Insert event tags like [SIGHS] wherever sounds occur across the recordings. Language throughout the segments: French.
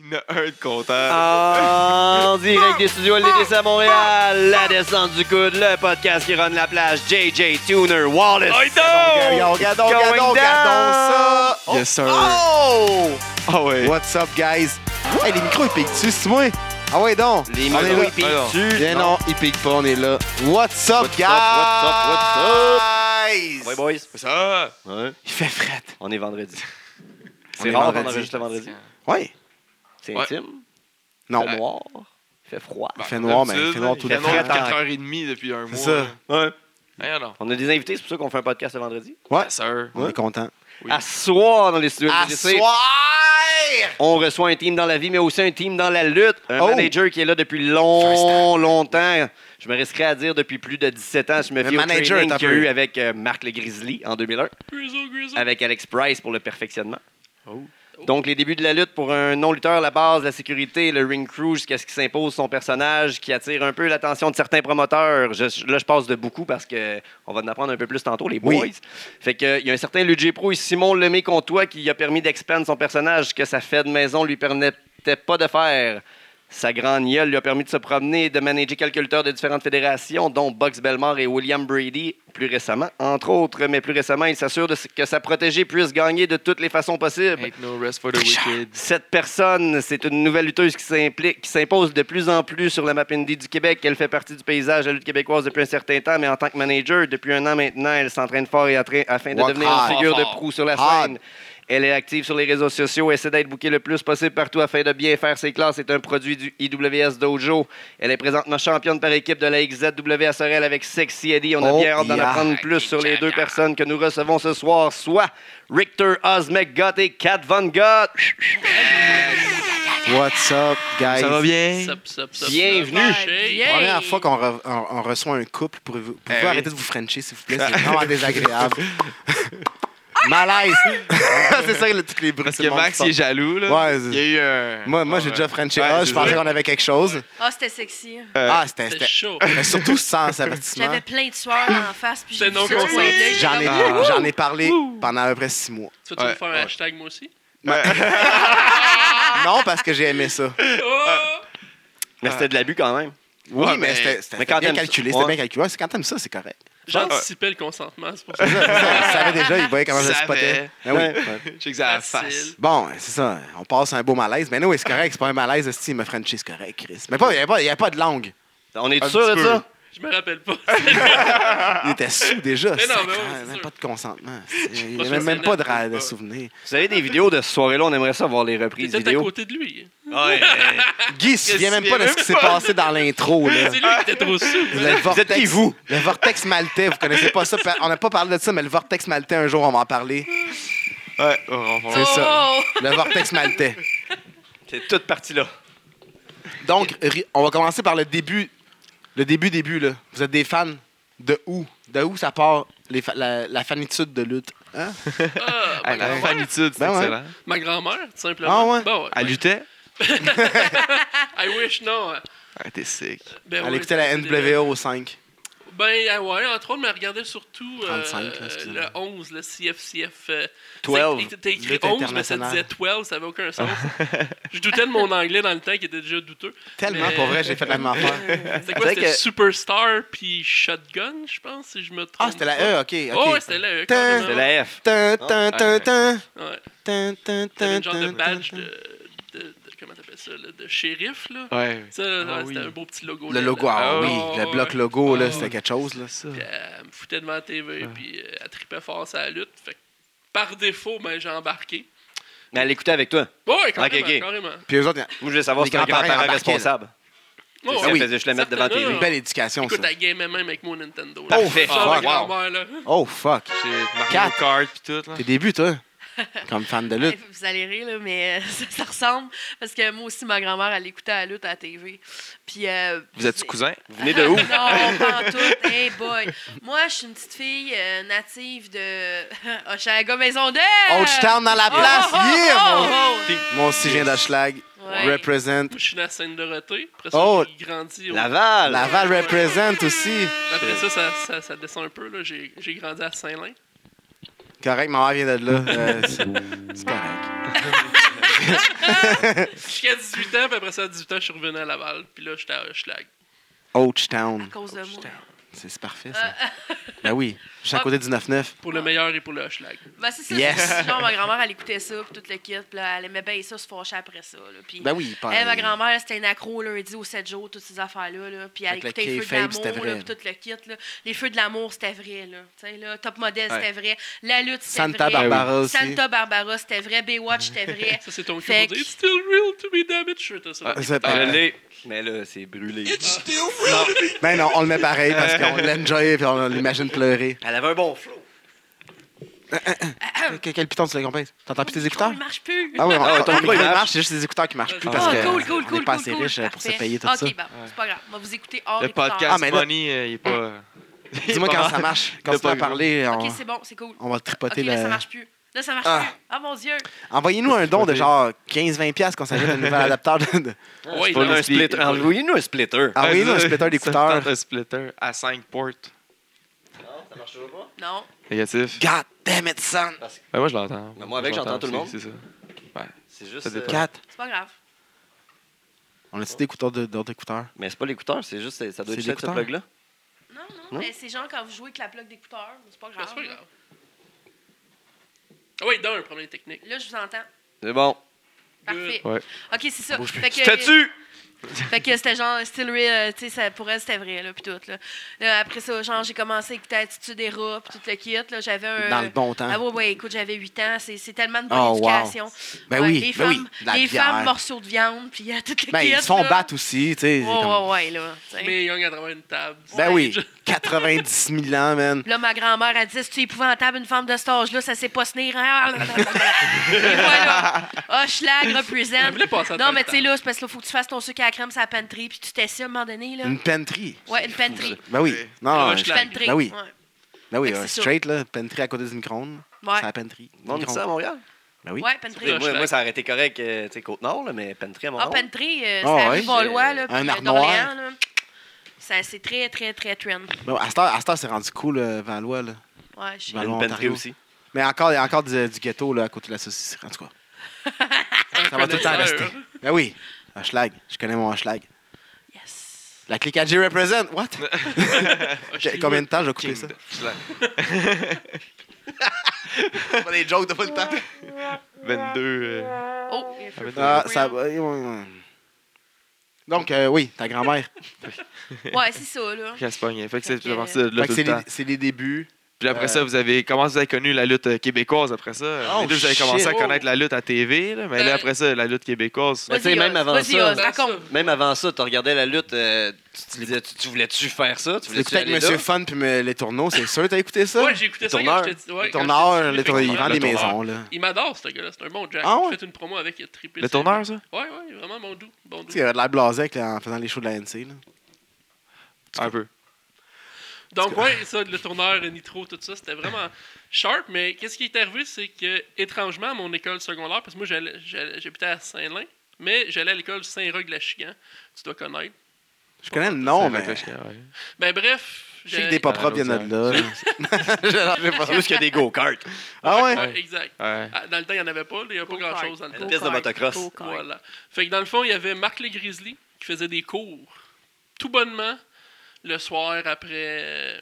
de 1 de comptable. En direct des studios LDDC à Montréal, la descente du coude, le podcast qui run la plage, JJ Tuner, Wallace. Oh, Regardons, regardons, Going regardons, down. regardons ça. Oh, Yes, sir. Oh! Ah ouais. What's up, guys? Hey, les micros, ils piquent dessus, c'est moi? Ah ouais, donc. Les On est micros, là. ils piquent Alors. dessus. Bien non. ils piquent pas, on est là. What's up, What's up, guys? what's Ouais, boys. Ça. Ouais. Il fait fret. On est vendredi. On C'est est rare qu'on vendredi. enregistre le vendredi. Ouais. C'est Ouais. intime, Non. Euh, c'est noir, il fait froid. Bah, fait noir, mais il fait d'habitude, noir tout Il le fait noir temps. à 4h30 depuis un mois. C'est ça. Ouais. Hey, non. On a des invités, c'est pour ça qu'on fait un podcast le vendredi. Ouais. Sir. On est content. Oui. À soir dans les studios À LDDC, soir! on reçoit un team dans la vie, mais aussi un team dans la lutte. Un Oh! manager qui est là depuis long, longtemps. Je me risquerais à dire depuis plus de 17 ans. Je me Le fie au manager est training un qu'il y a peu- eu avec euh, Marc Le Grizzly en 2001. Grisou, grisou. avec Alex Price pour le perfectionnement. Oh. Donc, les débuts de la lutte pour un non-lutteur, la base, la sécurité, le ring crew, jusqu'à ce qui s'impose son personnage, qui attire un peu l'attention de certains promoteurs. Je- là, je passe de beaucoup parce que on va en apprendre un peu plus tantôt, les boys. Oui. Fait que, il y a un certain Luigi Pro et Simon Lemay-Comtois qui a permis d'expandre son personnage que sa fête de maison lui permettait pas de faire. Sa grande gueule lui a permis de se promener et de manager quelques lutteurs de différentes fédérations, dont Box Belmore et William Brady, plus récemment, entre autres. Mais plus récemment, il s'assure de- que sa protégée puisse gagner de toutes les façons possibles. Euh, Ain't no rest for the wicked. Cette personne, c'est une nouvelle lutteuse qui s'implique, qui s'impose de plus en plus sur la map indie du Québec. Elle fait partie du paysage de la lutte québécoise depuis un certain temps, mais en tant que manager, depuis un an maintenant, elle s'entraîne fort et attra- afin de Work devenir hard. une figure de Fort, fort. proue sur la Hard. scène. Elle est active sur les réseaux sociaux, essaie d'être bookée le plus possible partout afin de bien faire ses classes. C'est un produit du IWS Dojo. Elle est présentement championne par équipe de la XZW à Sorel avec Sexy Eddie. On a Oh bien hâte d'en yeah. apprendre plus sur les deux personnes que nous recevons ce soir, soit Richter Osmecott et Kat Von Gott. What's up, guys? Ça va bien? Sup, sup, sup, Bienvenue. sup. Bien. Première fois qu'on re- on, on reçoit un couple, pouvez-vous pouvez-vous Eh oui. arrêter de vous frencher, s'il vous plaît? [LAUGHS] C'est vraiment désagréable. Malaise! [LAUGHS] c'est ça, le, toutes les bruits. Parce tout que le monde Max, qui il est jaloux, là. Ouais, c'est- Il y a eu un. Moi, moi Ah, j'ai ouais. déjà Frenché. Ouais, Ah, c'est je pensais ça. qu'on avait quelque chose. Ah, c'était sexy. Ah, c'était. C'était c'était- [LAUGHS] chaud. Mais surtout sans avertissement. J'avais plein de sueurs en face. puis j'ai C'est vu non ça, consentant. j'étais comme- J'en ai, Ah. j'en ai parlé pendant à peu près six mois. Tu veux-tu Ouais. me faire un hashtag, moi aussi? [LAUGHS] Non, parce que j'ai aimé ça. Oh! Ah. Mais c'était de l'abus quand même. Oui, Ouais, mais- mais c'était- c'était mais quand bien t'aimes ça, calculé. ouais. C'était bien calculé. Ouais, c'est quand t'aimes ça, c'est correct. J'anticipais le consentement, c'est pour ça. C'est ça, [LAUGHS] Il savait déjà, il voyait comment je le Savait. spotais. Ben oui. [LAUGHS] J'ai que ça face. Facile. Bon, c'est ça. On passe un beau malaise. Mais non, c'est correct. C'est pas un malaise. Si, il me Frenchie, c'est correct, Chris. Mais pas, il n'y avait, pas- il y avait pas de langue. On est Un sûr de petit peu. ça? Je me [LAUGHS] rappelle pas. Il était sous déjà. Mais non, sacré, mais oui, c'est même sûr. pas de consentement. C'est- Il n'y Franchement, avait même c'est pas la- de, ra- de pas. souvenirs. Vous avez des vidéos de ce soirée-là, on aimerait ça voir les reprises T'étais à vidéo. côté de lui. Ah [LAUGHS] Guy, il se souvient même pas de ce qui s'est Même pas. passé dans l'intro. là. C'est lui qui était trop souple. Le vortex, êtes qui, vous? Le vortex maltais, vous connaissez pas ça. On n'a pas parlé de ça, mais le vortex maltais, un jour, on va en parler. Ouais, on va C'est voir. ça. Oh! Le vortex maltais. C'est toute partie-là. Donc, ri- on va commencer par le début. Le début, début, là. Vous êtes des fans de où? De où ça part les fa- la, la fanitude de lutte? Hein? Ah, ma Hey, La grand-mère. fanitude, c'est Ben ouais. excellent. Ma grand-mère, tout simplement. Ah ouais? Bon, ouais. Elle luttait? I wish, non. Ah, t'es sick. Ben, Elle ouais, écoutait la c'était des- NWO 5. Ben, ah ouais, entre autres, mais elle regardait surtout euh, 35, là, excusez-moi. le 11, le CFCF. euh, 12. c'est- T'as écrit Lutte 11, mais ça internationale. disait 12, ça avait [LAUGHS] aucun sens. Je doutais de mon anglais dans le temps qui était déjà douteux. Tellement, Mais- pour vrai, j'ai fait la même affaire. [LAUGHS] C'était quoi? C'est C'était que- Superstar puis Shotgun, je pense, si je me trompe. Ah, c'était pas. la E, OK. ok. Oh, ouais, c'était la E. Tin. carrément. C'est la F. Tin, tin, tin, tin. Ouais. Tin, tin, T'avais tin, une genre de tin, badge tin, de, de, de- Comment t'appelles ça? là, de shérif, là. Ouais. Ça, là, Ah c'était oui. un beau petit logo. tin. Le là, logo, là. ah Ah oui. ouais, Le ouais, bloc ouais. logo, là, Ah c'était ouais. quelque chose, là. ça. Puis elle me foutait devant la Ah. TV, puis euh, elle tripait fort sa lutte. Fait que par défaut, ben, j'ai embarqué. Mais elle écoutait avec toi. Bon, ouais, carrément, Ok, ok. carrément. Puis eux autres, ils Moi, je voulais savoir Les si c'était un grands-parents grand-parent embarquaient, responsable. C'est Ouais, ouais. ça, oui. faisait juste le mettre devant Certainement. TV. une belle éducation, ça. Ah, Écoute, elle game même avec mon Nintendo. là. Oh, fuck. Genre ma Wow. grand-mère, là. Oh, fuck. J'ai Mario Quatre. Kart pis tout, là. Tes débuts, toi, [LAUGHS] comme fan de lutte. [LAUGHS] Vous allez rire, là, mais euh, [LAUGHS] ça, ça ressemble. Parce que moi aussi, ma grand-mère, elle écoutait la lutte à la TV. Puis, euh, Vous êtes cousin? Vous venez de où? Non, pas en tout. Hey boy. Moi, je suis une petite fille euh, native de [LAUGHS] oh, Oshaga Maisonneuve. Old Town dans la place. oh, oh, Yeah, oh, mon- oh. Moi aussi, je viens d'Hochelag. Ouais. Represent. Moi, je suis né à Sainte-Dorothée. Après ça, Oh. j'ai grandi au Laval. Laval represent aussi. Après ça, ça, ça, ça descend un peu. là. J'ai j'ai grandi à Saint-Lin. Correct, ma mère vient de là. Euh, c'est c'est correct. Jusqu'à 18 ans, puis après ça, à 18 ans, je suis revenu à Laval. Puis là, j'étais à Hochelag. Ouch à Town. cause de moi. C'est c'est parfait, [LAUGHS] ça. ben oui, juste à côté du 9-9. Pour le Ah. meilleur et pour le Hochelag. Ben, c'est ça. Yes. c'est- Genre, ma grand-mère, elle écoutait ça, puis toute le kit, puis là, elle aimait bien ça, se fâcher après ça. Là, puis Ben oui, pas. Elle, Eh, ma grand-mère, c'était une accro au lundi au 7 jours, toutes ces affaires-là. Là. Puis Fait elle que le écoutait les feux K-Fab, de c'était l'amour, vrai. là, puis tout le kit. Là. Les feux de l'amour, c'était vrai. Là. Tu sais, là, Top Model, Ouais. c'était vrai. La lutte, c'était Santa vrai. Barbara aussi. Santa Barbara, c'était vrai. Baywatch, c'était [LAUGHS] vrai. Ça, c'est ton cul Fait pour dire que- It's still real to be damaged. Je fais tout ça. C'est Elle parfait. l'est. Mais là, c'est brûlé. Ben non, on le met pareil parce [LAUGHS] qu'on l'enjoy et on l'imagine pleurer. Elle avait un bon flow. Ah. Que- Quel piton tu l'as compris? T'entends plus tes Oh, écouteurs? il marche plus. Ah oui, on Ah ouais, ton ton micro, micro il il marche. marche, c'est juste les écouteurs qui marchent plus Ah, parce que cool, cool, on cool, est pas cool, assez cool. riche euh, pour se Parfait. payer tout Ok, ça. bon, c'est pas grave. On va vous écouter hors Le écouteur. podcast Ah, mais là- Money, euh, il est pas. il est Dis-moi pas quand mal. ça marche. Quand De tu vas pas- parler, on, Ok, c'est bon, c'est cool. on va Ok, tripoter là, ça le... marche plus. Là, ça marche Ah. plus. Ah, mon Dieu. Envoyez-nous un don de Tripoter. genre 15-20$ piastres qu'on s'achète un [LAUGHS] nouvel adapteur. de- de- Ouais, Pas là, un splitter. Envoyez-nous un splitter. Envoyez-nous Ah, un ça, splitter ça me d'écouteurs. tente Un splitter à 5 ports. Non, ça marche toujours pas. Non. Négatif. God damn it, son! Ben, moi, je l'entends. Ben, moi, avec, j'entends tout le monde. C'est c'est ça. C'est juste. Ça dépend. euh, 4. C'est pas grave. On a-tu des écouteurs de- d'autres écouteurs? Mais c'est pas l'écouteur, c'est juste. c'est- Ça doit C'est être juste ce l'écouteur. plug-là. Non, non, Non? mais c'est genre quand vous jouez avec la plaque d'écouteur, c'est pas Ah, grave. c'est pas grave. Ah oui, d'un, problème technique. Là, je vous entends. C'est bon. Parfait. Ouais. Ok, c'est ça. Bouge plus. Fait que, euh, Je te tue! Fait que c'était genre still real, euh, tu sais, ça- pour elle c'était vrai, là, puis tout, là. Là, Après ça, genre, j'ai commencé à écouter Attitude des rats, puis tout le kit, là. J'avais un. Dans le bon temps. Ah ouais, ouais, écoute, j'avais 8 ans, c'est c'est tellement de bonne Oh, wow. éducation. Ben Ouais, oui, les ben oui, femmes, de la les bière. femmes morceaux de viande, puis euh, tout le Ben, kit. ils se font là. battre aussi, tu sais. c'est Ouais, comme- ouais, ouais, là. tu sais. Mais Young à travers une table. Ben oui, 90 000 ans, man. Là, ma grand-mère, elle disait, c'est épouvantable, une femme de stage, là, ça sait pas se tenir. Ah, [LAUGHS] là, là, là, là. Et voilà. Ah, Hochelag Elle represent. voulait passer à Non, travers mais une tu sais, table. là, c'est parce qu'il faut que tu fasses ton sucre à la crème sur la penderie, puis tu t'essayes à un moment donné, là. Une pantry. Ouais, une penderie. Ben oui. Ouais. Non, Ouais, non, je je- la- Penderie. Ben oui. Ouais. ben oui, Fait que un c'est ça. straight, là, pantry à côté d'une micro-ondes. Ouais. C'est la pantry. On dit Micro-ondes. ça à Montréal? Ben oui. Ouais, penderie. Moi, moi, ça aurait été correct, euh, tu sais, Côte-Nord, là, mais Pentry à Ah, Montréal. penderie, euh, Ah, ça ouais. arrive en loi, Euh, là. un puis, euh, armoire. d'Orléans, là. Ça, c'est très, très, très trend. Ben, à cette heure, à cette heure, c'est rendu cool, euh, Valois, là. Ouais, je sais. Ben, Une Allons, Pentry Ontario. aussi. Mais encore, il y a encore du, du ghetto, là, à côté de la saucisserie, en tout cas. ça [LAUGHS] va tout le temps connaisseur. rester. Ben oui. Schlag. Je connais mon schlag. Yes. La clique AG represent. What? [LAUGHS] Hochelag. Combien de temps je vais couper ça? Kingdom. Je l'ai. [LAUGHS] pas des jokes de pas le temps. 22. euh, Oh, il y a un feu. Ah, ça va. Donc, euh, oui, ta grand-mère. Ouais, c'est [LAUGHS] ça, là. Gaspogne. Fait que Fait c'est que- vraiment ça, là, Fait que tout c'est le temps. les- c'est les débuts. Puis après Euh, ça, vous avez comment vous avez connu la lutte euh, québécoise après ça Oh, Les deux, vous avez shit. commencé à connaître la lutte à TV, là, mais Euh, Ben- là après ça, la lutte québécoise. Mais tu sais, Vas-y, même Oz. avant Vas-y, ça- Oz, raconte. Même avant ça, tu regardais la lutte, euh, tu te disais, tu, tu voulais-tu faire ça? Tu Tu voulais-tu l'écoutais avec aller Monsieur là? Fun puis me- les tourneaux, c'est sûr, t'as écouté ça? Ouais, j'ai écouté Les ça quand tourneurs. j'étais les ouais, quand tourneurs, j'étais les petit, tourneurs, ils effectivement. vendent des Le tourneur. maisons, là. Il m'adore, ce gars-là. C'est un bon Jack. Ah ouais? J'ai fait une promo avec, il a trippé. Le sur- tourneur, ça Ouais, ouais, vraiment bon doux. Bon Tu doux. sais, il avait de l'air blasé avec, là, en faisant les shows de la NC, là. Un peu. Donc, ouais, ça, le tourneur, le nitro, tout ça, c'était vraiment sharp. Mais qu'est-ce qui est arrivé, c'est que, étrangement, à mon école secondaire, parce que moi, j'allais- j'allais- j'habitais à Saint-Lin, mais j'allais à l'école Saint-Roch-de-la-Chigan. Tu dois connaître. Je connais le nom, C'est mais vrai je que je- ouais. Ben, bref. sais que j'ai- des pas propres viennent de [LAUGHS] là. là. Je sais pas. C'est juste qu'il y a des go-karts. Ben Ah ouais? Ouais, exact. Ouais. Ah, Dans le temps, il n'y en avait pas. là, Il n'y a pas Go-kart. grand-chose dans le Une temps. piste de motocross. Go-kart. Voilà. Fait que dans le fond, il y avait Marc le Grizzly qui faisait des cours tout bonnement le soir après. euh,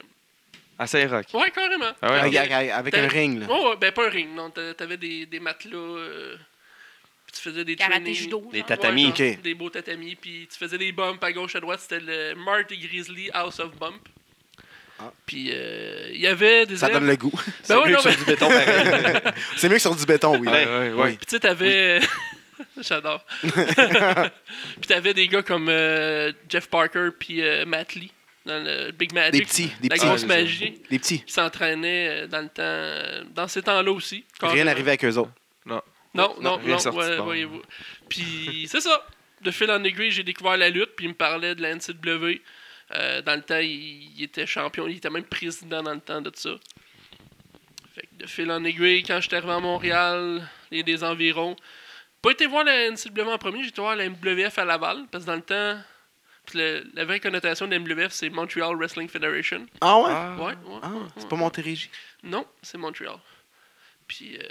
À Saint-Roch. Ouais, carrément. Ah ouais? Avec- Avec avec un T'as- ring, là. Ouais, ouais, ben pas un ring, non. T'a- T'avais des, des matelas. euh, puis tu faisais des Karaté trainings. judo. Les genre. tatas. Tatami. genre, Ok. Des beaux tatamis. Puis tu faisais des bumps à gauche, à droite. C'était le Marty Grizzly House of Bump. Ah. Puis euh, il y avait des. Ça élèves- donne le goût. [LAUGHS] C'est Ben ouais, mieux non, que sur mais- du béton pareil. C'est mieux que sur du béton, oui. Ouais, ouais, ouais. Puis tu sais, t'avais. [LAUGHS] J'adore. puis t'avais des gars comme euh, Jeff Parker puis euh, Matt Lee dans le Big Magic. Des petits, des la petits. grosse Ouais, magie. Des petits. Qui s'entraînaient euh, dans le temps. euh, Dans ces temps-là aussi. Rien carrément. n'arrive avec eux autres. Non, non, Non, rien non, sorti ouais, de bord. voyez-vous. Puis c'est ça. De fil en aiguille, j'ai découvert la lutte, puis il me parlait de la NCW. Euh, dans le temps, il, il était champion, il était même président dans le temps de ça. Fait que de fil en aiguille, quand j'étais arrivé à Montréal et des environs, pas été voir la NCW en premier, j'ai été voir la MWF à Laval, parce que dans le temps, puis le- la vraie connotation de MWF, c'est Montreal Wrestling Federation. Ah ouais? Ah. Ouais, ouais. Ah, ouais, c'est ouais. pas Montérégie. Non, c'est Montréal. Puis, euh,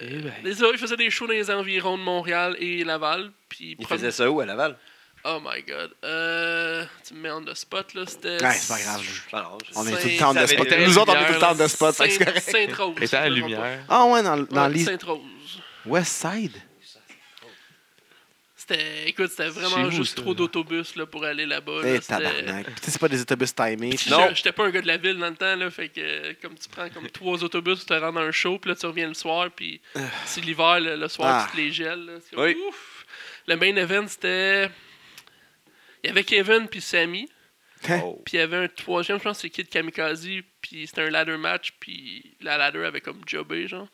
Eh ben. les autres, ils faisaient des shows dans les environs de Montréal et Laval. Puis, Il prom- faisait ça où, à Laval? Oh my god. Euh, tu me mets on the spot, là. C'était. Ouais, c'est pas grave. Ah, je- Alors, je- On est Saint- tout le temps de ça spot. avait Nous autres, on est Lumière, tout le temps là, de spot. fait que c'est Saint- correct. Saint-Rose. si Étant à je la me trompe pas. lumière. Ah ouais, dans, dans Ouais, les Sainte-Rose. West Side. C'était, écoute, c'était Chez vraiment vous, juste ça, trop là? d'autobus là, pour aller là-bas. là, Eh, c'était- [LAUGHS] tabarnak. Puis, tu sais, c'est pas des autobus timés. Puis puis- Non. je- J'étais pas un gars de la ville dans le temps, là, fait que euh, comme tu prends comme trois autobus, tu te rends dans un show, puis là tu reviens le soir, puis c'est l'hiver, le, le soir, Ah. tu te les gèles. là. C'est comme, Ah. Oui. ouf. Le main event, c'était. Il y avait Kevin puis Sammy, Oh. puis il y avait un troisième, je pense, que c'est Kid Kamikaze, puis c'était un ladder match, puis la ladder avait comme jobé, genre.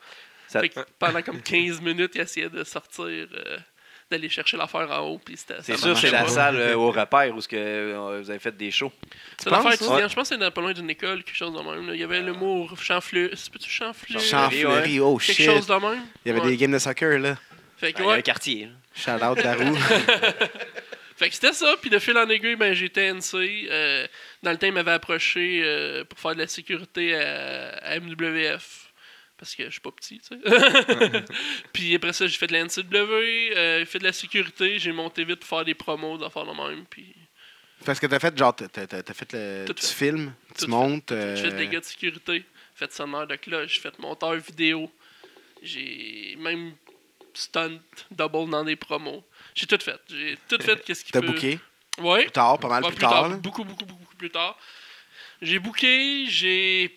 Ça- Fait que pendant comme 15 minutes, il essayait de sortir, euh, d'aller chercher l'affaire en haut, puis c'était. C'est ça sûr, marchait c'est la pas. salle euh, au repère où ce que, euh, vous avez fait des shows. C'est l'affaire penses, étudiante. ouais? Je pense que c'est dans- pas loin d'une école, quelque chose de même. là. Il y avait le mot chanfleur. C'est pas-tu chanfleur? Chanfleury, oh Quelque shit. chose de même. Il y avait Ouais. des Ah, games de soccer, là. Fait que, Il y ouais. a un quartier. là. Shout out de la [LAUGHS] roue. Fait que c'était ça. Puis de fil en aiguille, ben, j'étais NC. euh, dans le temps, ils m'avaient approché euh, pour faire de la sécurité à, à MWF. Parce que je suis pas petit, tu [LAUGHS] sais. [LAUGHS] puis après ça, j'ai fait de la NCW, euh, j'ai fait de la sécurité, j'ai monté vite pour faire des promos, des affaires de même. Puis Parce que t'as fait, genre, t'as- t'as t'as fait le. Tout Tu fait. filmes, tu Tout montes. J'ai fait euh, des gars de sécurité, fait sonneur de cloche, fait monteur vidéo. J'ai même stunt, double dans des promos. J'ai tout fait. J'ai tout fait qu'est-ce qui T'as peut. booké. Ouais. Plus tard, pas mal Ouais, plus tard. là. beaucoup, beaucoup, beaucoup, beaucoup plus tard. J'ai booké, j'ai.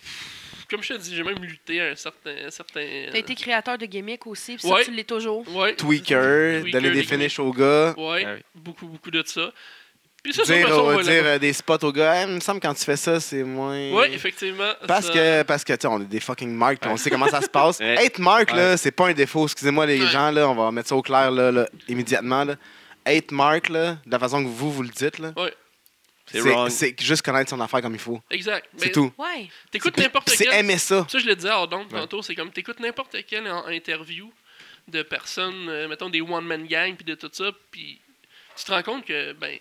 Comme je te dis, j'ai même lutté à un certain. un certain... T'as été créateur de gimmicks aussi, puis ça, Ouais. tu l'es toujours. Ouais. Tweaker, Tweaker, donner des les finishes aux gars. Ouais, [LAUGHS] Ah oui. beaucoup, beaucoup de ça. Puis ça, c'est Dire, ça, on euh, va dire là-bas. euh, des spots aux gars. Eh, Il me semble que quand tu fais ça, c'est moins. Ouais, effectivement. Parce ça- que, parce que, tu sais, on est des fucking marques, puis on Ouais. sait comment ça se [LAUGHS] passe. Ouais. Être marque, là, Ouais. c'est pas un défaut. Excusez-moi, les Ouais. gens, là, on va mettre ça au clair, là, là, immédiatement, là. Être marque, là, de la façon que vous, vous le dites, là. Ouais. C'est wrong. C'est c'est juste connaître son affaire comme il faut. Exact. C'est Mais tout. Ouais. T'écoutes Puis- n'importe puis quel. C'est aimer ça. Ça, je le disais hors d'onde Ouais. tantôt, c'est comme t'écoutes n'importe quelle en- interview de personnes, euh, mettons des one-man gang, puis de tout ça, puis tu te rends compte que, ben,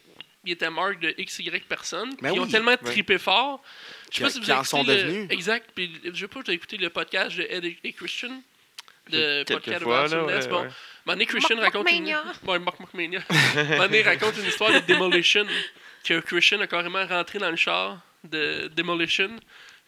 il était marque de XY personnes, Ben puis ils ont oui. tellement trippé fort. Je sais Que- pas si vous qu'ils en avez sont écouté le- devenus. Exact, puis je sais pas, j'ai écouté le podcast de Ed et- et Christian. De Quelques podcast fois, de là, Nancy ouais, Bon, ouais. Mané Christian Mock raconte une... Mockmania. Ouais, Mock Mockmania. [LAUGHS] Mané raconte une histoire de Demolition, que Christian a carrément rentré dans le char de Demolition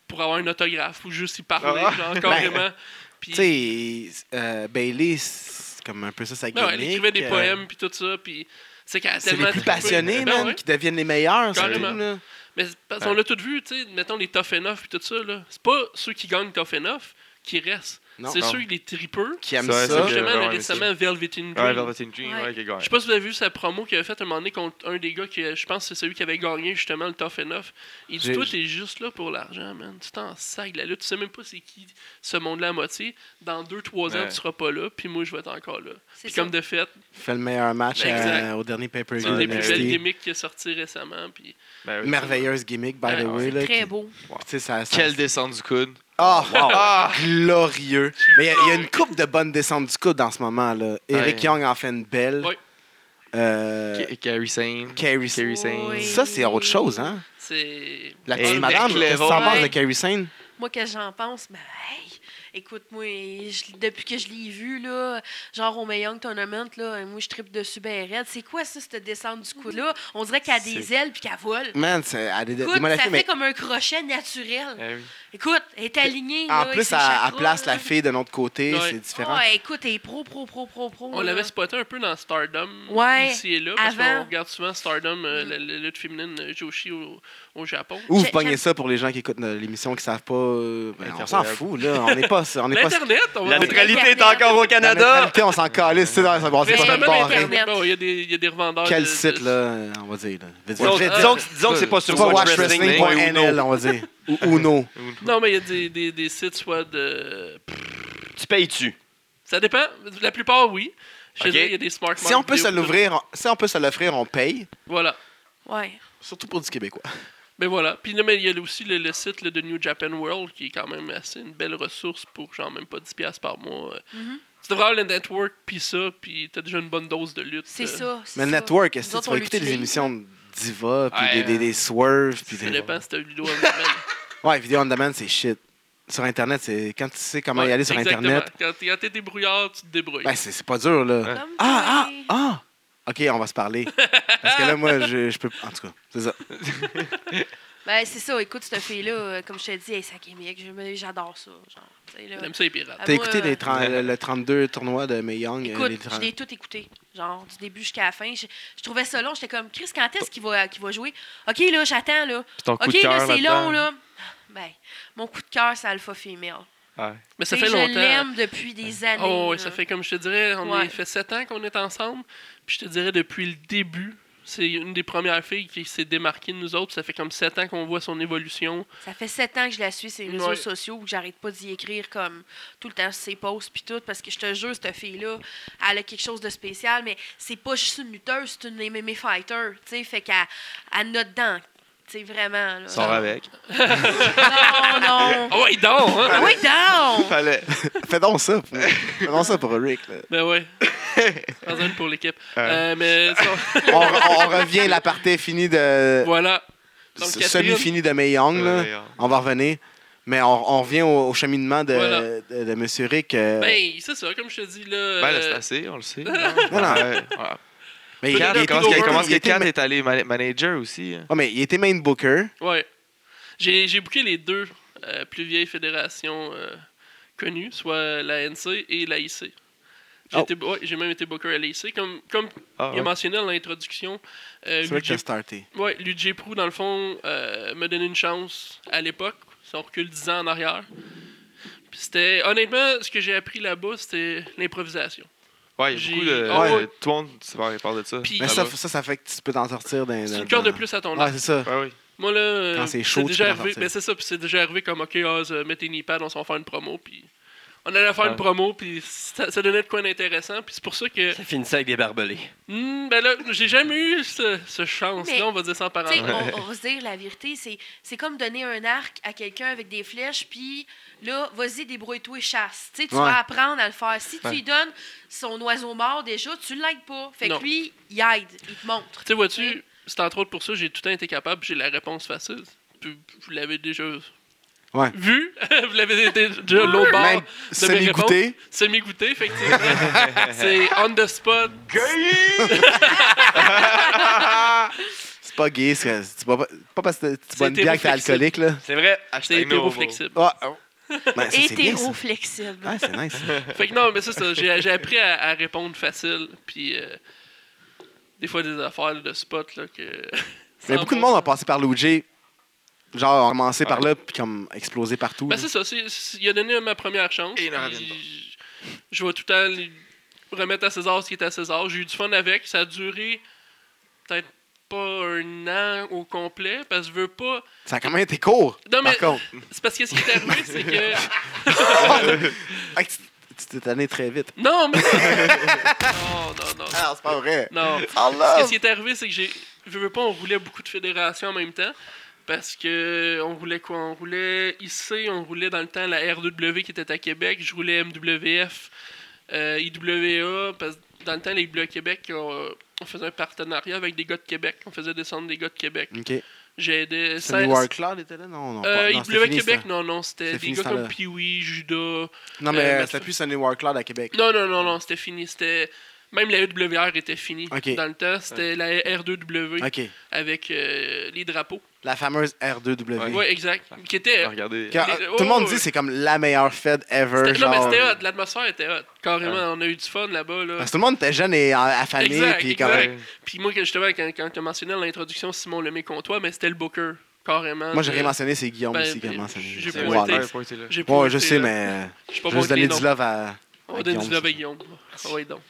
pour avoir un autographe ou juste y parler, Ah. [LAUGHS] genre carrément. Puis, Ben, Tu sais, euh, Bailey, c'est comme un peu ça, sa ben ouais, elle gimmick, écrivait des euh, poèmes, puis tout ça, puis c'est qu'elle a C'est tellement les plus trippé. passionnés, Ben man, ouais. qui deviennent les meilleurs, c'est Carrément. tout, là. Mais c'est parce qu'on l'a tout vu, tu sais, mettons les tough enough, puis tout ça, là. C'est pas ceux qui gagnent tough enough qui restent. Non. C'est Non. ceux, les tripeux. Qui aiment Ça, ça. c'est Comme que- justement, ouais, là, ouais, récemment, Velvet in Green. Ouais, Ah, Velveteen Dream, Ouais. ouais, qui gagne. Je sais pas si vous avez vu sa promo qu'il avait faite un moment donné contre un des gars qui, euh, je pense, que c'est celui qui avait gagné justement le Tough Enough. Il dit J'ai- Toi, t'es juste là pour l'argent, man. Tu t'en sacs de la lutte. Tu sais même pas c'est qui ce monde-là à moitié. Dans 2-3 ans, Ouais. tu seras pas là. Puis moi, je vais être encore là. C'est Puis ça. comme de fait, Fait le meilleur match Ben, exact. euh, au dernier pay-per-view. c'est une des Ouais, plus mais- NXT. belles gimmicks qui est sorti récemment. Puis Ben oui. Merveilleuse gimmick, by Ouais, the way. là, Très qui- beau. tu sais, ça- ça- Quelle descente du coude. Ah, Wow. Ah! glorieux. Mais il y a- il y, a une coupe de bonnes descentes du coude en ce moment. là. Eric Ouais. Young en fait une belle. Ouais. Euh, Ca- Carrie Sane. Carrie Sane. Carrie Sane. Oui. Ça, c'est autre chose, hein? c'est. La Et petite madame, Nick qu'est-ce que t'en Level. penses de Ouais. Carrie Sane? Moi, qu'est-ce que j'en pense? Ben, hey! Écoute-moi, je- depuis que je l'ai vu, là, genre au Mae Young Tournament, là, moi, je tripe dessus ben raide. C'est quoi ça, cette descente du coup-là? On dirait qu'elle a des C'est- ailes puis qu'elle vole. Man, c'est- elle est de- Écoute, démolachée, ça mais fait comme un crochet naturel. Eh oui. Écoute, elle est alignée. en là, avec plus, ses elle, elle chakras, place là. la fille de l'autre côté. Ouais. C'est différent. Ouais, écoute, elle est pro, pro, pro, pro, pro. On là. l'avait spoté un peu dans Stardom, Ouais, ici et là, parce avant. qu'on regarde souvent Stardom, euh, la, la lutte féminine euh, Joshi au, au Japon. Ou vous J'ai- pognez j'ai- ça pour les gens qui écoutent euh, l'émission qui savent pas. euh, ben, on Internet. s'en fout, là. On n'est pas. On est pas L'Internet, on La va dire. neutralité est encore au la Canada. neutralité, on s'en calisse. C'est dans- bon, Ah, c'est Mais pas même notre barré. Internet. Bon, Il y, a des- il y a des revendeurs. Quel de- de- site, là, euh, on va dire. là. Vite, Disons, vite, vite. disons que- disons que c'est pas C'est sur pas Watch Wrestling. watchwrestling.nl, on va dire. [LAUGHS] Ou Uno. Non, mais il y a des, des, des sites soit de. Tu payes-tu? Ça dépend. La plupart, oui. Je te Ok. dirais, il y a des smart Si on peut se vidéo, l'ouvrir, on- si on peut se l'offrir, on paye. Voilà. Ouais. Surtout pour du Québécois. Mais voilà. Puis non, mais il y a aussi le, le site là, de New Japan World qui est quand même assez une belle ressource pour genre même pas 10$ piastres par mois. Euh, Mhm. Tu devrais avoir le network, puis ça, puis t'as déjà une bonne dose de lutte. C'est euh, ça. c'est Mais le ça. Network, Nous est-ce que autres, tu on vas écouter des l'utilise. émissions de Diva, puis Ouais, des, des, des Swerves, puis Ça des... dépend si t'as eu le doigt. ou le mal. Ouais, Vidéo On Demand, c'est shit. sur Internet, c'est quand tu sais [LAUGHS] comment Ouais, y aller sur exactement. Internet. Quand t'es- quand t'es débrouillard, tu te débrouilles. Ben, c'est c'est pas dur, là. Comme Ah, toi. ah, ah! OK, on va se parler. Parce que là, moi, je, je peux... En tout cas, c'est ça. Ben, c'est ça. Écoute, cette fille-là, euh, comme je te dis, elle est sacrémique. Je me- J'adore ça. Genre, tu sais, là. J'aime ça les pirates. Ah, T'as moi, écouté les euh, tren- le le 32 tournois de Mae Young? euh, les Écoute, tren- je l'ai tout écouté. Genre, du début jusqu'à la fin. Je, je trouvais ça long. J'étais comme, Chris, quand est-ce qu'il va, qu'il va jouer? OK, là, j'attends, là. Puis ton coup OK, de cœur. là, c'est là-dedans. long, là. Ben, mon coup de cœur, c'est Alpha Female. Ouais. Mais ça Tu fait sais, Je longtemps. l'aime depuis des années. Oh, ouais, là. ça fait comme je te dirais, on est- Ouais. fait 7 ans qu'on est ensemble. Puis je te dirais depuis le début, c'est une des premières filles qui s'est démarquée de nous autres. Ça fait comme 7 ans qu'on voit son évolution. Ça fait sept ans que je la suis sur les réseaux Ouais. sociaux, que j'arrête pas d'y écrire comme tout le temps sur ses posts puis tout, parce que je te jure, cette fille-là, elle a quelque chose de spécial, mais c'est pas juste une lutteuse, c'est une MMA fighter, tu sais, fait qu'elle elle note dedans, tu sais, vraiment. Là. Sors avec. Non, non. Ah ouais, il dort, hein? [LAUGHS] Oui, down! Fallait. Fais donc ça. [LAUGHS] pour- Fais donc ça pour Rick, là. [LAUGHS] Ben ouais. Dans une pour l'équipe. Euh, mais ça- On, on revient, la partie finie de... voilà. Donc, Catherine- Semi-finie de Mae Young, là. On va revenir. Mais on, on revient au, au cheminement de, Voilà. de, de M. Rick. euh, Ben, c'est ça, comme je te dis, là. Ben, là, euh, c'est assez, on le [LAUGHS] sait. Non, non. mais il, Kat, il était- comment est-ce il que- comment est-ce que était- Kat est allé man- manager aussi? hein? Ouais, mais il était main booker. Ouais. J'ai, j'ai booké les deux euh, plus vieilles fédérations euh, connues, soit la NC et la IC. J'ai, Oh. été- ouais, j'ai même été booker à l'IC. Comme, comme Ah, il a ouais. mentionné dans l'introduction, euh, C'est vrai que Luigi- t'as starté. ouais, Luigi Prou, dans le fond, euh, m'a donné une chance à l'époque, si on recule 10 ans en arrière. Puis c'était, honnêtement, ce que j'ai appris là-bas, c'était l'improvisation. Ouais, il y J'ai- a beaucoup de. Ah, ouais, ouais. Tout le monde se parle- parle de ça. Puis- Mais Ah, Ben, ça, bah. ça, ça fait que tu peux t'en sortir d'un. C'est d'un- une corde de d'un- plus à ton Ouais, arc. c'est ça. Ouais, oui. Moi, là, euh, Quand c'est chaud, tu peux déjà t'en arrivé. sortir. Ben, c'est ça, puis c'est déjà arrivé comme, OK, ah, ça, mets tes knee pads, on s'en va faire une promo, puis... On allait faire une Ouais. promo, puis ça, ça donnait de quoi d'intéressant, puis c'est pour ça que... Ça finissait avec des barbelés. Hmm, ben là, j'ai jamais eu ce, ce Mais- chance-là, on va dire sans Tu sais, parenthèse. on, on va se dire la vérité, c'est, c'est comme donner un arc à quelqu'un avec des flèches, puis là, vas-y, débrouille-toi et chasse. Tu sais, tu Ouais. vas apprendre à le faire. Si tu Ouais. lui donnes son oiseau mort déjà, tu l'aides pas. Fait Non. que lui, il aide, il te montre. Tu sais, Oui. vois-tu, c'est entre autres pour ça que j'ai tout le temps été capable, j'ai la réponse facile. Puis, vous l'avez déjà Ouais. vu, [LAUGHS] vous l'avez été déjà l'autre bord. Même de mes semi-goûté. réponses. Semi-goûté, [LAUGHS] effectivement. c'est on the spot. C'est pas gay. c'est- C'est pas, pas parce que tu bois une C'était bière que t'es réflexible. alcoolique, là. C'est vrai. C'est Novo. hétéro-flexible. [LAUGHS] Ah, oh. Ben, ça, c'est bien, ça. Hétéro-flexible. Ouais, c'est nice. Fait que non, mais c'est ça. J'ai j'ai appris à, à répondre facile. Puis euh, des fois, des affaires de spot. Là, que... [LAUGHS] Mais beaucoup de monde a passé par Luigi. Genre, on a commencé par Ouais. là, puis comme explosé partout. Ben, là. c'est ça. c'est- c'est- il a donné ma première chance. Et il n'en puis revient pas. j- Je vais tout le temps lui remettre à César ce qui est à César. J'ai eu du fun avec. Ça a duré peut-être pas un an au complet. Parce que je veux pas. Ça a quand même été court. Non, mais- Par contre, C'est parce que ce qui est arrivé, c'est [LAUGHS] que. Ah, tu tu t'es tanné très vite. Non, [LAUGHS] mais. non, non, non. Ah, c'est pas vrai. Non. Oh, Parce que là. ce qui est arrivé, c'est que j'ai. Je veux pas, on roulait beaucoup de fédérations en même temps. Parce que on roulait quoi On roulait IC, on roulait dans le temps la RW qui était à Québec, je roulais MWF, euh, IWA, parce que dans le temps, les Bleus Québec, on, on faisait un partenariat avec des gars de Québec, on faisait descendre des gars de Québec. Ok. J'ai aidé. Sammy ça- Warclaw était là? Non, non. pas- euh, non, c'était IWA fini, Québec, ça. non, non, c'était C'est des fini, gars ce comme temps-là. Pee-Wee, Judas. Non, mais Euh, euh, c'était mais- plus Sunny Warcloud à Québec. Non, non, non, non, c'était fini. C'était. Même la EWR était finie. Ok. Dans le temps, c'était la R2W OK. avec euh, les drapeaux. La fameuse R2W. Ouais. Ouais, exact. Qui était. Regardez. Que, euh, Les- tout oh, le monde ouais. dit que c'est comme la meilleure fête ever. c'était- Non, mais genre. ben, c'était hot. L'atmosphère était hot. Carrément, on a eu du fun là-bas. Là. Parce que tout le monde était jeune et en- affamé. Exact, Puis exact. comme, Ouais. Puis moi, que- justement, quand, quand tu as mentionné dans l'introduction Simon Lemay toi, mais c'était le Booker. Carrément. Moi, j'ai Euh, rien mentionné, c'est Guillaume ben, aussi qui a ben, mentionné. j'ai C'est pointé. Wallace. pointé là. J'ai pas Ouais, je été, sais, là. mais Je suis pas juste bon avec donner les noms. du love à. On à va donner du Guillaume, love à Guillaume. Ah ouais, donc.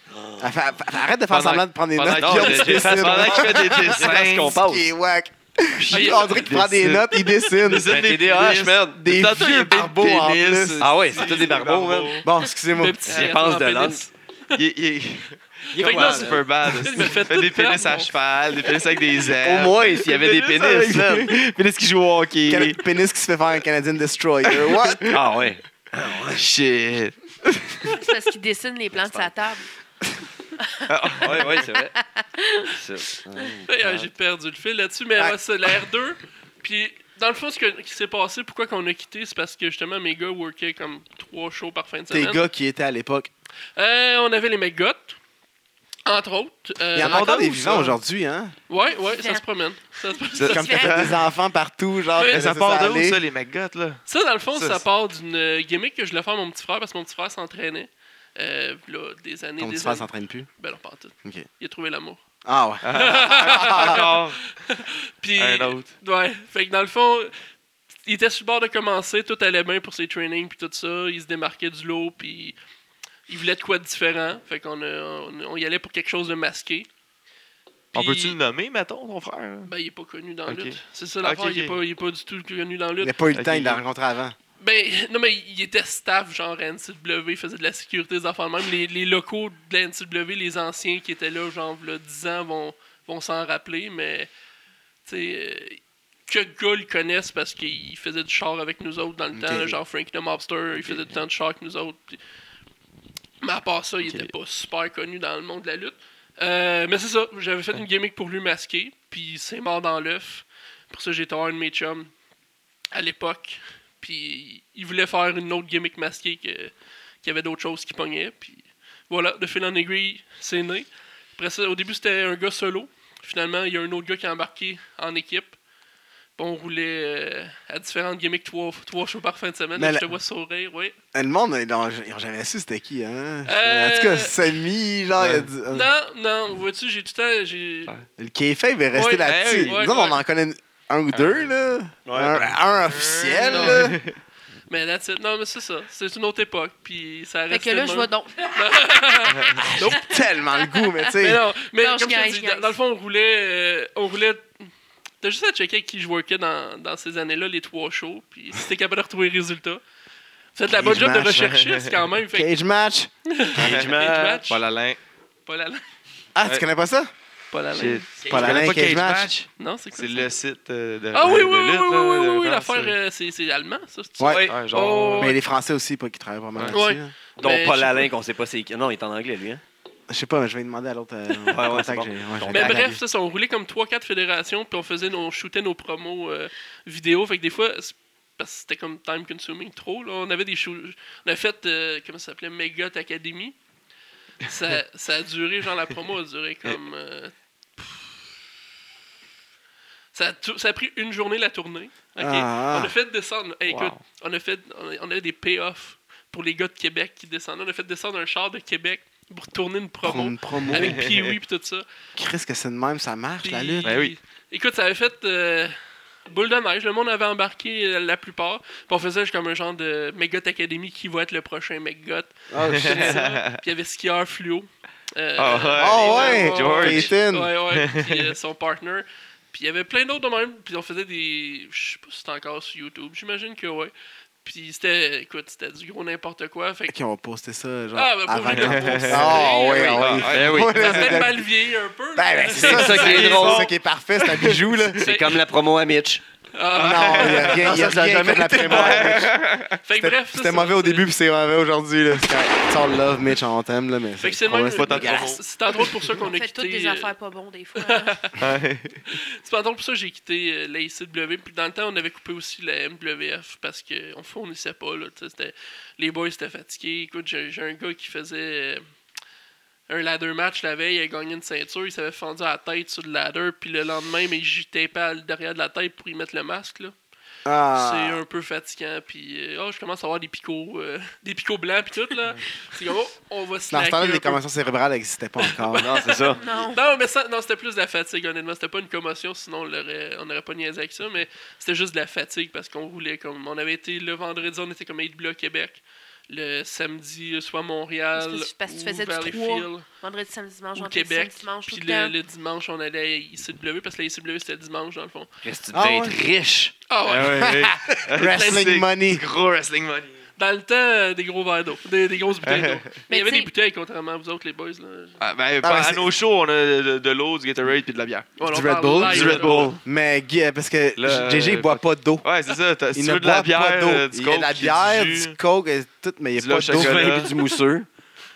Ah, fa- fa- Arrête de faire Pendant- semblant de prendre des Pendant notes. que- Guillaume, tu j'ai- dessines. pendant que je fais des dessins, Parce qu'on parle. Qui est whack. Ah, il- On dirait qu'il prend des dessine. notes, il dessine. Dessine Ben, des TDAH, pénis. merde. Des Tantôt, il y a vieux un bébé barbeaux en pénis. plus. Ah ouais, c'est tous des barbeaux, man. Bon, excusez-moi. Euh, Le petit J'y pense de en pénis. [LAUGHS] lance. Il est- il est- Il Fait que Ah, là, là, c'est- super bad. me [LAUGHS] Il fait fait des tout perdre, pénis à mon- cheval, des pénis avec des ailes. Au moins, s'il y avait des pénis, man. pénis qui joue au hockey. Quel pénis qui se fait faire un Canadian Destroyer. [LAUGHS] What? Ah ouais. Shit. C'est parce qu'il dessine les plans de sa table. Ah, Ouais, ouais, c'est vrai. C'est- Ouais, ouais, J'ai perdu le fil là-dessus, mais Ouais. ouais, c'est la R2. Puis dans le fond, ce que- qui s'est passé, pourquoi qu'on a quitté, c'est parce que justement, mes gars workaient comme trois shows par fin de Tes semaine. gars qui étaient à l'époque. Euh, on avait les McGots, entre autres. Euh, Il y en a encore des ou ça? vivants aujourd'hui, hein? Ouais, ouais, ça se promène. Ça, se- Ça- Comme fait- t'as des enfants partout, genre. Mais que Mais ça laissez part de où, aller. ça, les McGuts, là? ça, dans le fond, Ça, ça, c'est- part d'une euh, gimmick que je voulais faire à mon petit frère parce que mon petit frère s'entraînait. Euh, là, des années, Ton des petit frère années. s'entraîne plus. Ben non, pas en tout. Ok. Il a trouvé l'amour. Ah ouais. Encore Puis, un autre. Ouais, fait que dans le fond, il était sur le bord de commencer, tout allait bien pour ses trainings puis tout ça, il se démarquait du lot puis il voulait de quoi de différent, fait qu'on a- on, on y allait pour quelque chose de masqué. On Puis- peut-tu le nommer, mettons, ton frère? Ben, il est pas connu dans Euh, Ok. la lutte. C'est ça l'affaire, Ok, il, est ok. pas, il est pas du tout connu dans la Il lutte. n'a pas eu le Ok, temps, il l'a ok. rencontré avant. Ben, non, mais il était staff, genre à NCW, il faisait de la sécurité des enfants de même. Les, les locaux de la NCW, les anciens qui étaient là, genre, là, 10 ans, vont, vont s'en rappeler, mais, tu sais, euh, que le gars le connaissent parce qu'il faisait du char avec nous autres dans le Ok. temps, là, genre Frank the Mobster, il faisait du temps de char avec nous autres. puis- Mais à part ça, il était pas super connu dans le monde de la lutte. Euh, mais c'est ça, j'avais fait une gimmick pour lui masquer, puis c'est mort dans l'œuf. Pour ça, j'ai été voir un de mes chums à l'époque. Puis il voulait faire une autre gimmick masquée que- qu'il y avait d'autres choses qui pognaient. Puis voilà, de fil en aiguille, c'est né. Après ça, au début, c'était un gars solo. Finalement, il y a un autre gars qui a embarqué en équipe. Puis on roulait euh, à différentes gimmicks, trois, trois shows par fin de semaine. Mais Là, la- Je te vois sourire, oui. Euh, Le monde, ils n'ont ils ont jamais su c'était qui, hein? Euh, En tout cas, Samy, genre, il a dit. euh, Non, non, vois-tu, j'ai tout le temps. j'ai- Le K-Fave est resté Ouais, là-dessus. hey, ouais, Nous autres, on ouais. en connaît un ou deux, là. Un, un officiel, Non. là. Mais that's it. Non, mais c'est ça. C'est une autre époque. Puis ça Fait reste. que là, je tellement- vois donc. Ah, Tellement le goût, mais tu Mais sais. non, mais Non, je comme je te niaise, dis, je dans, niaise. dans le fond, on roulait. euh, on roulait. T'as juste à checker avec qui je workais dans, dans ces années-là, les trois shows. Puis si t'es capable de retrouver les résultats. Faites la bonne Cage job de match. recherchiste quand même. Fait que- Cage match. [LAUGHS] Cage match. Paul Alain. Paul Alain. Ah, tu Ouais. connais pas ça? Paul Alain. Shit. Paul Tu connais Alain, pas Cage Cage Match? Match? Non, c'est quoi C'est ça? le site euh, de. Ah oui, oui, de lutte, oui, oui, là, oui, de oui, oui, France, l'affaire, euh, euh, c'est c'est allemand, ça, c'est Ouais. Ouais. ouais, genre. Oh, Mais les Français aussi, pas qui travaillent pas mal Ouais. là-dessus. hein. Ouais. là. Donc, Mais je Paul sais Alain, qu'on sait pas c'est qui. Non, il est en anglais, lui. Hein? Je sais pas, mais je vais demander à l'autre euh, ouais, contact, c'est bon. j'ai- ouais, j'ai Mais la bref, ça, ça, on roulait comme 3-4 fédérations, puis on faisait, nos- on shootait nos promos euh, vidéo. Fait que des fois, c'est- parce que c'était comme time consuming trop, là, on avait des shoo- On a fait, euh, comment ça s'appelait, Megot Academy. [LAUGHS] Ça, ça a duré, genre la promo a duré comme. euh, ça, a tou- ça a pris une journée la tournée. ok? Ah, ah. On a fait descendre. hey, Wow. écoute, on a fait, on a- on avait des payoffs pour les gars de Québec qui descendaient. On a fait descendre un char de Québec pour tourner une Pour promo une promo. avec Pee-Wee et tout ça. Chris, que c'est de même, ça marche, la Puis- lutte. Ben oui. Écoute, ça avait fait euh, boule de neige. Le monde avait embarqué euh, la plupart. Puis on faisait comme un genre de Megot Academy qui va être le [LAUGHS] prochain Megot. Oh, Puis [LAUGHS] il y avait skieur fluo. Euh, Ah ouais. Oh, ouais, George. Peyton. Ouais, ouais. [LAUGHS] Puis euh, son partner. Puis il y avait plein d'autres de même. Puis on faisait des. Je sais pas si c'était encore sur YouTube. J'imagine que ouais. Puis c'était. Écoute, c'était du gros n'importe quoi. Fait que. Qui ont posté ça, genre. Ah, ben, pour avant les qu'on gars, poste. pour- Ah, Ah, ouais, oui. ah, oui. Ah, oui. [LAUGHS] Ouais, Ça c'est fait de- mal vieilli un peu. Ben, là. [LAUGHS] ben, c'est ça, ça qui est drôle. C'est ça qui est parfait, c'est un bijou, là. C'est comme la promo à Mitch. Ah, Non, il n'y a rien, il y a Ça, ça a rien jamais fait de la été prémisse. fait que C'était- bref. ça, C'était ça, mauvais au c'est- début, puis c'est mauvais aujourd'hui. là. C'est quand- C'est on love, Mitch, on t'aime, là, mais. Fait que c'est on même. reste pas tant- de promo. C'est entre autres pour ça qu'on On a fait quitté. toutes des euh, affaires pas bonnes des fois. hein. Ouais. C'est pendant pour ça que j'ai quitté euh, la ICW. Puis dans le temps, on avait coupé aussi la MWF parce qu'on fournissait pas. Là, tu sais, c'était- les boys étaient fatigués. Écoute, j'ai j'ai un gars qui faisait euh, un ladder match la veille. Il a gagné une ceinture. Il s'avait fendu à la tête sur le ladder. Puis le lendemain, mais j'y pas derrière de la tête pour y mettre le masque. là. C'est Ah, un peu fatigant. Puis euh, oh, je commence à avoir des picots, euh, [LAUGHS] des picots blancs. Puis tout. [LAUGHS] là. C'est comme, oh, on va se dans ce temps-là, les commotions cérébrales n'existaient pas encore. Non, c'est [LAUGHS] ça. [LAUGHS] non. [LAUGHS] Non, mais ça, non, c'était plus de la fatigue, honnêtement. C'était pas une commotion, sinon on l'aurait- on n'aurait pas niaisé avec ça, mais c'était juste de la fatigue parce qu'on roulait comme. On avait été le vendredi, on était comme 8 blocs Québec. Le samedi, soit Montréal. Parce que- parce que tu ou faisais du Valleyfield, trois Vendredi, samedi, dimanche, Ou vendredi, Québec. samedi, dimanche, tout Puis le le, temps. le dimanche, on allait à ICW parce que la ICW c'était le dimanche dans le fond. Qu'est-ce que tu Ah, devais ouais. être riche? Ah ouais! Ah, [LAUGHS] ouais, ouais. Wrestling C'est money. Gros wrestling money. Dans le temps, euh, des gros verres d'eau, des, des grosses bouteilles [LAUGHS] d'eau. Mais il y avait t'sais- des bouteilles, contrairement à vous autres, les boys. Là. Ah, ben, Ah, pas- mais à c'est- nos shows, on a de, de- de l'eau, du Gatorade puis de la bière. Ouais, Du on Red parle Bull? live, Du là. Red Bull. Mais Guy, euh, parce que Là, GG, il euh, boit pas d'eau. Ouais, c'est ça. t'as- Si Il tu ne veux de la boit pas bière, d'eau. euh, du Il y a coke, de la bière, du jus, du coke, et tout, mais il du n'y a pas lait au d'eau. chocolat. Du mousseux.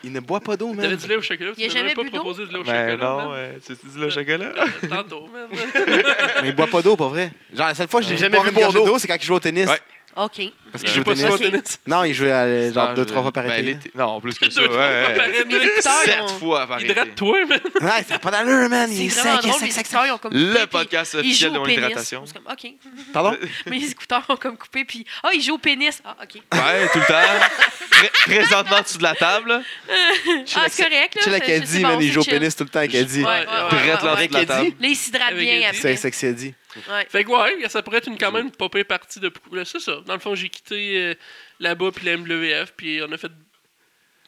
Il ne boit pas d'eau, T'avais même. du lait au chocolat, tu Il a m'avais jamais même pas bu d'eau? proposé de lait au Ben chocolat. non, man. euh, tu tu dis le chocolat? Tantôt, man. [LAUGHS] Mais il boit pas d'eau, pas vrai. Genre, la seule fois que j'ai jamais vu boire d'eau, c'est quand il joue au tennis. Ouais. OK. Parce Il qu'il joue joue au pas tennis. souvent au [LAUGHS] tennis. Non, il jouait euh, genre Non, deux, je- trois fois par ben, été. l'été- Non, plus que ça. Deux, trois ouais, fois [LAUGHS] ouais. par Mais les année. écouteurs, ils Sept ont- fois par été. Hydrate-toi, man. Ouais, ça n'a pas d'allure, man. Il C'est est vraiment sec, il est drôle, sec, les sec, sec. écouteurs, ils ont comme Le coupé, puis podcast ils officiel jouent de au Wonder pénis. Attraction. C'est comme, OK. Pardon? Mais les écouteurs ont comme coupé, puis... Ah, ils jouent au pénis. Ah, OK. Ouais, tout le temps. Pré- Présentement en dessous de la table. Ah, c'est correct, Tu là. sais, la c'est- c'est Caddy, bon, man, il c'est joue au chill. pénis tout le temps, Caddy. Ouais, ouais, ouais, Prête ah, ouais, l'entrée ouais. de la Avec table. Eddie? Là, ils s'hydratent Avec bien Eddie. après. C'est sexy, Eddie. Ouais. Fait que ouais, ça pourrait être une quand même pas pire partie de. pou- là, C'est ça. Dans le fond, j'ai quitté euh, là-bas puis la MWF, puis on a fait.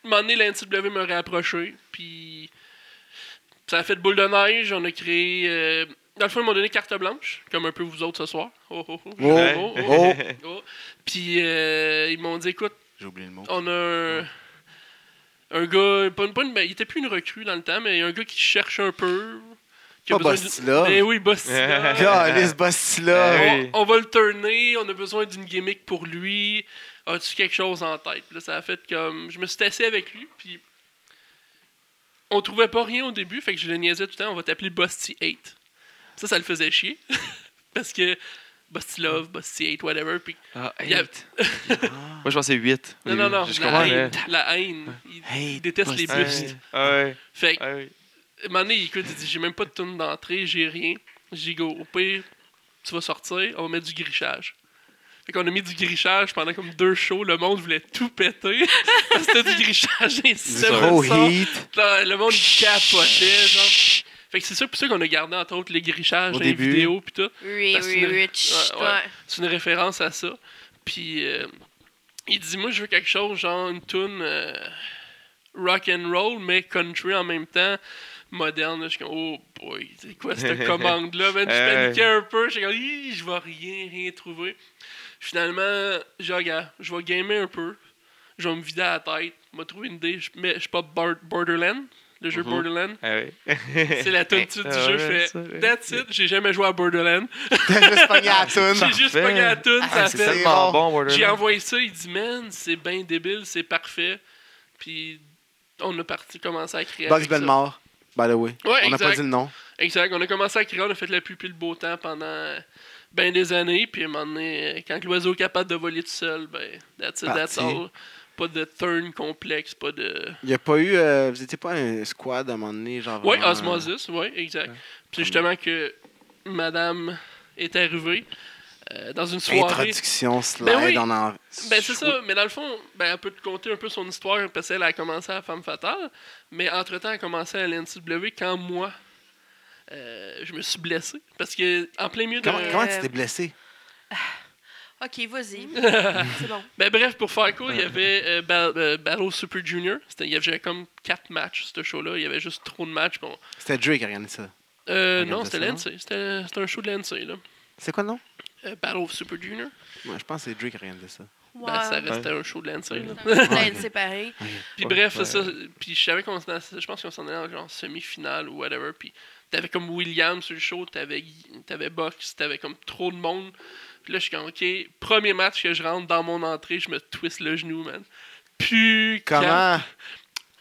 Un moment donné, la NCW m'a rapproché, puis. Ça a fait boule de neige, on a créé. euh, Dans le fond, ils m'ont donné carte blanche, comme un peu vous autres ce soir. Oh, oh, oh. Oh, Oh, Ouais. oh, [LAUGHS] oh. oh. Puis euh, ils m'ont dit écoute, J'ai oublié le mot. on a un, un gars, pas une, pas une- ben, il était plus une recrue dans le temps, mais un gars qui cherche un peu. qui a Pas besoin d'une- Bastila. Eh [LAUGHS] oui, Bastila. Calice, Ah Bastila. oui. on, on va le turner, on a besoin d'une gimmick pour lui. As-tu quelque chose en tête? Puis Là, ça a fait comme. Je me suis tassé avec lui, puis. On trouvait pas rien au début, fait que je le niaisais tout le temps, on va t'appeler Busty 8. Ça, ça le faisait chier. [LAUGHS] Parce que Busty Love, Busty 8, whatever. Puis Ah, il y a- eight. Moi, je pensais 8. Non, non, non, Je la comprends. haine. mais- La haine. Il, Hey, il déteste les Ouais, bustes. ouais, Fait que, ouais. un moment donné, il écoute, il dit J'ai même pas de tune d'entrée, j'ai rien. J'ai go, au pire, tu vas sortir, on va mettre du grichage. Fait qu'on a mis du grichage pendant comme deux shows, le monde voulait tout péter. [LAUGHS] Parce que C'était du grichage Du incessant. gros heat. Là, Le monde il capotait, genre. Fait que c'est ça, pour ça qu'on a gardé entre autres les grichages, Au les début. vidéos, pis tout. Ri- Parce ri- que- Rich. Ouais, ouais. C'est une référence à ça. Puis euh, il dit moi je veux quelque chose genre une tune rock and roll mais country en même temps moderne. Je suis comme oh boy c'est [LAUGHS] quoi cette commande là man? Je Euh. Hey. paniquais un peu. Je suis comme Hi, je vais rien rien trouver. Finalement je regarde je vais gamer un peu. Je vais me vider la tête. Je vais trouver une idée. Je mets je pop Bor- Borderland le jeu Mhm. Borderland. Ah ouais. Ah C'est C'est [LAUGHS] la tune titre Ah du jeu. Je fais that's it. J'ai jamais joué à Borderland. T'as juste pogné à la Ah, toune. J'ai juste pas la tune. Ah, Ça c'est fait ça. tellement bon. bon, j'ai Borderlands. envoyé ça, il dit Man, c'est bien débile, c'est parfait. Puis on a parti commencer à créer. Bugs avec ça. Belmore, by the way. Ouais, On n'a pas exact. dit le nom. Exact, on a commencé à créer, on a fait la pluie puis le beau temps pendant bien des années. Puis à un moment donné, euh, quand l'oiseau est capable de voler tout seul, ben, that's it, that's Parti. all. Pas de turn complexe, pas de. Il n'y a pas eu. euh, vous étiez pas un squad à un moment donné, genre. Oui, vraiment, euh, Osmosis, oui, exact. Puis justement que madame est arrivée euh, dans une soirée. Introduction, slide, Ben oui. on en. Ben, c'est ça, mais dans le fond, ben, elle peut te conter un peu son histoire parce qu'elle a commencé à Femme Fatale, mais entre-temps, elle a commencé à l'NCW quand moi, euh, je me suis blessé. Parce que, en plein milieu de. Comment, [LAUGHS] Euh, comment tu t'es blessé? OK, vas-y. c'est bon. Ben, bref, pour faire court, il y avait euh, Ba- euh, Battle Super Junior. C'était- Il y avait comme quatre matchs, ce show-là. Il y avait juste trop de matchs. Bon. C'était Drake qui a regardé ça. Euh, Regarde non, ça, c'était non? l'NC. C'était c'était un show de l'NC, là. C'est quoi le nom? Euh, Battle Super Junior. Ouais, je pense que c'est Drake qui a regardé ça. Wow. Ben, ça restait un show de l'NC, là. Plein de séparés. Puis Ouais, bref, ouais. ça, puis je savais qu'on s'en allait- je pense qu'on s'en allait en genre semi-finale ou whatever. Puis t'avais comme William sur le show, t'avais, Guy- t'avais Box, t'avais comme trop de monde. Puis là, je suis comme, ok, premier match que je rentre dans mon entrée, je me twist le genou, man. Puis, Comment?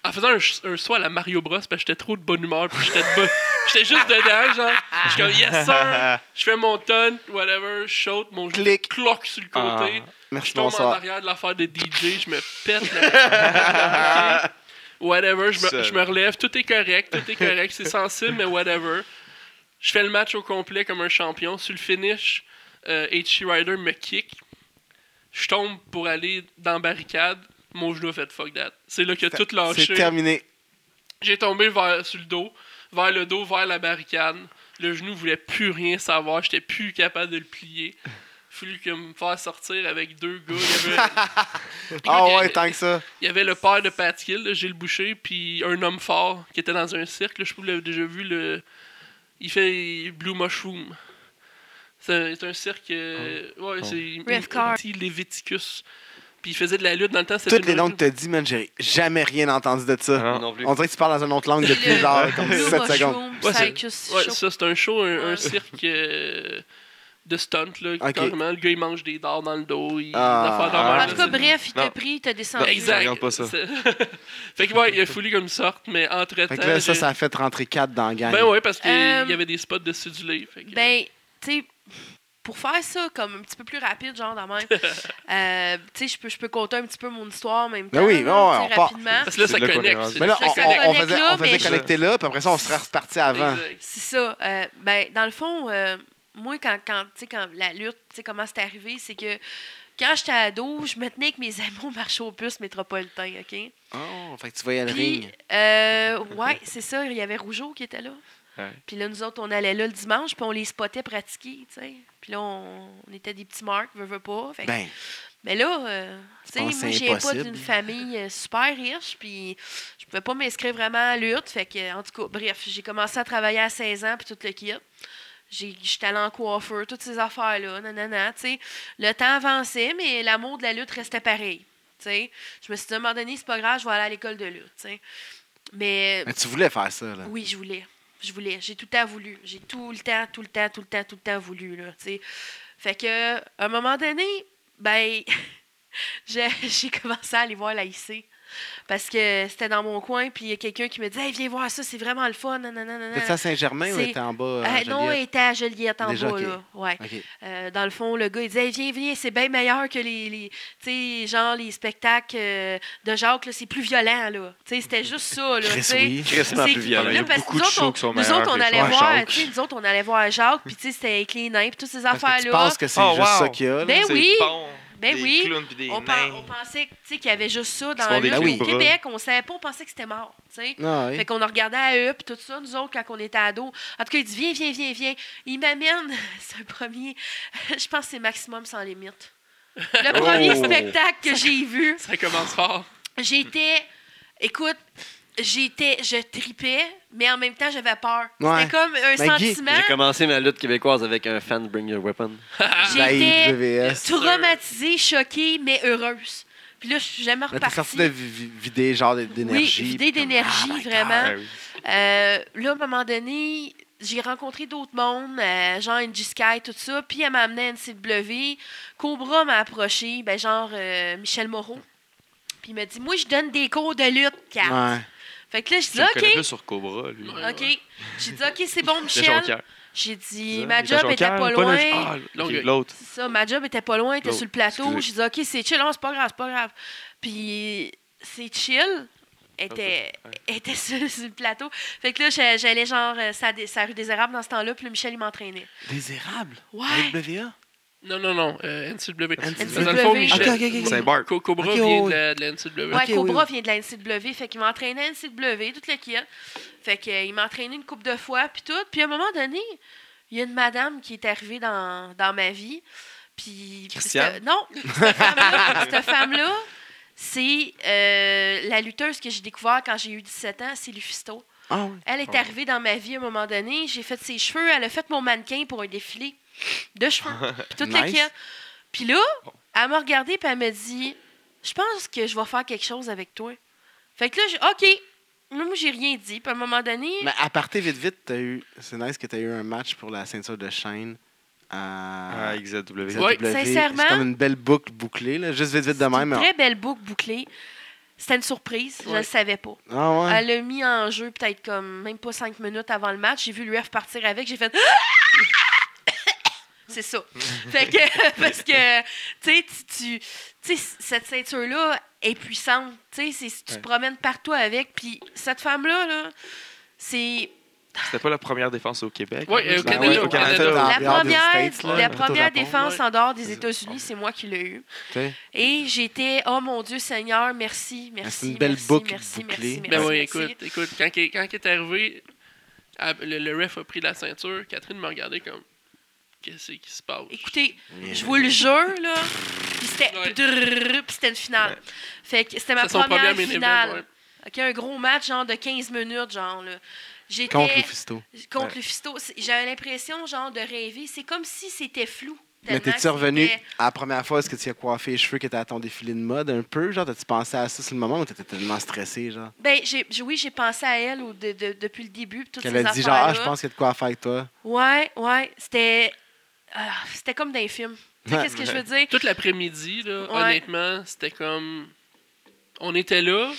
en faisant un, ch- un saut à la Mario Bros, parce que j'étais trop de bonne humeur, puis j'étais, de bo- [LAUGHS] j'étais juste dedans, genre. Je suis comme, [LAUGHS] yes sir! Je fais mon ton, whatever, je saute, mon genou Clic. cloque sur le Ah. côté. Je Merci, tombe en bonsoir. arrière de l'affaire de DJ, je me pète la Ok. Whatever, je me, Seul. je me relève, tout est correct, tout est correct, c'est sensible, mais whatever. Je fais le match au complet comme un champion. Sur le finish, euh, HC Rider me kick. Je tombe pour aller dans la barricade. Mon genou a fait fuck that. C'est là que tout C'est lâché. terminé. J'ai tombé vers, sur le dos, vers le dos, vers la barricade. Le genou voulait plus rien savoir. J'étais plus capable de le plier. Fallu que me faire sortir avec deux gars. [LAUGHS] Il y avait, Ah Ok. ouais, tant que ça. il y avait le père de Patkill, là, Gilles Boucher, puis un homme fort qui était dans un cirque. là, Je sais pas si vous l'avez déjà vu. Le... Il fait Blue Mushroom. C'est un- c'est un cirque. euh, Ouais, c'est. il- Riff Car. il- Leviticus. Puis il faisait de la lutte dans le temps. c'était Toutes une les noms lutte- que t'as dit, man, j'ai jamais rien entendu de ça. Non. Non plus. On dirait que tu parles dans une autre langue depuis [LAUGHS] genre comme Blue 7 secondes. Mushroom, Ouais, c'est- Psychus Ouais, Show. ça, c'est un show, un, un Ouais. cirque euh, de stunt, là. Ok. carrément. Le gars, il mange des dards dans le dos. Il... Ah. des affaires de Ah, En même, tout là, cas, ben, bref, il t'a Non. pris, il t'a descendu. Non, Exact. regarde pas ça. C'est- [LAUGHS] fait que ouais, il a foulé comme sorte, mais entre-temps... Fait que là, ça, j'ai- ça a fait rentrer 4 dans la gang. Ben ouais, parce qu'il Euh, y avait des spots de sudulé. Fait que- Ben, tu sais, pour faire ça comme un petit peu plus rapide, genre, dans même, euh, tu sais, je peux, je peux compter un petit peu mon histoire en même temps. Ben oui, là, ouais, tu sais, on part. rapidement. parce que là, C'est ça de là qu'on est connecte. rendu. c'est- Mais là, Ça on, on- connecte on faisait, là, on faisait mais- connecter là, puis après ça, on serait reparti avant. Exact. C'est ça. euh, ben, dans le fond, euh, moi, quand, quand, tu sais, quand la lutte, tu sais, comment c'est arrivé, c'est que quand j'étais ado, je me tenais avec mes [LAUGHS] amis au marché aux puces métropolitain, OK? Oh, fait que tu voyais le Puis, ring. euh, ouais, c'est ça. Il y avait Rougeau qui était là. Ouais. Puis là, nous autres, on allait là le dimanche, puis on les spottait pratiquer, tu sais. Puis là, on, on était des petits marques, veux, veux pas. Fait que- Ben, mais là, euh, tu sais, penses moi, c'est j'ai pas impossible? d'une famille euh, super riche, puis je pouvais pas m'inscrire vraiment à la lutte. Fait que, euh, en tout cas, bref, j'ai commencé à travailler à 16 ans, puis tout le kit. J'ai- J'étais allée en coiffeur, toutes ces affaires-là, nanana, tu sais. Le temps avançait, mais l'amour de la lutte restait pareil, tu sais. Je me suis dit, à un moment donné, c'est pas grave, je vais aller à l'école de lutte, tu sais. Mais mais tu voulais faire ça, là. oui, je voulais. Je voulais. J'ai tout le temps voulu. J'ai tout le temps, tout le temps, tout le temps, tout le temps voulu. Là, tu sais. fait que, à un moment donné, ben, [LAUGHS] j'ai [LAUGHS] j'ai commencé à aller voir la IC. Parce que c'était dans mon coin, puis il y a quelqu'un qui me dit Hey, viens voir ça, c'est vraiment le fun. nanana, nanana. T'étais à Saint-Germain ou C'est- t'étais en bas? euh, Euh, non, Joliette? elle était à Joliette en Déjà, bas, ok. là. Ouais. Ok. Euh, dans le fond, le gars, il disait Hey, Viens, viens, c'est bien meilleur que les, les tu sais, genre, les spectacles euh, de Jacques, là, c'est plus violent, là. Tu sais, C'était juste ça, là. tu Chris, sais. oui. [LAUGHS] Crissement C'est- plus violent. là, Il y a parce que beaucoup nous de autres, shows on- qui sont nous meilleurs autres, on que les allait shows à voir, Jacques. tu sais, nous autres, on allait voir Jacques, puis tu sais, c'était avec les nains, puis toutes ces Parce que tu affaires-là. penses que c'est Oh, juste ça wow. qu'il y a, là? Ben C'est oui, bon. ben Des oui. clowns pis des On, pen- nains. Ah, on pensait que, tu sais, qu'il y avait juste ça font dans des le coups de au bras. Québec, on savait pas, on pensait que c'était mort, tu sais. Ah oui. Fait qu'on a regardé à eux, puis tout ça, nous autres, quand on était ados. En tout cas, il dit Viens, viens, viens, viens. Il m'amène, [LAUGHS] c'est un premier, [LAUGHS] je pense que c'est Maximum sans limite. Le premier Oh! spectacle que j'ai vu, Ça commence fort. [LAUGHS] j'étais. Écoute, j'étais. Je tripais, mais en même temps, j'avais peur. Ouais. C'était comme un Ben, Guy, sentiment. J'ai commencé ma lutte québécoise avec un fan Bring Your Weapon. La J'étais IWS. [LAUGHS] traumatisée, choquée, mais heureuse. Puis là, je suis jamais Mais T'es repartie. sorti de vi- vi- vider, genre, d- d'énergie. Oui, puis vidée comme, d'énergie, ah, my God. vraiment. Ah oui. Euh, là, à un moment donné, j'ai rencontré d'autres mondes, euh, genre NG Sky, tout ça, puis elle m'a amené à NCW. Cobra m'a approché, ben genre euh, Michel Moreau. Puis il m'a dit Moi, je donne des cours de lutte, Kat. Ouais. Fait que là, je Je dis le connais OK. plus sur Cobra, lui. Ouais. OK. J'ai dit OK, c'est bon, Le Michel. Jonquière. J'ai dit Ça, Ma le job était Jonquière, pas le- loin. Ah, ok, Longueuil. L'autre. C'est ça, ma job était pas loin, était Oh, sur le plateau. excusez. Je disais, OK, c'est chill, non, c'est pas grave, c'est pas grave. Puis, c'est chill. Elle était, elle était [LAUGHS] sur, sur le plateau. Fait que là, j'a- j'allais genre euh, sa, dé- sa rue des Érables dans ce temps-là, puis le Michel, il m'entraînait. Des érables? Ouais. IWA? Non, non, non, euh, NCW. NCW. Dans le fond, Michel- Ok, ok, ok. C'est Bart. Co- Cobra Ok, vient ouais. de la, de la NCW. Ouais, Ok, Cobra oui, vient de la NCW, fait qu'il m'entraînait à NCW, toute le kit. Fait euh, qu'il m'entraînait une couple de fois, puis tout. Puis à un moment donné, il y a une madame qui est arrivée dans, dans ma vie. Puis. Christiane? cette- Non, [LAUGHS] cette femme-là, cette femme-là, c'est euh, la lutteuse que j'ai découvert quand j'ai eu 17 ans, c'est Lufisto. Ah oui. Elle est Oh. arrivée dans ma vie à un moment donné, j'ai fait ses cheveux, elle a fait mon mannequin pour un défilé [LAUGHS] de cheveux, puis toute la Nice. Oh. quête. Puis là, elle m'a regardée puis elle m'a dit "Je pense que je vais faire quelque chose avec toi." Fait que là, j'ai OK. Là, Moi, j'ai rien dit. Puis à un moment donné, Mais à partir vite, vite, t'as eu... C'est nice que t'as eu un match pour la ceinture de chaîne. à Ah, XZW. ZW. Ouais. Sincèrement? C'est comme une belle boucle bouclée, là. Juste vite, vite de même. hein. une mais- très belle boucle bouclée. C'était une surprise, je Ouais. le savais pas. Ah ouais. Elle l'a mis en jeu peut-être comme même pas cinq minutes avant le match. J'ai vu l'UF partir avec, j'ai fait. [COUGHS] C'est ça. Fait que, [LAUGHS] parce que, tu sais, tu- tu, tu sais, cette ceinture-là est puissante. Tu sais, c'est- tu te Ouais. promènes partout avec. Puis cette femme-là, là, c'est C'était pas la première défense au Québec. Ouais, hein, euh, je au pense. Canada, Ouais, au Canada. Ah, la puis hors des première, States, là, la tout au première Japon, défense ouais. en dehors des États-Unis, c'est moi qui l'ai eue. Ok. Et j'étais, oh mon Dieu Seigneur, merci, merci. C'est une belle merci, boucle merci, bouclée. merci, Ben merci, oui, merci. écoute, écoute, quand, il- quand il est arrivé, elle- le, le ref a pris la ceinture, Catherine m'a regardé comme Qu'est-ce qui se passe Écoutez, je vous le jure, là. Puis c'était Ouais. drrrr, puis c'était une finale. Fait que c'était ma C'est son première premier main event, ouais. finale. OK, un gros match, genre, de 15 minutes, genre, là. J'étais Contre les fistos. contre Ouais. le fisto. C'est- J'avais l'impression, genre, de rêver. C'est comme si c'était flou. Mais tellement t'es-tu que revenu c'était- à la première fois? Est-ce que tu as coiffé les cheveux qui étaient à ton défilé de mode un peu? Genre, t'as-tu pensé à ça sur le moment ou t'étais tellement stressé, genre? Ben, j'ai- j'ai- oui, j'ai pensé à elle au- de- de- depuis le début, puis toutes Qu'elle ces a dit, genre, ah, affaires-là. je pense qu'il y a de quoi faire avec toi. Ouais, ouais, c'était... Ah, c'était comme dans les films. Tu sais, qu'est-ce que je veux dire? Tout l'après-midi, là, Ouais. honnêtement, c'était comme. On était là,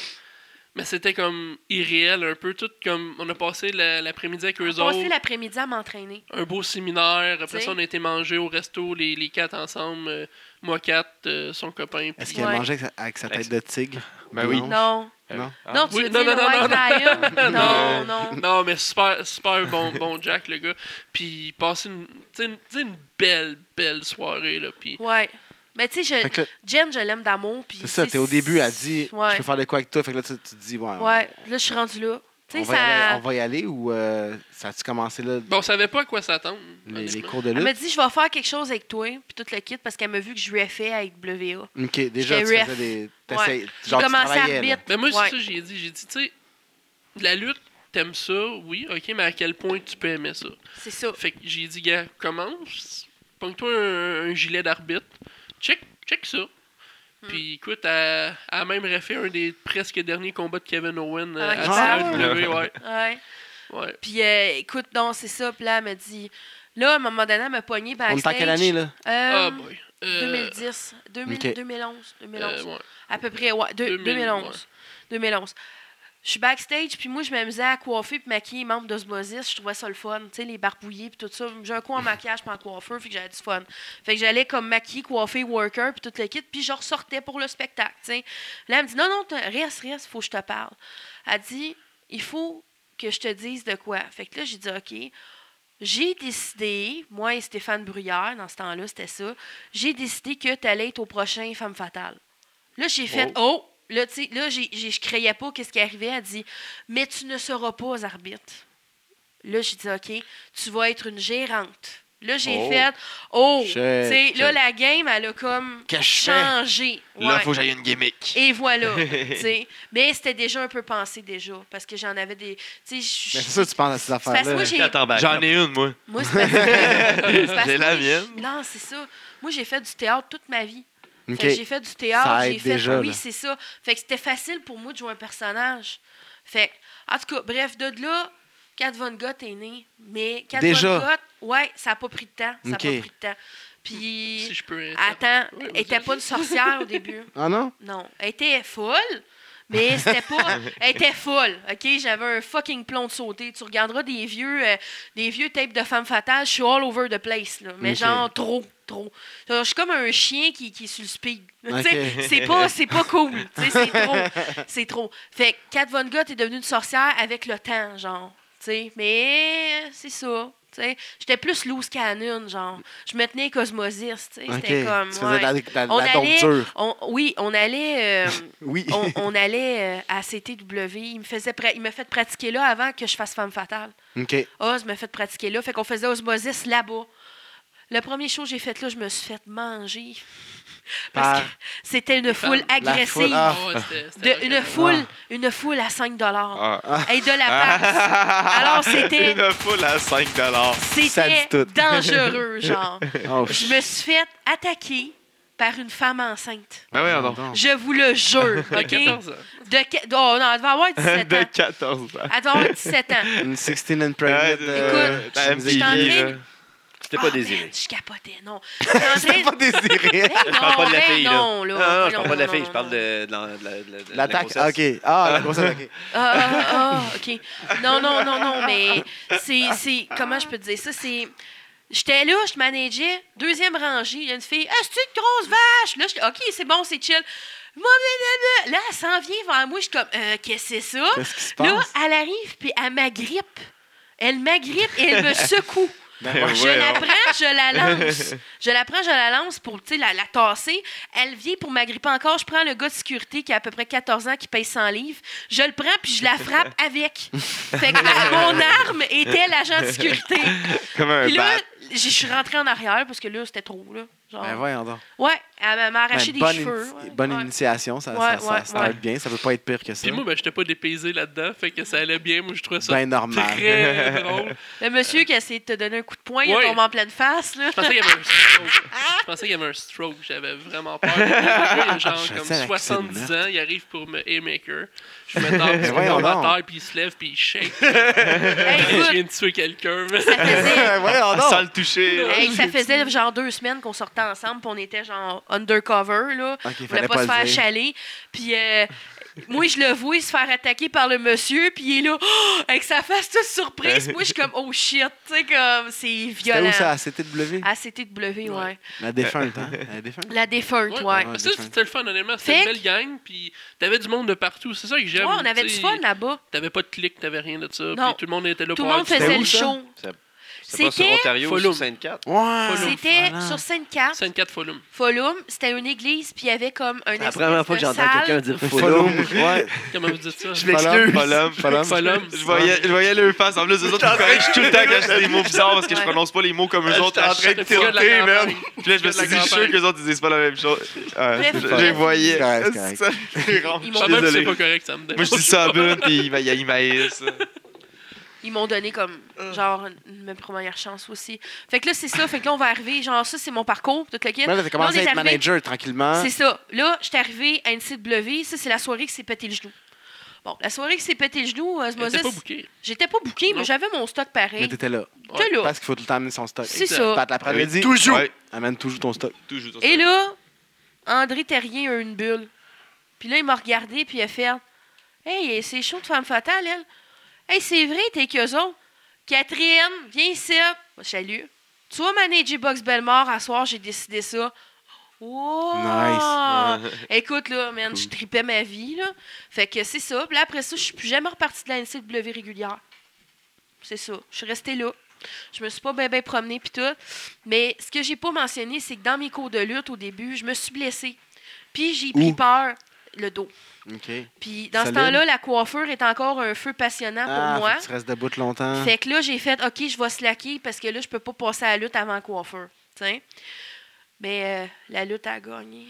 mais c'était comme irréel un peu. Tout comme. On a passé la- l'après-midi avec eux J'ai passé autres. l'après-midi à m'entraîner. Un beau séminaire. Après T'sais. ça, on a été manger au resto, les, les quatre ensemble. euh, moi, quatre, euh, son copain. Est-ce puis- qu'il Ouais. a mangé avec sa, avec sa tête de tigre? Ben oui. Non. Hein? Non. Ah. Non, tu Oui, veux non, dire non, non, le White [LAUGHS] non. Lion? Non, non. Non, mais super, super bon, bon Jack, le gars. Puis, il passait une, t'sais, une, t'sais, une belle, belle soirée, là. Puis, Ouais. Mais tu sais, Fait je... que là, Jen, je l'aime d'amour. puis c'est ça, tu t'es sais, au début, elle dit Ouais. Je peux faire de quoi avec toi. Fait que là, tu, tu te dis Ouais, on- Ouais, là, je suis rendue là. Tu on, sais, va y aller, ça. on va y aller ou euh, ça a-tu commencé là, bon, on savait pas à quoi s'attendre. les, les honnêtement. cours de Elle m'a lutte dit, Ben, je Ah, vais faire quelque chose avec toi, puis tout le kit, parce qu'elle m'a vu que je lui ai fait avec WA. Ok, déjà, tu J'étais faisais des. t'essayais- J'ai Genre, tu commencé à travaillais. là. arbitre. Mais moi, Ouais. c'est ça que j'ai dit. J'ai dit, tu sais, la lutte, t'aimes ça, oui, ok, mais à quel point tu peux aimer ça? C'est ça. Fait que j'ai dit, gars, commence, pogne-toi un, un gilet d'arbitre, check, check ça. Hmm. Puis écoute, elle elle a même refait un des presque derniers combats de Kevin Owen euh, Ah, à ah! WWE, ouais. Ouais. ouais. Puis euh, écoute, non, c'est ça. Puis là, elle m'a dit, là, à un moment donné, elle m'a pogné On backstage. est en quelle année, là Ben, bah, Euh, Ah, boy. Euh, 2010, 2000, Ok. 2011, 2011. euh, ouais. À peu près, ouais, de- 2000, 2011. ouais. 2011. Je suis backstage, puis moi, je m'amusais à coiffer puis maquiller les membres d'Osmosis. Je trouvais ça le fun, tu sais, les barbouillés puis tout ça. J'ai un coin en maquillage puis en coiffeur, fait que j'avais du fun. Fait que j'allais comme maquiller, coiffer, worker, puis tout le kit, puis je ressortais pour le spectacle, tu sais. Là, elle me dit, non, non, t'as- reste, reste, faut que je te parle. Elle dit, il faut que je te dise de quoi. Fait que là, j'ai dit, OK. J'ai décidé, moi et Stéphane Bruyère, dans ce temps-là, c'était ça, j'ai décidé que tu allais être au prochain Femme Fatale. Là, j'ai fait Oh! Là, tu sais, là, j'ai- j'ai- je créais pas qu'est-ce qui arrivait. Elle dit Mais tu ne seras pas arbitre. Là, j'ai dit OK, tu vas être une gérante. Là, j'ai Oh. fait Oh! Tu Shit. sais, là, la game, elle a comme Qu'est-ce que je fais? changé. Là, Ouais. faut que j'aille une gimmick. [LAUGHS] Et voilà. tu sais. Mais c'était déjà un peu pensé déjà, parce que j'en avais des. tu sais, Mais je- c'est sûr, que tu penses à ces c'est parce que affaires-là. moi, j'ai- Attends, ben, J'en ai une, moi. moi, c'est [LAUGHS] parce que- c'est parce J'ai que la moi, mienne. je- Non, c'est ça. Moi, j'ai fait du théâtre toute ma vie. Fait que J'ai Ok. fait du théâtre, Ça j'ai aide fait. déjà, oui, là. c'est ça. Fait que c'était facile pour moi de jouer un personnage. Fait que- en tout cas, bref, de là, Kat Von Gogh est née. Mais Kat Déjà? Von Gogh, ouais, ça n'a pas pris de temps. Ça n'a Ok. pas pris de temps. Si Puis, je peux. attends, Ouais, elle n'était vas-y. pas une sorcière au début. Ah non Non. Elle était folle, mais c'était [LAUGHS] pas. Elle était folle. OK? J'avais un fucking plomb de sauté. Tu regarderas des vieux, euh, des vieux tapes de femmes fatales. Je suis all over the place, là. Mais OK. genre trop, trop. Genre, je suis comme un chien qui, qui est sur le speed. Tu OK. sais, c'est pas, c'est pas cool. Tu sais, c'est trop. C'est trop. Fait que Kat Von Gogh est devenue une sorcière avec le temps, genre. Tu sais, mais c'est ça. Tu sais, j'étais plus loose cannon, genre. Je me tenais cosmosis, tu sais. Ok. C'était comme. tu faisais de la, ouais. de la, de On la dope allait- dure. On- oui, on allait. euh, Oui. on, on allait euh, à CTW. Il me faisait pra- il m'a fait pratiquer là avant que je fasse femme fatale. [LAUGHS] Ah, OK. Oz m'a fait pratiquer là. Fait qu'on faisait osmosis là-bas. Le premier show que j'ai fait là, je me suis fait manger. [LAUGHS] Parce que Par- c'était une foule femmes. La agressive. foule, ah. Ouais, c'était- De- c'était une rock'n'roll. foule, une foule à 5 Ah. Et de la passe. Alors, [LAUGHS] c'était- Une foule à 5 [LAUGHS] Ça dit C'était tout. [LAUGHS] dangereux, genre. Oh, Je me suis fait attaquer par une femme enceinte. Ben oui, non. pardon. Je vous [LAUGHS] le jure, À OK? 14 ans. De que- oh non, elle devait avoir 17 ans. De 14 ans. Elle devait avoir 17 ans. Une 16 and pregnant. Écoute, euh, la je MTV, vous je suis en [LAUGHS] train ai- de- là. C'était pas Ah, désiré. merde, Je capotais, [LAUGHS] non. J'étais en train C'était de- pas désiré. Ben non, Je parle pas de la ben fille, là. non, là. Non, non, je Ben parle pas de la non, fille, non, je parle non. de, de la- de la- de la- de la [LAUGHS] L'attaque, grossesse. ok. Ah, [LAUGHS] la grossesse, ok. Ah, ah, ah, [LAUGHS] OK. Non, non, non, non, mais c'est... c'est- Comment je peux te dire ça? C'est... J'étais là, je manageais, deuxième rangée, il y a une fille, « Ah, c'est-tu une grosse vache? » Là, je OK, c'est bon, c'est chill. Moi, blablabla. Là, elle s'en vient vers moi, je suis comme, Euh, Qu'est-ce que c'est ça? » Qu'est-ce qui se Là, passe? elle arrive, puis elle m'agrippe. Elle m'agrippe et elle [LAUGHS] me secoue. Ben Je ouais, la hein. prends, je la lance. Je la prends, je la lance pour tu sais, la, la tasser. Elle vient pour m'agripper encore. Je prends le gars de sécurité qui a à peu près 14 ans, qui paye 100 livres. Je le prends puis je la frappe avec. Fait que ma- mon arme était l'agent de sécurité. Comme un Puis là, bat. je suis rentrée en arrière parce que là, c'était trop. Là. Genre. Ben voyons donc. Ouais, elle m'a arraché Ben, des bonne cheveux. ini- ouais. bonne Ouais. initiation, ça, ça, Ouais, ça- ouais, ça ouais. va être bien, ça peut pas être pire que ça. Puis moi, ben, j'étais pas dépaysé là-dedans, fait que ça allait bien. Moi, je trouvais ça Ben normal. très drôle. Le monsieur qui a essayé de te donner un coup de poing, il Ouais. tombe en pleine [LAUGHS] face. Là. Ah! Je pensais qu'il y avait un stroke. Je pensais qu'il y avait un stroke. J'avais vraiment peur. Le gars, il a genre Je comme sais, avec 70 cette ans, il arrive pour me haymaker. Je [LAUGHS] me tape, je me voyons tombe à donc. terre, puis il se lève, puis il shake. Je Hey, Ben, écoute, viens de tuer quelqu'un. ça faisait, [LAUGHS] voyons Sans donc. le toucher. là. hey, ça faisait genre deux semaines qu'on sortait ensemble, puis on était genre undercover. Là. Ok, On voulait fallait pas se faire le dire. chaler. Puis euh, moi, je le vois se faire attaquer par le monsieur, puis il est là, Oh! avec sa face toute surprise. Moi, je suis comme, oh shit, tu sais, comme, c'est C'était violent. où ça? À CTW? À CTW, ouais. Ouais. La défunte, hein? La défunte. La défunte, Ouais, ouais. Ah, ouais. Ouais, Mais ça, c'était le fun, honnêtement. C'était une Fait belle gang, puis t'avais du monde de partout. C'est ça que j'aime. on avait du t'sais. fun là-bas. T'avais pas de clic, t'avais rien de ça. Non. Puis tout le monde était là Tout le pour avoir monde du faisait où, le ça? show. C'est pas sur C'était- Ontario ou Follow. sur 54. Ouais! Follow. C'était Voilà. sur Sainte-Carte. 54 Folum. Folum, c'était une église, puis il y avait comme un C'est la première fois que j'entends quelqu'un dire Follow. follow. Ouais. Comment vous dites ça? Je m'excuse. Follow. Follow. Folum. Ah, Je voyais, je voyais leur face. En plus, eux autres, ils me corrigent tout le temps quand je dis des mots bizarres parce que je Ouais. prononce pas les mots comme eux autres. J'étais en à train de chaque C'est le gars de la fois. campagne. Puis là, je me suis dit, je suis sûr que les autres, ils disent pas la même chose. Ouais, Bref, je je bref. les voyais. C'est correct, Ça, c'est rond. Ils Je m'ont- suis Même si c'est désolé. pas correct, ça me dérange. Moi, je dis ça à Bun, puis il m'a- il m'haïsse. Ils m'ont donné comme, Mm. genre, une une première chance aussi. Fait que là, c'est ça. Fait que là, on va arriver. Genre, ça, c'est mon parcours, toute la kit. Mais là, t'as commencé Là, à on est être arrivé. manager tranquillement. C'est ça. Là, je suis arrivée à NCW. Ça, c'est la soirée qui s'est pété le genou. Bon, la soirée qui s'est pété le genou, euh, T'es Moses, pas bouqué. j'étais pas bouquée, Non. mais j'avais mon stock Mais pareil. t'étais là. J'étais là. Parce qu'il faut tout le temps amener son stock. C'est exact. ça. Pat l'après-midi. Toujours. Ouais, Amène toujours ton stock. toujours. Et là, André Terrien a eu une bulle. Puis là, il m'a regardé, puis il a fait Hey, c'est chaud de femme fatale, elle. Hey, c'est vrai, t'es qu'eux autres. Catherine, viens ici. Moi, je salue. Tu vas manager Box Belmore à soir, j'ai décidé ça. Wow! [LAUGHS] Nice. Ah, Écoute, là, man, je tripais ma vie, là. Fait que c'est ça. Puis là, après ça, je suis plus jamais repartie de la NCW régulière. C'est ça. Je suis restée là. Je me suis pas bien ben promenée, puis tout. Mais ce que j'ai pas mentionné, c'est que dans mes cours de lutte au début, je me suis blessée. Puis j'ai pris Où? peur le dos. OK. Puis dans Solide. ce temps-là, la coiffure est encore un feu passionnant pour Ah, moi. faut que tu restes debout longtemps. Fait que là, j'ai fait OK, je vais slacker parce que là, je peux pas passer à la lutte avant la coiffure. T'sais? Mais euh, la lutte a gagné.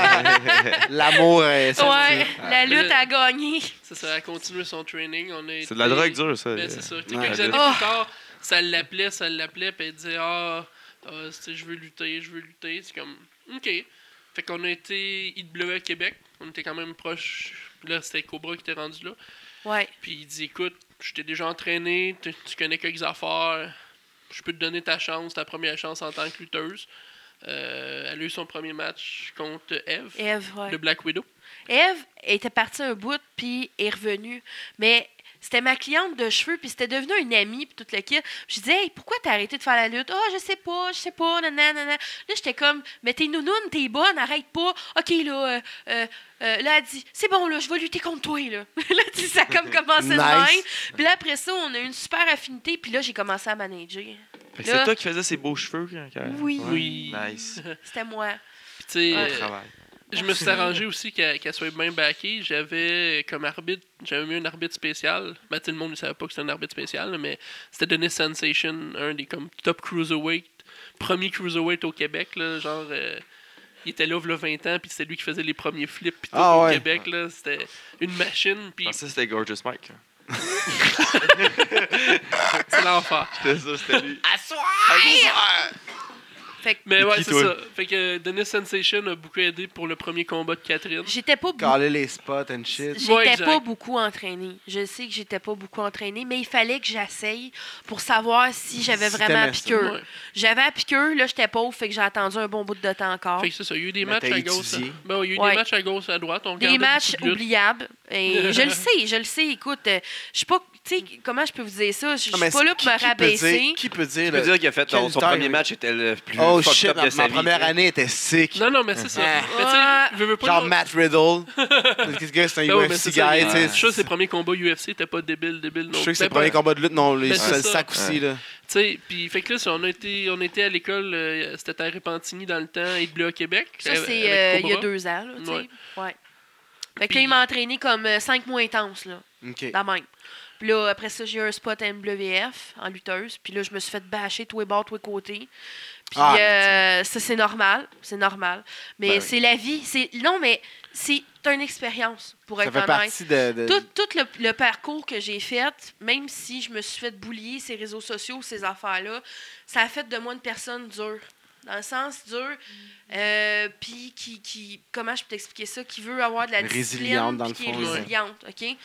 [LAUGHS] L'amour est sorti. ouais, Ah, la lutte a gagné. C'est ça, elle a continué son training. On a C'est de la été- drogue dure, ça. Ben, c'est ça. Tu sais, Ouais, quelques la années drogue. plus tard, ça l'appelait, ça l'appelait, puis elle disait Ah, euh, tu sais, je veux lutter, je veux lutter. C'est comme OK. Fait qu'on a été IW à Québec. On était quand même proche. Là, c'était Cobra qui était rendu là. Ouais. Puis il dit Écoute, je t'ai déjà entraîné, tu tu connais quelques affaires, je peux te donner ta chance, ta première chance en tant que lutteuse. Euh, elle a eu son premier match contre Eve, Eve, ouais. de Black Widow. Eve était partie un bout, puis est revenue. Mais c'était ma cliente de cheveux, puis c'était devenu une amie, puis toute le kit. Je disais, hey, pourquoi t'as arrêté de faire la lutte? Ah, je sais pas, je sais pas, nanana, nanana. Là, j'étais comme, mais t'es nounoune, t'es bonne, arrête pas. OK, là, euh, euh, euh, là, elle dit, c'est bon, là, je vais lutter contre toi, là. [LAUGHS] là, tu sais, ça a comme commencé de Nice. même. Puis là, après ça, on a eu une super affinité, puis là, j'ai commencé à manager. Fait que C'est toi qui faisais ces beaux cheveux. quand- quand- Oui. Ouais, Oui. Nice. C'était moi. Puis tu sais, Bon euh, travail. je me suis arrangé aussi qu'elle qu'elle soit bien backée. J'avais euh, comme arbitre, j'avais mis un arbitre spécial. Ben, tout le monde ne savait pas que c'était un arbitre spécial, là, mais c'était Denis Sensation, un des comme top cruiserweight, premier cruiserweight au Québec. Là, genre, euh, il était là, v'là 20 ans, puis c'était lui qui faisait les premiers flips pis tout, Ah au ouais. Québec. là. C'était une machine, Je puis pensais que c'était Gorgeous Mike. hein. c'est l'enfer. C'était ça, c'était lui. Ah, Fait que Mais Et ouais, puis c'est toi? ça. Fait que Denis Sensation a beaucoup aidé pour le premier combat de Catherine. j'étais pas beaucoup Caler les spots and shit. Ouais, J'étais exact. pas beaucoup entraînée. Je sais que j'étais pas beaucoup entraînée, mais il fallait que j'essaye pour savoir si j'avais Si vraiment t'aimais à piqûre. Ouais. J'avais à piqûre, là, j'étais pauvre, fait que j'ai attendu un bon bout de temps encore. Fait que c'est ça, il y a eu des Mais matchs t'as à gauche. étudié. Ben, il y a eu Ouais. des matchs à gauche, à droite. On Des regardait matchs beaucoup de luttes. oubliables. [LAUGHS] Et je le sais, je le sais. Écoute, euh, je suis pas. Tu sais, comment je peux vous dire ça? Je je Ah, mais suis pas là pour qui- me qui peut dire- rabaisser. Qui peut dire, Je peux là, dire qu'il a fait Quel son, son temps, premier oui. match était le plus Oh fucked shit, up ma, de sa ma vie. première année était sick. Non, non, mais c'est ça. Ah. Mm-hmm. Mais tu sais, veux, veux pas. Genre nous- Matt [LAUGHS] Riddle. Qu'est-ce que c'est Ben un ouais, mais UFC c'est guy, ça, les- tu Je sais. suis sûr que ses premiers combats UFC étaient pas débiles, débiles non Je suis sûr que c'est le Ben, ben, premier combat de lutte, non, les Ben, c'est le ça. sac aussi, là. Tu sais, puis fait que là, si on, a été, on était à l'école, euh, c'était à Repentigny dans le temps, et Bleu à Québec. Ça, avec- c'est euh, avec il y a Cobra. deux ans, là, tu sais. Ouais. Ouais. Fait que là, Puis- il m'a entraîné comme euh, cinq mois intenses, là, OK. la même. Puis là, après ça, j'ai eu un spot à MWF en lutteuse. Puis là, je me suis fait bâcher tous les bords, tous les côtés. Puis Ah, euh, ça, c'est normal. C'est normal. Mais Ben oui. c'est la vie. C'est Non, mais c'est une expérience, pour Ça être fait honnête. partie de. de- Tout, tout le, le parcours que j'ai fait, même si je me suis fait boulier ces réseaux sociaux, ces affaires-là, ça a fait de moi une personne dure. Dans le sens dur, euh, puis qui, qui, comment je peux t'expliquer ça, qui veut avoir de la Une discipline, résiliente, dans puis le qui est fond, là. résiliente, ok.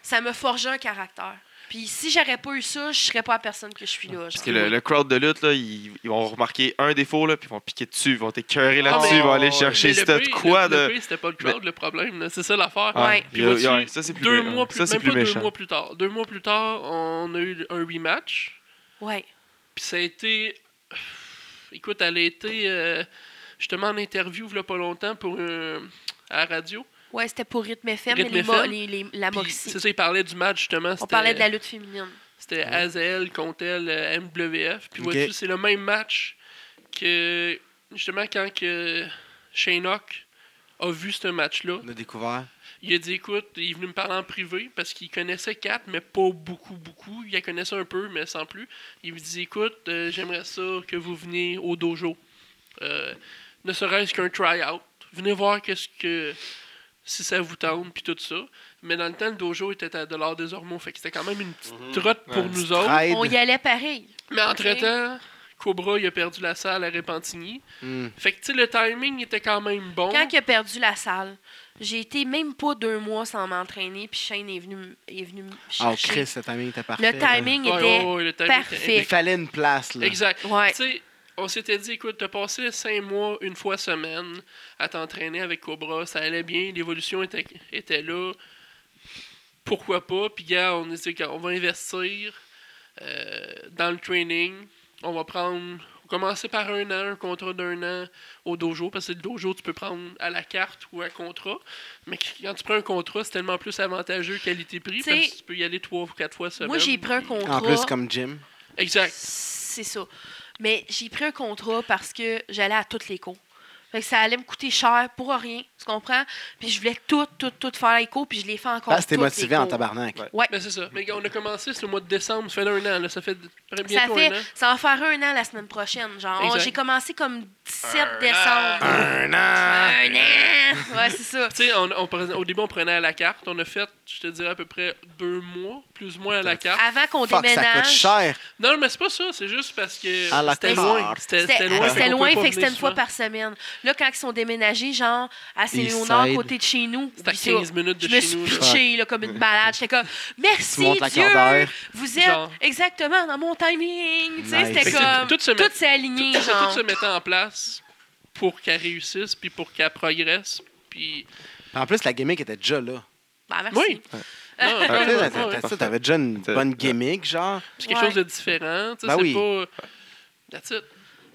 Ça me forgeait un caractère. Puis si j'aurais pas eu ça, je serais pas la personne que je suis là. Parce genre. que le, le crowd de lutte, là, ils, ils vont remarquer un défaut, là, puis ils vont piquer dessus, ils vont t'écœurer là-dessus, Ah, mais- ils vont aller Mais chercher le c'était pire- quoi le- de. Ah, Le pire, c'était pas le crowd, le problème. là. C'est ça l'affaire. Ouais. il y a- Puis vois-tu, ouais, ça, c'est plus, deux mé- mois ça, plus, c'est même plus pas deux méchant. mois plus tard. Deux mois plus tard, on a eu un rematch. Ouais. Puis ça a été. [SIGHS] Écoute, elle a été euh, justement en interview, là, pas longtemps, pour un- à la radio. Ouais, c'était pour Rythme FM, Rythme et les, mo- FM. les- les- la Puis, Moxie. C'est ça, il parlait du match, justement. On c'était- parlait de la lutte féminine. C'était Azel contre elle, euh, MWF. Puis Ok. vois-tu, c'est le même match que justement quand que Shane Hawk a vu ce match-là. On a découvert. Il a dit écoute, il est venu me parler en privé parce qu'il connaissait Kat, mais pas beaucoup, beaucoup. Il la connaissait un peu, mais sans plus. Il me dit écoute, euh, j'aimerais ça que vous veniez au dojo. Euh, ne serait-ce qu'un try-out. Venez voir qu'est-ce que. si ça vous tente, puis tout ça. Mais dans le temps, le dojo était à Dollar des Ormeaux. Fait que c'était quand même Mhm. une petite trotte pour Ouais, nous autres. Trade. Oh, On y allait pareil. Mais entre-temps, Cobra, il a perdu la salle à Repentigny. Hmm. Fait que, tu sais, le timing était quand même bon. Oh. Quand il a perdu la salle, j'ai été même pas deux mois sans m'entraîner, puis Shane est venu, m- est venu me Ah, chercher. Chris, le timing était parfait. hein. le timing Ouais, ouais, était... ouais, le timing était- parfait. Il fallait une place, là. Exact. Ouais. Tu sais, on s'était dit, écoute, t'as passé cinq mois, une fois semaine, à t'entraîner avec Cobra. Ça allait bien, l'évolution était, était là. Pourquoi pas? Puis, gars, on a dit qu'on va investir euh, dans le training. On va prendre. on va Commencer par un an, un contrat d'un an au dojo, parce que le dojo, tu peux prendre à la carte ou à contrat. Mais quand tu prends un contrat, c'est tellement plus avantageux qualité-prix, Tu sais, parce que tu peux y aller trois ou quatre fois semaine. Moi, j'ai pris un En plus, contrat. comme Jim. Exact. C'est ça. Mais j'ai pris un contrat parce que j'allais à toutes les cours. Fait que ça allait me coûter cher pour rien, tu comprends? Puis je voulais tout, tout, tout faire les cours, puis je les fais encore Là, c'était toutes les motivé en cours. tabarnak. Ouais. Mais Ben, c'est ça. Mais on a commencé, c'est le mois de décembre, ça fait un an, là. ça fait d- bientôt Ça, fait, un an. ça va faire un an la semaine prochaine. Genre, Exact. Oh, j'ai commencé comme 17 Un décembre. Un an! Un an! Ouais, c'est ça. Tu sais, on, on prenait- au début, on prenait à la carte. On a fait, je te dirais, à peu près deux mois, plus ou moins à la carte. Avant qu'on Fuck, ça coûte déménage. cher. Non, mais c'est pas ça, c'est juste parce que À la c'était carte. loin. C'était C'était Euh, c'était loin. c'était qu'on loin, pouvait pas fait que c'était venir une fois souvent. par semaine. Là, quand ils sont déménagés, genre, à Saint-Léonard, Eastside. côté de chez nous, C'était à puis ça, 15 minutes de je me chez suis nous. là. pitchée là, comme une malade. J'étais comme, Tu merci montes la Dieu, cordeur. vous êtes Genre. exactement dans mon timing. Tu sais, Nice. C'était Fait que comme, c'est- tout se met- tout s'est aligné. Tout, ça, genre. tout se mettait en place pour qu'elle réussisse, puis pour qu'elle progresse. Puis. En plus, la gimmick était déjà là. Bah, merci. Oui! [LAUGHS] Non, Tu sais, vraiment, t'as- ouais. t'as- t'as- T'avais déjà une T'as- bonne gimmick, genre. C'est quelque Ouais. chose de différent. Tu sais, Ben c'est oui. pas. That's it.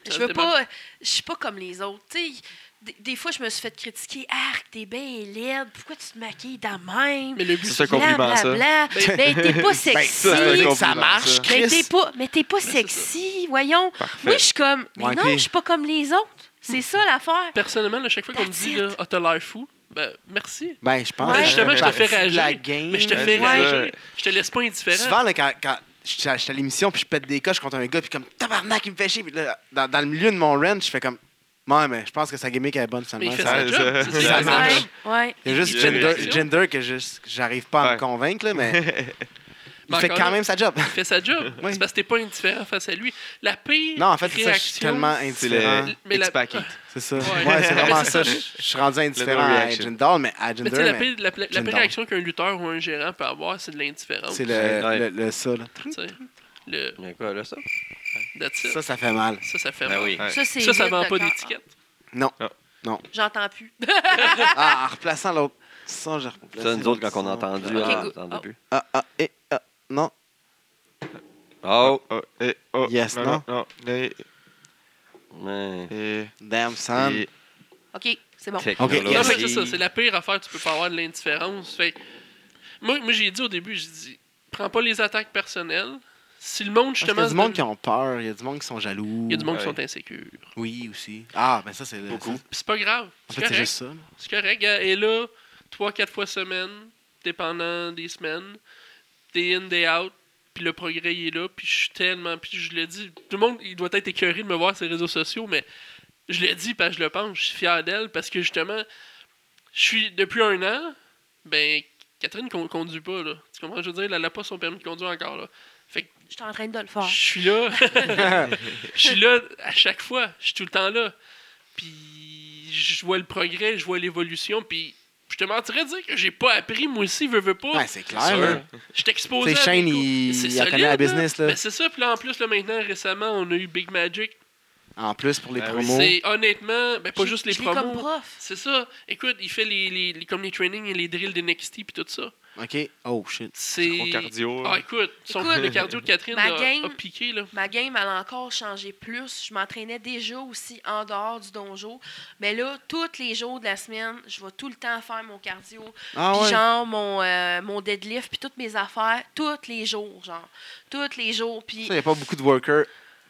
Je Ça, veux c'était bon. pas. Je suis pas comme les autres. Tu sais, des, des fois, je me suis fait critiquer. Arc, t'es bien laide. Pourquoi tu te maquilles dans même? Mais le but, C'est un c'est compliment, ça. Blablabla. Ben, [LAUGHS] t'es pas Ben, sexy. ça, Ben, c'est un compliment, ça marche, ça. Mais t'es Chris. pas, mais t'es pas c'est sexy, voyons. Parfait. Moi, je suis comme, mais Ouais, non, puis- je suis pas comme les autres. C'est ça l'affaire. Personnellement, à chaque fois qu'on me That's dit, it. là, ah, t'as l'air fou, ben, merci. Ben, je pense Ouais. Mais que justement, je te fais partie de La réagir. game. Mais je te Ouais, fais c'est réagir. ça. Je te laisse pas indifférent. Souvent, là, quand, quand je suis à je suis à l'émission, puis je pète des coches contre un gars, puis comme tabarnak, il me fait chier. Puis là, dans, dans le milieu de mon ranch, je fais comme. Ouais, mais je pense que sa gimmick elle est bonne finalement. Mais il fait Ça- sa ça- job. ça- C'est ça ça, marche. sa job. Ouais. Il y a juste Il- gender, il- gender que je- que j'arrive pas à me Ouais. convaincre, là, mais [LAUGHS] il Mais fait encore quand là, même sa job. [LAUGHS] Il fait sa job. Oui. C'est parce que t'es pas indifférent face à lui. La pire Non, en fait, c'est ça, je suis réaction, tellement C'est indifférent. le Mais la- X-Pack It. C'est ça. Ouais. Ouais, c'est vraiment Mais ça. c'est- Je je suis rendu indifférent no à reaction. Gender, mais à [LAUGHS] Mais tu sais, la Gender, mais pire, la, la- la Gender. pire réaction qu'un lutteur ou un gérant peut avoir, c'est de l'indifférence. c'est Ouais. le, le, le ça, là. Tu sais, Le... Mais quoi, là, ça? That's it. Ça, ça fait [LAUGHS] mal. Ça, ça fait Ben mal. oui. Ouais. Ça, c'est. Ça, ça vide vend de pas corps. d'étiquette. Non. Ah, J'entends plus. [LAUGHS] Ah, en replaçant l'autre son, j'ai replacé. Ça, nous autres, quand on a l'autre son. entendu, Ok, on go- n'entendait oh. plus. Ah, ah, et, ah, non. Oh! Oh, eh, oh. Yes, non? Non, non, eh, Ouais. eh, Damn, son. eh. OK, c'est bon. Non, Technologie. mais c'est ça. C'est la pire affaire. Tu peux pas avoir de l'indifférence. Fait que- Moi, moi j'ai dit au début, j'ai dit, prends pas les attaques personnelles. Si le monde, Parce qu'il justement... y a Ah, du monde qui se- ont peur, il y a du monde qui sont jaloux. Il y a du monde qui Ouais. sont insécures. Oui, aussi. Ah, ben ça, c'est. Beaucoup. Puis c'est pas grave. En C'est fait, c'est correct. juste ça. là. C'est correct. gars. Et là, 3-4 fois semaine, dépendant des semaines. day in, day out. Puis le progrès, il est là. Puis je suis tellement. Puis je le dis. Tout le monde, il doit être écœuré de me voir sur les réseaux sociaux, mais je le dis parce que je le pense. Je suis fier d'elle parce que justement, je suis. Depuis un an, ben, Catherine ne conduit pas, là. Tu comprends? Je veux dire, elle n'a pas son permis de conduire encore, là. Je suis en train de le faire. Je suis [LAUGHS] là. je suis là à chaque fois. Je suis tout le temps là. Puis je vois le progrès, je vois l'évolution. Puis je te mentirais de dire que j'ai pas appris, moi aussi, veux, veux pas. Ouais, c'est clair, là. Je t'exposais. Tu sais, Shane, il, il a connu la business, là. Mais Ben, c'est ça. Puis là, en plus, là, maintenant, récemment, on a eu Big Magic. En plus, pour les Ben oui, promos. C'est honnêtement, ben, pas juste les Je l'ai comme promos. prof. C'est ça. Écoute, il fait les, les, les- comme les trainings et les drills de NXT puis tout ça. OK. Oh, shit. Gros C'est. cardio. Ah, écoute, son Écoute, le cardio de Catherine ma a, a game- piqué, là. Ma game, elle a encore changé plus. Je m'entraînais déjà aussi en dehors du donjon. Mais là, tous les jours de la semaine, je vais tout le temps faire mon cardio. Ah Puis ouais. genre, mon, euh, mon deadlift, puis toutes mes affaires, tous les jours, genre. Tous les jours. Puis Il n'y a pas beaucoup de workers,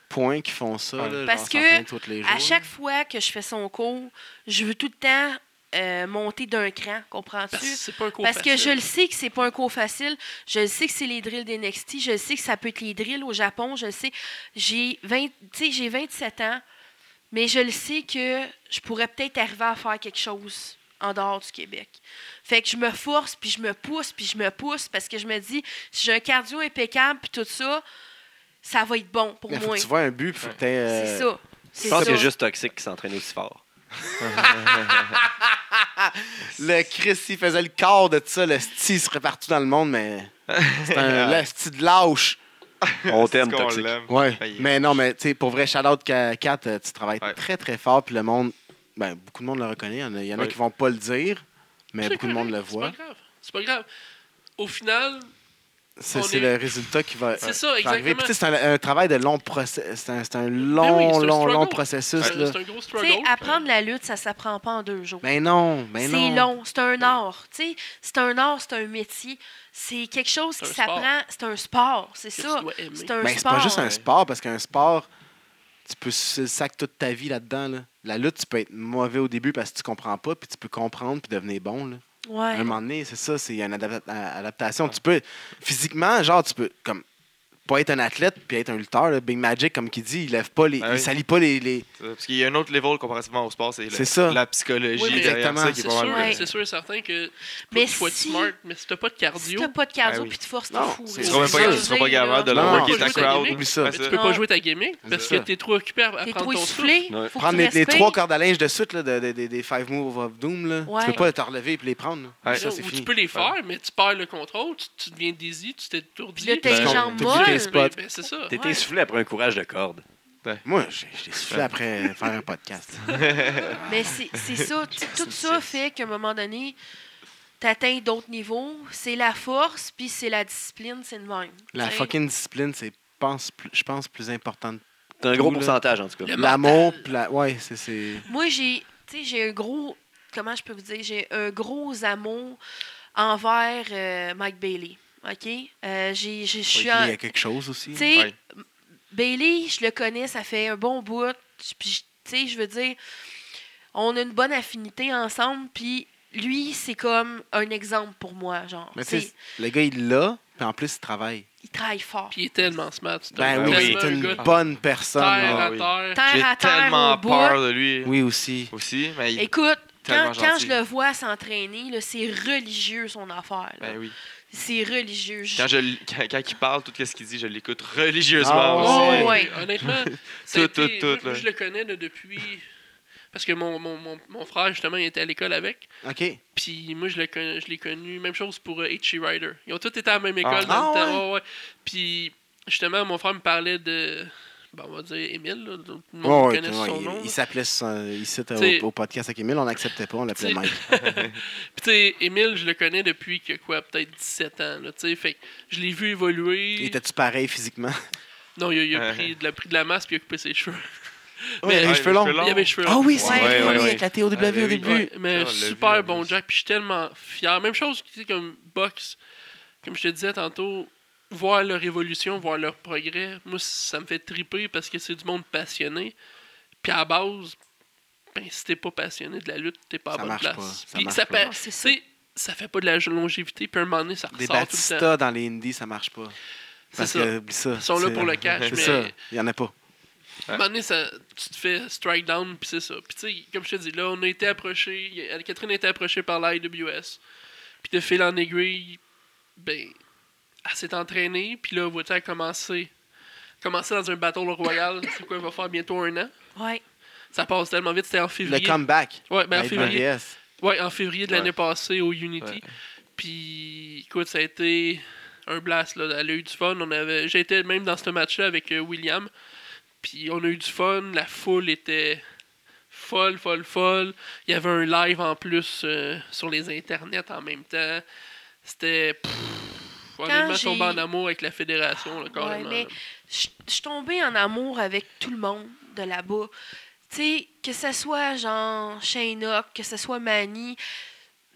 point, qui font ça. Ouais. là, Parce genre, que, s'entraîner tous les jours. à chaque fois que je fais son cours, je veux tout le temps euh, monter d'un cran, comprends-tu? Parce que c'est pas un cours Parce que je facile. le sais que c'est pas un cours facile. Je le sais que c'est les drills des NXT. Je le sais que ça peut être les drills au Japon. Je le sais. J'ai 20, tu sais, j'ai 27 ans, mais je le sais que je pourrais peut-être arriver à faire quelque chose en dehors du Québec. Fait que je me force, puis je me pousse, puis je me pousse, parce que je me dis, si j'ai un cardio impeccable, puis tout ça, ça va être bon pour Mais faut moi. que tu vois un but, puis faut que t'aies, euh, C'est ça. Je C'est pense ça. que c'est juste toxique qui s'entraîne aussi fort. Le Chris, il faisait le corps de ça, le sti, il se ferait partout dans le monde, mais c'est un le sti de lâche. On Ah, C'est t'aime, ce qu'on toxique. l'aime. Ouais. euh, Ben, il- Mais non, mais tu sais, pour vrai, shout-out Ka- Kat, euh, tu travailles Ouais. très, très fort, puis le monde, ben, beaucoup de monde le reconnaît. Il y en a, il y en a Ouais. qui vont pas le dire, mais C'est beaucoup de correct, monde le C'est voit. [LAUGHS] Euh, pas grave. C'est pas grave. Au final, C'est On c'est est- le résultat qui va euh, c'est ça, qui va arriver. exactement. Puis tu sais, c'est un, un travail de long processus. C'est un, c'est un Ben oui, long, c'est un long, long struggle. processus, Euh, C'est là. c'est un gros Tu struggle. sais, apprendre la lutte, ça s'apprend pas en deux jours. Ben non, ben non. c'est long, c'est un art. tu sais. C'est un art, c'est un métier. C'est quelque chose C'est qui un sport. s'apprend. C'est un sport, c'est que ça. tu dois aimer. C'est un Mais Ben, c'est sport. pas juste un sport, parce qu'un sport, tu peux sucer le sac toute ta vie là-dedans. là. La lutte, tu peux être mauvais au début parce que tu comprends pas, puis tu peux comprendre puis devenir bon. Là. Ouais. À un moment donné, c'est ça, c'est une adap- a- adaptation. Tu peux, physiquement, genre, tu peux comme pas être un athlète puis être un lutteur. là. Big Magic, comme qu'il dit, il lève pas les, Ah il oui. salit pas les. les- C'est ça, Parce qu'il y a un autre level comparativement au sport, c'est le- C'est ça. la psychologie Oui, mais- derrière ça qui est C'est pas mal sûr, plus. Ouais. c'est sûr et certain que Mais mais faut être si- smart, mais si t'as pas de Si cardio, ben, t'as tu pas de cardio Ah oui. puis tu forces Non, ton fou. c'est Tu là, seras même pas, tu c'est seras pas capable de là. le Non, worker non, ta c'est crowd. gimmick. Oublie ça. Mais c'est peux ça. pas jouer ta gimmick parce ça. que t'es trop occupé à, à T'es prendre trop ton souffle. essoufflé. Ouais. Faut que Prendre tu les, les respires. trois cordes à linge de suite là, de- de- de- des Five Move of Doom. Là. Ouais. Tu peux pas te relever et les prendre. là. Ouais. Ça, c'est Ou tu fini. peux les faire, mais tu perds le contrôle, tu, tu deviens dizzy, tu Puis t'étourdis. là, t'as les Ben, t'oublies jambes tes molles. spots. Ben, ben, c'est ça. T'étais Ouais. essoufflé après un courage de corde. Moi, j'ai j'ai soufflé après faire un podcast. Mais c'est c'est [LAUGHS] ça. tu- Tout ça fait qu'à un moment donné, t'atteins d'autres niveaux. C'est la force, puis c'est la discipline, c'est le même. La Tu sais. fucking discipline, c'est, pense, plus- je pense, plus importante. T'as un gros Tout, là. pourcentage, en tout cas. Le L'amour, pis la... ouais, c'est, c'est... Moi, j'ai, tu sais, j'ai un gros, comment je peux vous dire, j'ai un gros amour envers euh, Mike Bailey. OK? Euh, j'ai, j'ai- je Il suis y en- a quelque chose aussi. Tu là. sais, Ouais. Bailey, je le connais, ça fait un bon bout. Puis, je- tu sais, je veux dire, on a une bonne affinité ensemble, puis lui, c'est comme un exemple pour moi, genre. Mais Tu tu sais, sais, le gars, il l'a, puis en plus, il travaille. il travaille fort. Puis il est tellement smart. C'est Ben un- oui, oui. tellement c'est un une gars bonne personne. ben terre là. euh, Ah à oui. terre. terre à J'ai terre au tellement bout. peur de lui Oui, aussi. aussi. Mais il- Écoute, quand, Tellement quand gentil. je le vois s'entraîner, là, c'est religieux son affaire. là. ben oui. C'est religieux. Je- Quand, je, l- quand, quand il parle, tout ce qu'il dit, je l'écoute Ah religieusement ouais. aussi. Oh, ouais. Oui, [LAUGHS] Honnêtement, ça a Tout, été- tout, tout, moi, là. je le connais là, depuis. Parce que mon, mon, mon, mon frère, justement, il était à l'école avec. OK. Puis moi, je l'ai connu, je l'ai connu. Même chose pour euh, H.G. Ryder. Ils ont tous été à la même école Ah. dans le Ah, temps. Ouais, ouais. Puis justement, mon frère me parlait de. Ben, on va dire Émile. Là. Tout le Ouais, monde ouais, connaît ouais, son il, nom. il là. s'appelait son- ici euh, T'sais- au, au podcast avec Emile, on l'acceptait pas, on l'appelait T'sais- Mike. Puis tu sais, Émile, je le connais depuis que quoi, peut-être 17 ans. Là, tu sais. fait que je l'ai vu évoluer. Il était-tu pareil physiquement? Non, il a, il a Ouais. pris, de la, pris de la masse puis il a coupé ses cheveux. Ah, Ouais, il avait les cheveux longs. Il avait les cheveux Ah oui, Ouais, c'est ouais, vrai, ouais, oui, ouais. avec la TOW Ah, au oui, début. Ouais, oui. mais Ah, on l'a super vu, on bon l'a vu. Jack, puis je suis tellement fier. Même chose tu sais, comme box, comme je te disais tantôt, voir leur évolution, voir leur progrès, moi ça me fait triper parce que c'est du monde passionné. Puis à la base, ben, si t'es pas passionné de la lutte, t'es pas à Ça la bonne marche place. pas, ça Puis marche ça pas. pa- Non, c'est tu ça. sais, ça fait pas de la longévité, puis à un moment donné, ça Des ressort tout le temps. Batista dans les indies, ça marche pas. C'est Parce ça. que, oublie ça. Ils sont là c'est- pour le cash, C'est mais- ça, il y en a pas. À un moment donné, ça, tu te fais strike down, puis c'est ça. Puis tu sais, comme je te dis, là, on a été approché, Catherine a été approchée par la AWS. Puis de fil en aiguille, ben, elle s'est entraînée, puis là, vois-tu, elle a commencé, commencé dans un battle royal, [COUGHS] c'est quoi, il va faire bientôt un an. Ouais. Ça passe tellement vite, c'était en Le février. comeback. Ouais, ben, en la février. IWS. Ouais, en février de l'année Ouais. passée au Unity. Ouais. Puis, écoute, ça a été un blast. Là. Elle a eu du fun. On avait... J'étais même dans ce match-là avec euh, William. Puis, on a eu du fun. La foule était folle, folle, folle. Il y avait un live en plus euh, sur les internets en même temps. C'était. pff, Honnêtement, j'ai- tombé en amour avec la fédération, là, Ouais, carrément. mais là. je je suis tombée en amour avec tout le monde de là-bas. Tu sais, que ce soit genre Shane Up, que ce soit Manny,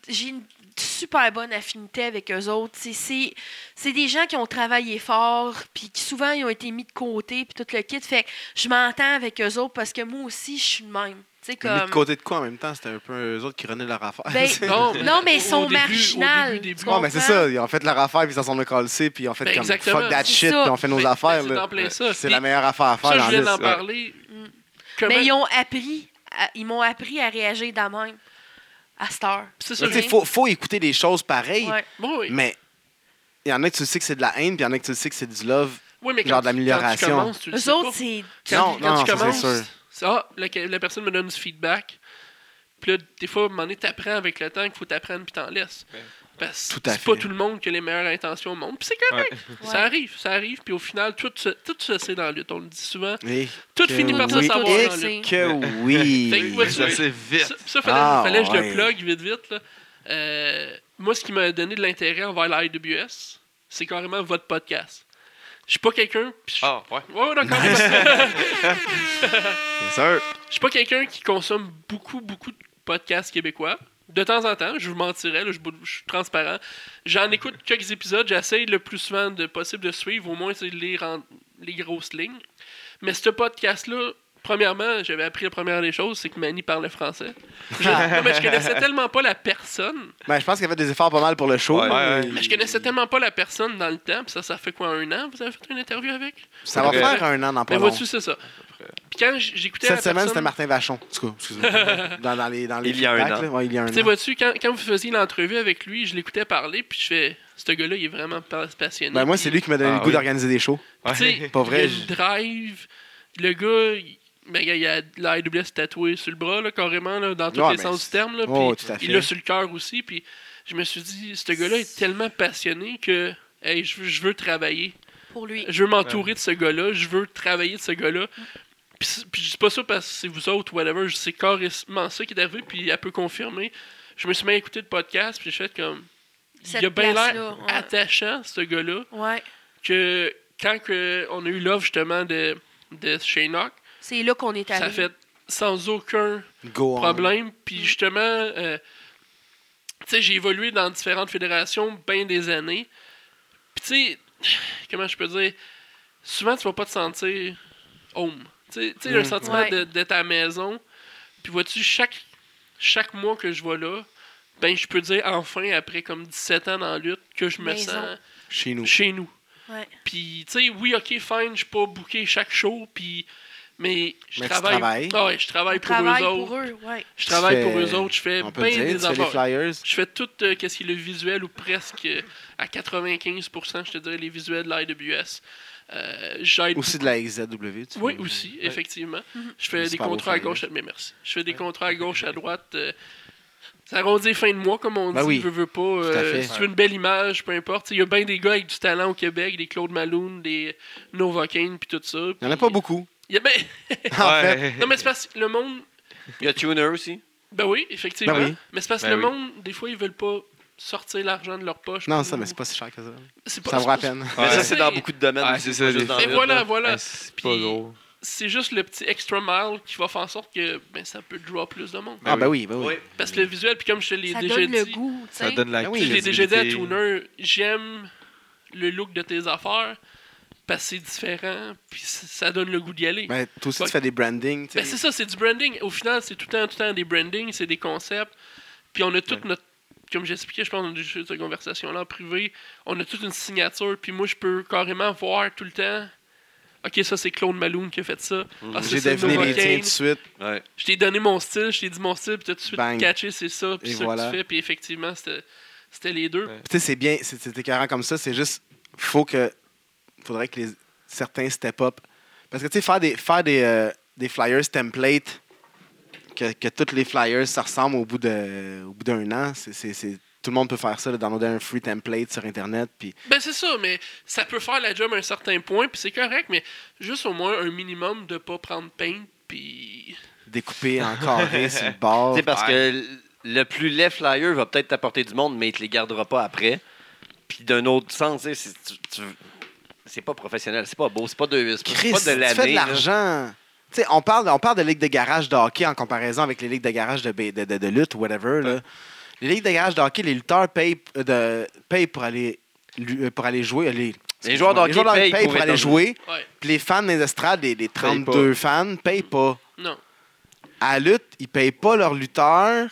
j'ai une super bonne affinité avec eux autres. Tu sais, C'est c'est des gens qui ont travaillé fort, puis qui souvent ils ont été mis de côté, puis tout le kit. Fait que je m'entends avec eux autres parce que moi aussi, je suis de même. Tu sais, Mais mis de comme... côté de quoi en même temps? C'était un peu eux autres qui renaient leur affaire. Ben, tu sais. Non, [LAUGHS] Non, mais au- ils au sont début- au marginales. début, début. tu Non, mais c'est comprends? ça. Ils ont fait leur affaire, puis ils s'en sont recalcés, puis ils ont fait Ben, comme exactement, fuck that c'est shit, ça. puis on fait nos Ben, affaires. ben, c'est là. en plein ça. C'est Puis la meilleure affaire à faire Ça, dans je voulais la en liste, ouais. parler. Comment- Mm. Mais ils ont appris, à- ils m'ont appris à réagir de même à cette heure. C'est ça, Mais tu sais, j'ai- faut, faut écouter des choses pareilles, Ouais. Bon, oui. mais il y en a que tu sais que c'est de la haine, puis il y en a que tu sais que c'est du love. Oui, mais Genre quand tu- d'amélioration. quand tu commences, tu le Eux sais pas. autres, c'est Quand, Non, quand non, tu ça, c'est commences, sûr. c'est, ah, la, la personne me donne du feedback. Puis là, des fois, à un moment donné, t'apprends avec le temps qu'il faut t'apprendre puis t'en laisses. Ouais. Parce que Tout à c'est pas fait. tout le monde qui a les meilleures intentions au monde. Puis c'est correct. Ça arrive, ça arrive. Puis au final, tout se, tout se sait dans la lutte. On le dit souvent. Et Tout que finit par se oui. savoir dans Et la lutte. que Fait que, oui. ouais, Ça, c'est Ça, vite. ça, fallait, Ah, fallait que je ouais. le plug vite, vite. là. Euh, moi, ce qui m'a donné de l'intérêt envers la AWS, c'est carrément votre podcast. Je suis pas quelqu'un. puis je- Ah, ouais. Ouais, ouais, [LAUGHS] d'accord. Bien sûr. Je suis pas quelqu'un qui consomme beaucoup, beaucoup de podcasts québécois. De temps en temps, je vous mentirais, là, je, bou- je suis transparent. J'en écoute quelques épisodes, j'essaye le plus souvent de, possible de suivre, au moins c'est les, ren- les grosses lignes. Mais ce podcast-là, premièrement, j'avais appris la première des choses, c'est que Manny parlait français. [LAUGHS] Je, non, mais je connaissais tellement pas la personne. Ben, je pense qu'il a fait des efforts pas mal pour le show. Ouais, mais ouais. Mais je connaissais tellement pas la personne dans le temps, puis ça, ça fait quoi, un an Vous avez fait une interview avec Ça va Ouais. faire un an dans pas Mais long. vois-tu, c'est ça. Puis quand j- j'écoutais la Cette semaine, c'était personne- Martin Vachon. En tout cas, [LAUGHS] excusez-moi. dans, dans les, dans les Il y a un feedbacks, an. là. Ouais, il y a un Tu sais, an. vois-tu, quand, quand vous faisiez l'entrevue avec lui, je l'écoutais parler, puis je fais, ce gars-là, il est vraiment pa- passionné. Ben, moi, Puis, c'est lui qui m'a donné Ah, le goût oui. d'organiser des shows. Ouais. tu [LAUGHS] sais, Pas vrai, Il a je- le drive. Le gars, il, ben, il a la AWS tatouée sur le bras, là, carrément, là, dans tous Ouais, les mais sens du c'est- terme. Là, Oh, puis tout à fait. il l'a sur le cœur aussi, puis je me suis dit, ce gars-là est tellement passionné que. Hey, je, veux, je veux travailler. pour lui. Je veux m'entourer de ce gars-là. Je veux travailler de ce gars-là. Puis, c'est- puis je dis pas ça parce que c'est vous autres ou whatever. C'est carrément ça qui est arrivé. Puis elle peut confirmer. Je me suis mis à écouter le podcast. Puis j'ai fait comme. Cette il a bien place-là, l'air ouais. attachant, ce gars-là. Ouais. Que quand que on a eu l'offre justement de, de Shaynock, C'est là qu'on est ça a allé. fait sans aucun Go on. problème. Mm. Puis justement, euh, tu sais, j'ai évolué dans différentes fédérations bien des années. Puis tu sais, [SIGHS] comment je peux dire, souvent tu vas pas te sentir home. Tu sais- tu sais, le Mm. sentiment Ouais. de- d'être à la maison. Puis vois-tu, chaque, chaque mois que je vois là, ben je peux dire enfin, après comme 17 ans dans la lutte, que je me Maison. sens Chez nous. chez nous. Ouais. Puis, tu sais, oui, OK, fine, je suis pas booké chaque show, puis... Mais je Mais tu travaille... travailles. Ah ouais, je travaille On pour travaille eux autres. pour eux, ouais. Je Tu travaille fais- pour eux autres. Je fais On peut le bien dire, des tu fais les affaires. flyers. Je fais tout euh, qu'est-ce qui est le visuel ou presque euh, à 95%, je te dirais, les visuels de l'IWS. Euh, J'aide... Aussi de la XZW. tu Oui, vois. aussi, effectivement. Je fais C'est des pas beau, contrats à flyers. gauche... Mais merci. Je fais [LAUGHS] des contrats à gauche, à droite... euh, Ça arrondit fin de mois, comme on Ben dit, oui. veut, veut pas. à euh, fait. si tu veux une belle image, peu importe. Il y a bien des gars avec du talent au Québec, des Claude Maloune, des Nova Kane, puis tout ça. Il n'y en a pas beaucoup. [LAUGHS] Il y a- ben, En fait, Ouais. [LAUGHS] non, mais c'est parce que le monde. Il y a Tuner aussi. Ben oui, effectivement. Ben oui. Mais c'est parce que Ben le oui. monde, des fois, ils veulent pas sortir l'argent de leur poche. Non, pour- ça, mais c'est pas si cher que ça. c'est Ça me c'est pas- rappelle. Mais Ouais. ça, c'est dans beaucoup de domaines. Ouais, aussi, Ah, c'est c'est pas ça, juste les- dans Mais la Mais lutte, voilà, là. voilà. Ouais, c'est pas Puis- gros. C'est juste le petit extra mile qui va faire en sorte que ben, ça peut draw plus de monde. Ben Ah, ben oui, ben oui. Ouais. Parce que le visuel, puis comme je te l'ai Ça déjà donne dit. le goût, tu Ça sais. donne la Ah oui, Je l'ai déjà dit à crédibilité. Tooner, j'aime le look de tes affaires parce que c'est différent, puis c- ça donne le goût d'y aller. Ben, toi aussi, Ouais. tu fais des branding. tu Ben, sais. c'est ça, c'est du branding. Au final, c'est tout le temps, tout le temps des brandings, c'est des concepts, puis on a tout Ouais. notre comme j'expliquais, je pense qu'on a déjà eu cette conversation-là en privé. On a toute une signature, puis moi, je peux carrément voir tout le temps. Ok, ça, c'est Claude Maloune qui a fait ça. Mm. Ah, ça, J'ai c'est deviné Noah les tiens Kane. tout de suite. Ouais. Je t'ai donné mon style, je t'ai dit mon style, puis t'as tout de suite Bang. catché, c'est ça, puis Et ça voilà. que tu fais, puis effectivement, c'était c'était les deux. Ouais. Puis, Tu sais, c'est bien, c'est c'est écœurant comme ça. C'est juste, faut que, faudrait que les, certains step up. Parce que, tu sais, faire des, faire des, euh, des flyers template, que, que tous les flyers se ressemblent au bout de- au bout d'un an, c'est- c'est- c'est- tout le monde peut faire ça, là, downloader un free template sur Internet. Puis, Ben c'est ça, mais ça peut faire la job à un certain point, puis c'est correct, mais juste au moins un minimum de pas prendre paint, puis découper en [LAUGHS] carré sur le bord. Tu sais, parce que l- le plus laid flyer va peut-être t'apporter du monde, mais il te les gardera pas après. Puis d'un autre sens, tu sais, si tu- tu- c'est pas professionnel, c'est pas beau, c'est pas de, c'est Chris, pas de tu fais l'année. de là. l'argent. Tu sais, on parle, on parle de ligues de garage de hockey en comparaison avec les ligues de garage de, ba- de, de- de lutte, whatever. là. Les ligues de garage de hockey, les lutteurs payent, euh, de, payent pour aller lu- euh, pour aller jouer. euh, Les, excuse-moi, joueurs de hockey de payent hockey pour être aller en- jouer. ouais, Puis les fans des estrades, les, les Payent 32 fans, payent pas. non. À la lutte, ils payent pas leurs lutteurs.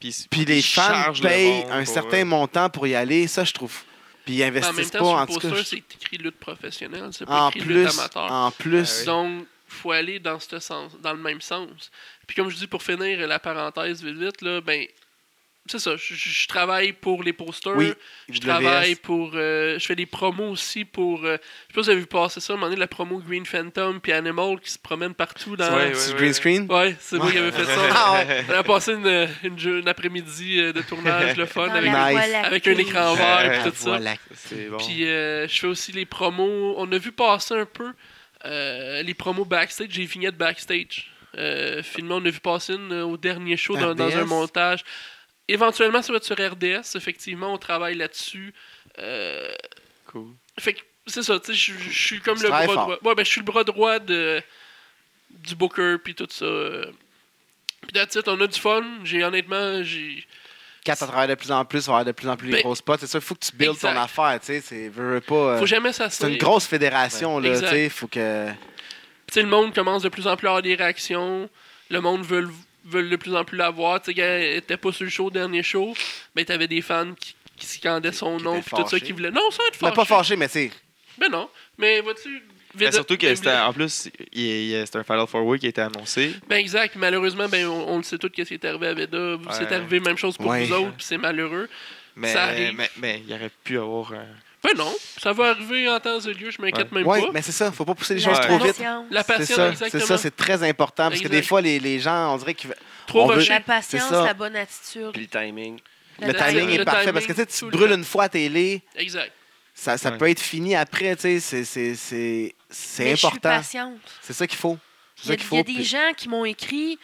Puis, Puis les ils fans chargent le payent monde un pour, certain euh, montant pour y aller. Ça, je trouve. Puis ils Mais en même investissent temps, pas. sur En le tout cas, poster, je- c'est écrit lutte professionnelle, c'est pas en écrit lutte plus, amateur. en plus, Donc, faut aller dans ce sens, dans le même sens. Puis comme je dis pour finir la parenthèse vite vite là, ben c'est ça, je, je- je travaille pour les posters, Oui, Ah je WS. travaille pour euh, je fais des promos aussi pour euh, je sais pas si vous avez vu passer ça, à un moment donné, la promo Green Phantom puis Animal qui se promène partout dans Ouais, ouais. c'est du green screen. Ouais, c'est moi qui avais fait ça. [LAUGHS] Ah ouais. On a passé une, une, jeu- une après-midi euh, de tournage, [LAUGHS] le fun, Dans avec, la Nice. Voie lactée. avec un écran Ouais, vert et tout ça. Voilà. C'est bon. Puis euh, je fais aussi les promos. On a vu passer un peu euh, les promos backstage, les vignettes backstage. Euh, finalement, on a vu passer une euh, au dernier show dans, dans un RDS. montage. Éventuellement, ça va être sur RDS. Effectivement, on travaille là-dessus. Euh, Cool. fait que c'est ça, tu sais, je- je je suis comme Tu le bras travailles droit. Ouais, ben je suis le bras droit de, du Booker, puis tout ça. euh. Puis that's it, on a du fun. J'ai honnêtement, j'ai. quand ça travaille de plus en plus, ça va avoir de plus en plus les Ben, gros spots. C'est ça, il faut que tu builds ton exact. affaire, tu sais. C'est veux, veux pas. euh, Faut jamais ça c'est une grosse fédération, là, tu Exact. sais. Faut que. tu sais, le monde commence de plus en plus à avoir des réactions. Le monde veut, le- veut de plus en plus l'avoir. Tu sais, quand elle était pas sur le show, dernier show, ben, t'avais des fans qui, qui scandaient son Qui nom, étaient puis tout ça, fâchés. qui voulaient. Non, ça va être Mais fâché. pas fâché, mais tu sais. Ben non. Mais vois-tu. Mais vide- surtout que ben, c'était vide- en plus, il, il- c'était un Final Four Way qui a été annoncé. Ben exact, malheureusement, ben on, on le sait tous qu'est-ce qui est arrivé à Veda. Vous, C'est Ouais. arrivé même chose pour Ouais. vous autres, puis c'est malheureux. Mais, Ça arrive. mais, mais il aurait pu avoir un. Ben non, ça va arriver en temps et lieu, je m'inquiète même Ouais, pas. mais c'est ça, faut pas pousser les La choses trop vite. patience. La C'est patience, ça, c'est exactement. ça, c'est très important. Parce que des Exact. fois, les, les gens, on dirait qu'ils. Trop on veut- rushé. La C'est patience, ça. la bonne attitude. Puis le timing. la Le timing patience. est Le parfait. timing, parce que tu sais, tu tout le brûles temps. une fois à télé, Exact. ça, ça Ouais. peut être fini après, tu sais. c'est- c'est- C'est c'est Mais Je suis important. patiente. C'est ça qu'il faut. C'est Il y a, ça qu'il il y a faut. des puis- gens qui m'ont écrit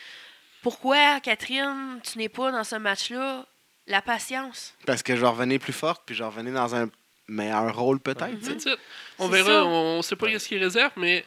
Pourquoi, Catherine, tu n'es pas dans ce match-là La patience. Parce que je vais revenir plus forte, puis je vais revenir dans un meilleur rôle, peut-être. Mhm. tu sais. That's it. Hein? On C'est verra, ça. on on sait pas ce qu'il réserve, mais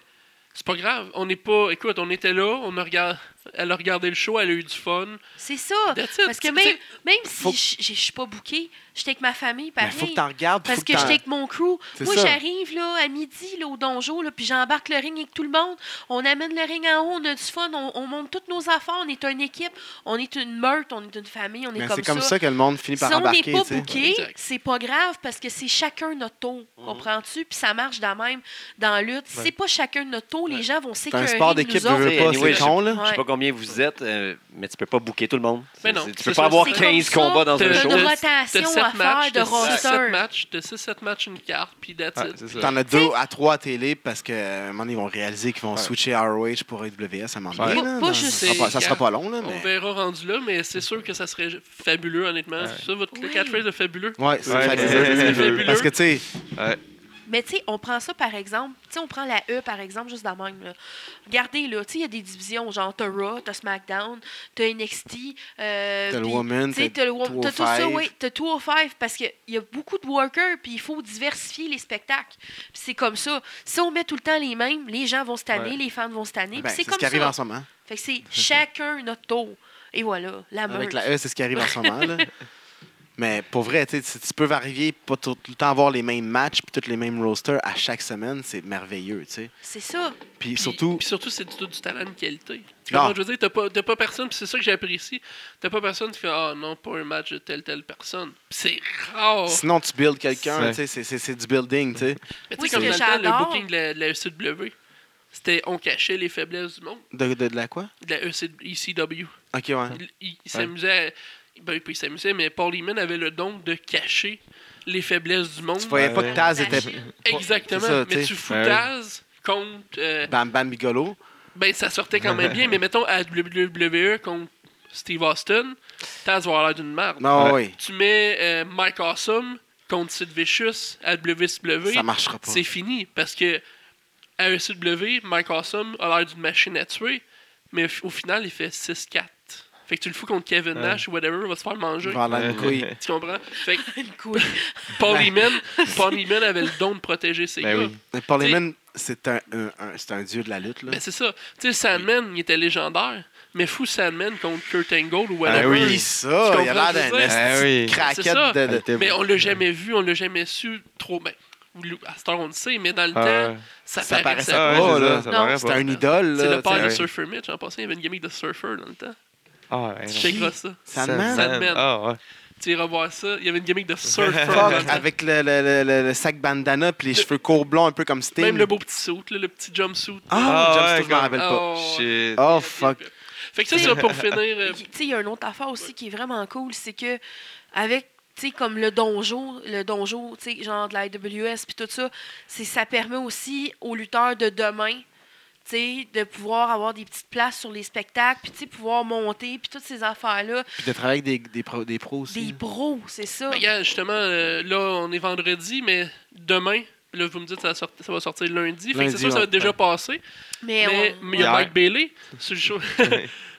c'est pas grave. On n'est pas. Écoute, on était là, on a regard- elle a regardé le show, elle a eu du fun. C'est ça. That's it. Ah, Parce que Tu- même, tu- même si Faut- je- je je suis pas bouquée, j'étais avec ma famille, Mais pareil. faut que t'en regardes. Parce faut que que t'en- j'étais avec mon crew. C'est Moi, ça. j'arrive là, à midi là, au donjon, là, puis j'embarque le ring avec tout le monde. On amène le ring en haut, on a du fun, on, on monte toutes nos affaires. On est une équipe, on est une meute, on est une famille, on est Mais comme, c'est comme ça que le monde finit par si on n'est embarquer. pas tu sais. booké, Exact. c'est pas grave parce que c'est chacun notre tour. Comprends-tu? Puis ça marche dans même dans la lutte. Si Ouais. c'est pas chacun notre tour, les gens vont C'est un s'écœurer. sport de d'équipe, nous je veux autres. autres, pas, anyway, c'est con, là. Ouais. Je sais pas combien vous êtes, euh, mais tu peux pas booker tout le monde. Mais C'est- non. Tu C'est peux ça, pas avoir c'est comme 15 ça. combats dans T'as un T'as- une show. t'as- rotation à sept faire matchs, de t'as six- sept roster. matchs, t'as 6-7 matchs, une carte, puis that's Ouais, it. ah, c'est ça. T'en as T'sais- deux à trois à télé parce que euh, un moment donné, ils vont réaliser qu'ils vont Ouais. switcher ROH pour AWS à un moment donné. Ouais. là. Pas Non, juste ça, sera pas, ça sera pas long, là, On mais. verra rendu là, mais c'est sûr que ça serait fabuleux, honnêtement. Ouais. C'est ça votre Oui. catchphrase de fabuleux? Ouais, c'est Ouais, fabuleux. c'est [LAUGHS] fabuleux. Parce que, tu sais, Mais tu sais, on prend ça par exemple. Tu sais, on prend la E par exemple, juste dans le même. là. Regardez là, tu sais, il y a des divisions. Genre, t'as Raw, t'as SmackDown, t'as NXT. Euh, t'as le puis- woman, Tu sais, t'as t'as le wo- t'as tout ça, 205. oui. T'as tout au five parce qu'il y a beaucoup de workers, puis il faut diversifier les spectacles. Puis c'est comme ça. Si on met tout le temps les mêmes, les gens vont se tanner, Ouais. les fans vont se tanner. ben, puis c'est c'est ce comme qui arrive ça. en ce moment. Fait que [LAUGHS] c'est chacun notre tour. Et voilà, la meute. Avec la E, c'est ce qui arrive en ce moment, [LAUGHS] là. Mais pour vrai, tu sais, si tu peux varier, pas tout tout le temps avoir les mêmes matchs puis tous les mêmes rosters à chaque semaine, c'est merveilleux, tu sais. C'est ça. Puis Puis- surtout, Puis surtout, c'est du tout du talent de qualité. Non. Comment je veux dire, t'as pas, t'as pas personne, puis c'est ça que j'apprécie. T'as pas personne qui fait Ah non, pas un match de telle, telle personne. Puis c'est rare. Sinon, tu builds quelqu'un, C'est- tu sais, c'est- c'est c'est du building, tu sais. Mais tu Oui, sais, comme dans ce le que temps, le j'adore. booking de la, de la ECW, c'était on cachait les faiblesses du monde. De, de, de la quoi? De la ECW. Ok, ouais. Il, il- il s'amusait. à- Ben, pas il s'amusait, mais Paul Heyman avait le don de cacher les faiblesses du monde. Tu Euh, voyais pas que Taz La était [LAUGHS] Chine. Exactement. C'est ça, Ben mais t'sais. tu fous Ouais. Taz contre. euh, Bam Bam Bigolo. ben, ça sortait quand même bien, mais mettons à WWE contre Steve Austin, Taz va avoir l'air d'une merde. Non, oui. Tu mets euh, Mike Awesome contre Sid Vicious à WCW, Ça marchera pas. c'est fini. Parce que à ECW, Mike Awesome a l'air d'une machine à tuer, mais au final, il fait 6-4. Fait que tu le fous contre Kevin Nash ou whatever, il va se faire manger. Voilà une couille. Tu comprends? Fait que Une couille. Paul Heyman, Paul Heyman avait le don de protéger ses Ben gars. oui. Mais Paul Heyman, c'est un, un, un- c'est un dieu de la lutte, là. Ben c'est ça. Tu sais, Sandman, il était légendaire. Mais fou Sandman contre Kurt Angle ou Ah whatever. oui. Oublie ça, il a l'air d'un Tu comprends ce que je veux dire? Ah oui. esti de C'est ça. craquette de... de- était- Mais on l'a jamais vu, on l'a jamais su trop. Ben, à cette heure, on le sait, mais dans le temps, Ah, ça, ça paraissait paraissait pas. ah, Oh, ouais, c'est là. ça, ça Non, paraît C'est pas. un idole, C'est là. le père ouais. de Surfer Mitch. En passant, il y avait une gimmick de Surfer dans le temps. Ah, ouais, Eh Tu non. checkeras ça. Sandman? Sandman. Ah, ouais. Tu iras voir ça. Il y avait une [LAUGHS] gimmick de Surfer. dans le Fuck, temps. avec le, le, le, le- le sac bandana puis les cheveux courts blonds un peu comme Sting. Même le beau petit saut, là, le petit jumpsuit. Ah, Ah, James ouais, Stewart, je m'en comme- rappelle pas. Oh, Shit. Oh, fuck. Fait que ça, c'est pour finir. [LAUGHS] euh, Puis, Tu sais, il y a une autre affaire aussi qui est vraiment cool, c'est que avec tu sais comme le donjon, le donjon, tu sais genre de la IWS puis tout ça, c'est ça permet aussi aux lutteurs de demain tu sais, de pouvoir avoir des petites places sur les spectacles, puis tu sais, pouvoir monter, puis toutes ces affaires-là. Puis de travailler avec des, des, pros, des pros aussi. Des pros, c'est ça. Ben, gars, justement, euh, là, on est vendredi, mais demain, là, vous me dites que ça, sort- ça va sortir lundi. Fait que Lundi, c'est sûr que ça ouais. va être déjà passé. Mais, Mais on- mais il y a Hier. Mike Bailey sur le show.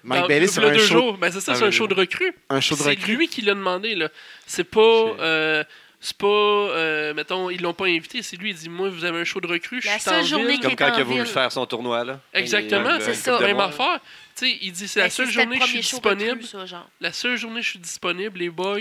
Mike dans- Bailey, c'est le un, deux show- jours. Ben, c'est ça, Ah, c'est un le- show de recrue. un show de C'est recul. lui qui l'a demandé, là. C'est pas. Shit. euh, c'est pas. euh, mettons, ils l'ont pas invité. C'est lui, il dit Moi, vous avez un show de recrue, je La suis en seule ville. journée Comme est quand en il a voulu ville. faire son tournoi, là. Euh, Exactement, c'est ça. Même affaire. Tu sais, il dit C'est la Ben, seule c'était le journée que je suis premier show recrue, disponible. ça, genre. La seule journée que je suis disponible, les boys.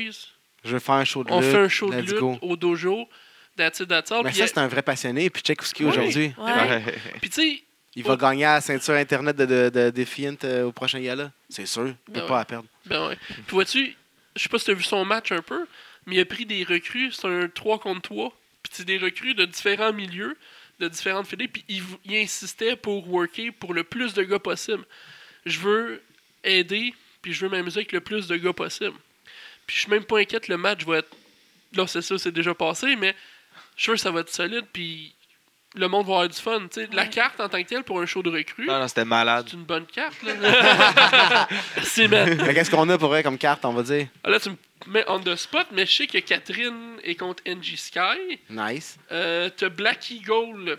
Je veux faire un show de On lutte. fait un show de let's lutte go. au dojo. That's it, that's all. Mais Puis ça, il- c'est un vrai passionné. Puis check ce qu'il est Oui. aujourd'hui. Ouais. Ah, Ouais. Puis tu sais, Il va gagner à la ceinture Internet de, de, de Defiant euh, au prochain gala. C'est sûr. Il Ben peut ouais. pas à perdre. ben ouais. Puis vois-tu, je sais pas si t'as vu son match un peu, mais il a pris des recrues, c'est un 3 contre 3. Puis c'est des recrues de différents milieux, de différentes filets, puis il, vou- il insistait pour worker pour le plus de gars possible. Je veux aider, puis je veux m'amuser avec le plus de gars possible. Puis je suis même pas inquiète, le match va être... Là, c'est ça, c'est déjà passé, mais je suis sûr que ça va être solide, puis le monde va avoir du fun. tu sais. La carte en tant que telle pour un show de recrues, Non, non, c'était malade. C'est une bonne carte, là. [LAUGHS] Merci, man. Mais qu'est-ce qu'on a pour vrai comme carte, on va dire? Ah, Là, tu me mets on the spot, mais je sais que Catherine est contre NG Sky. Nice. Euh, T'as Black Eagle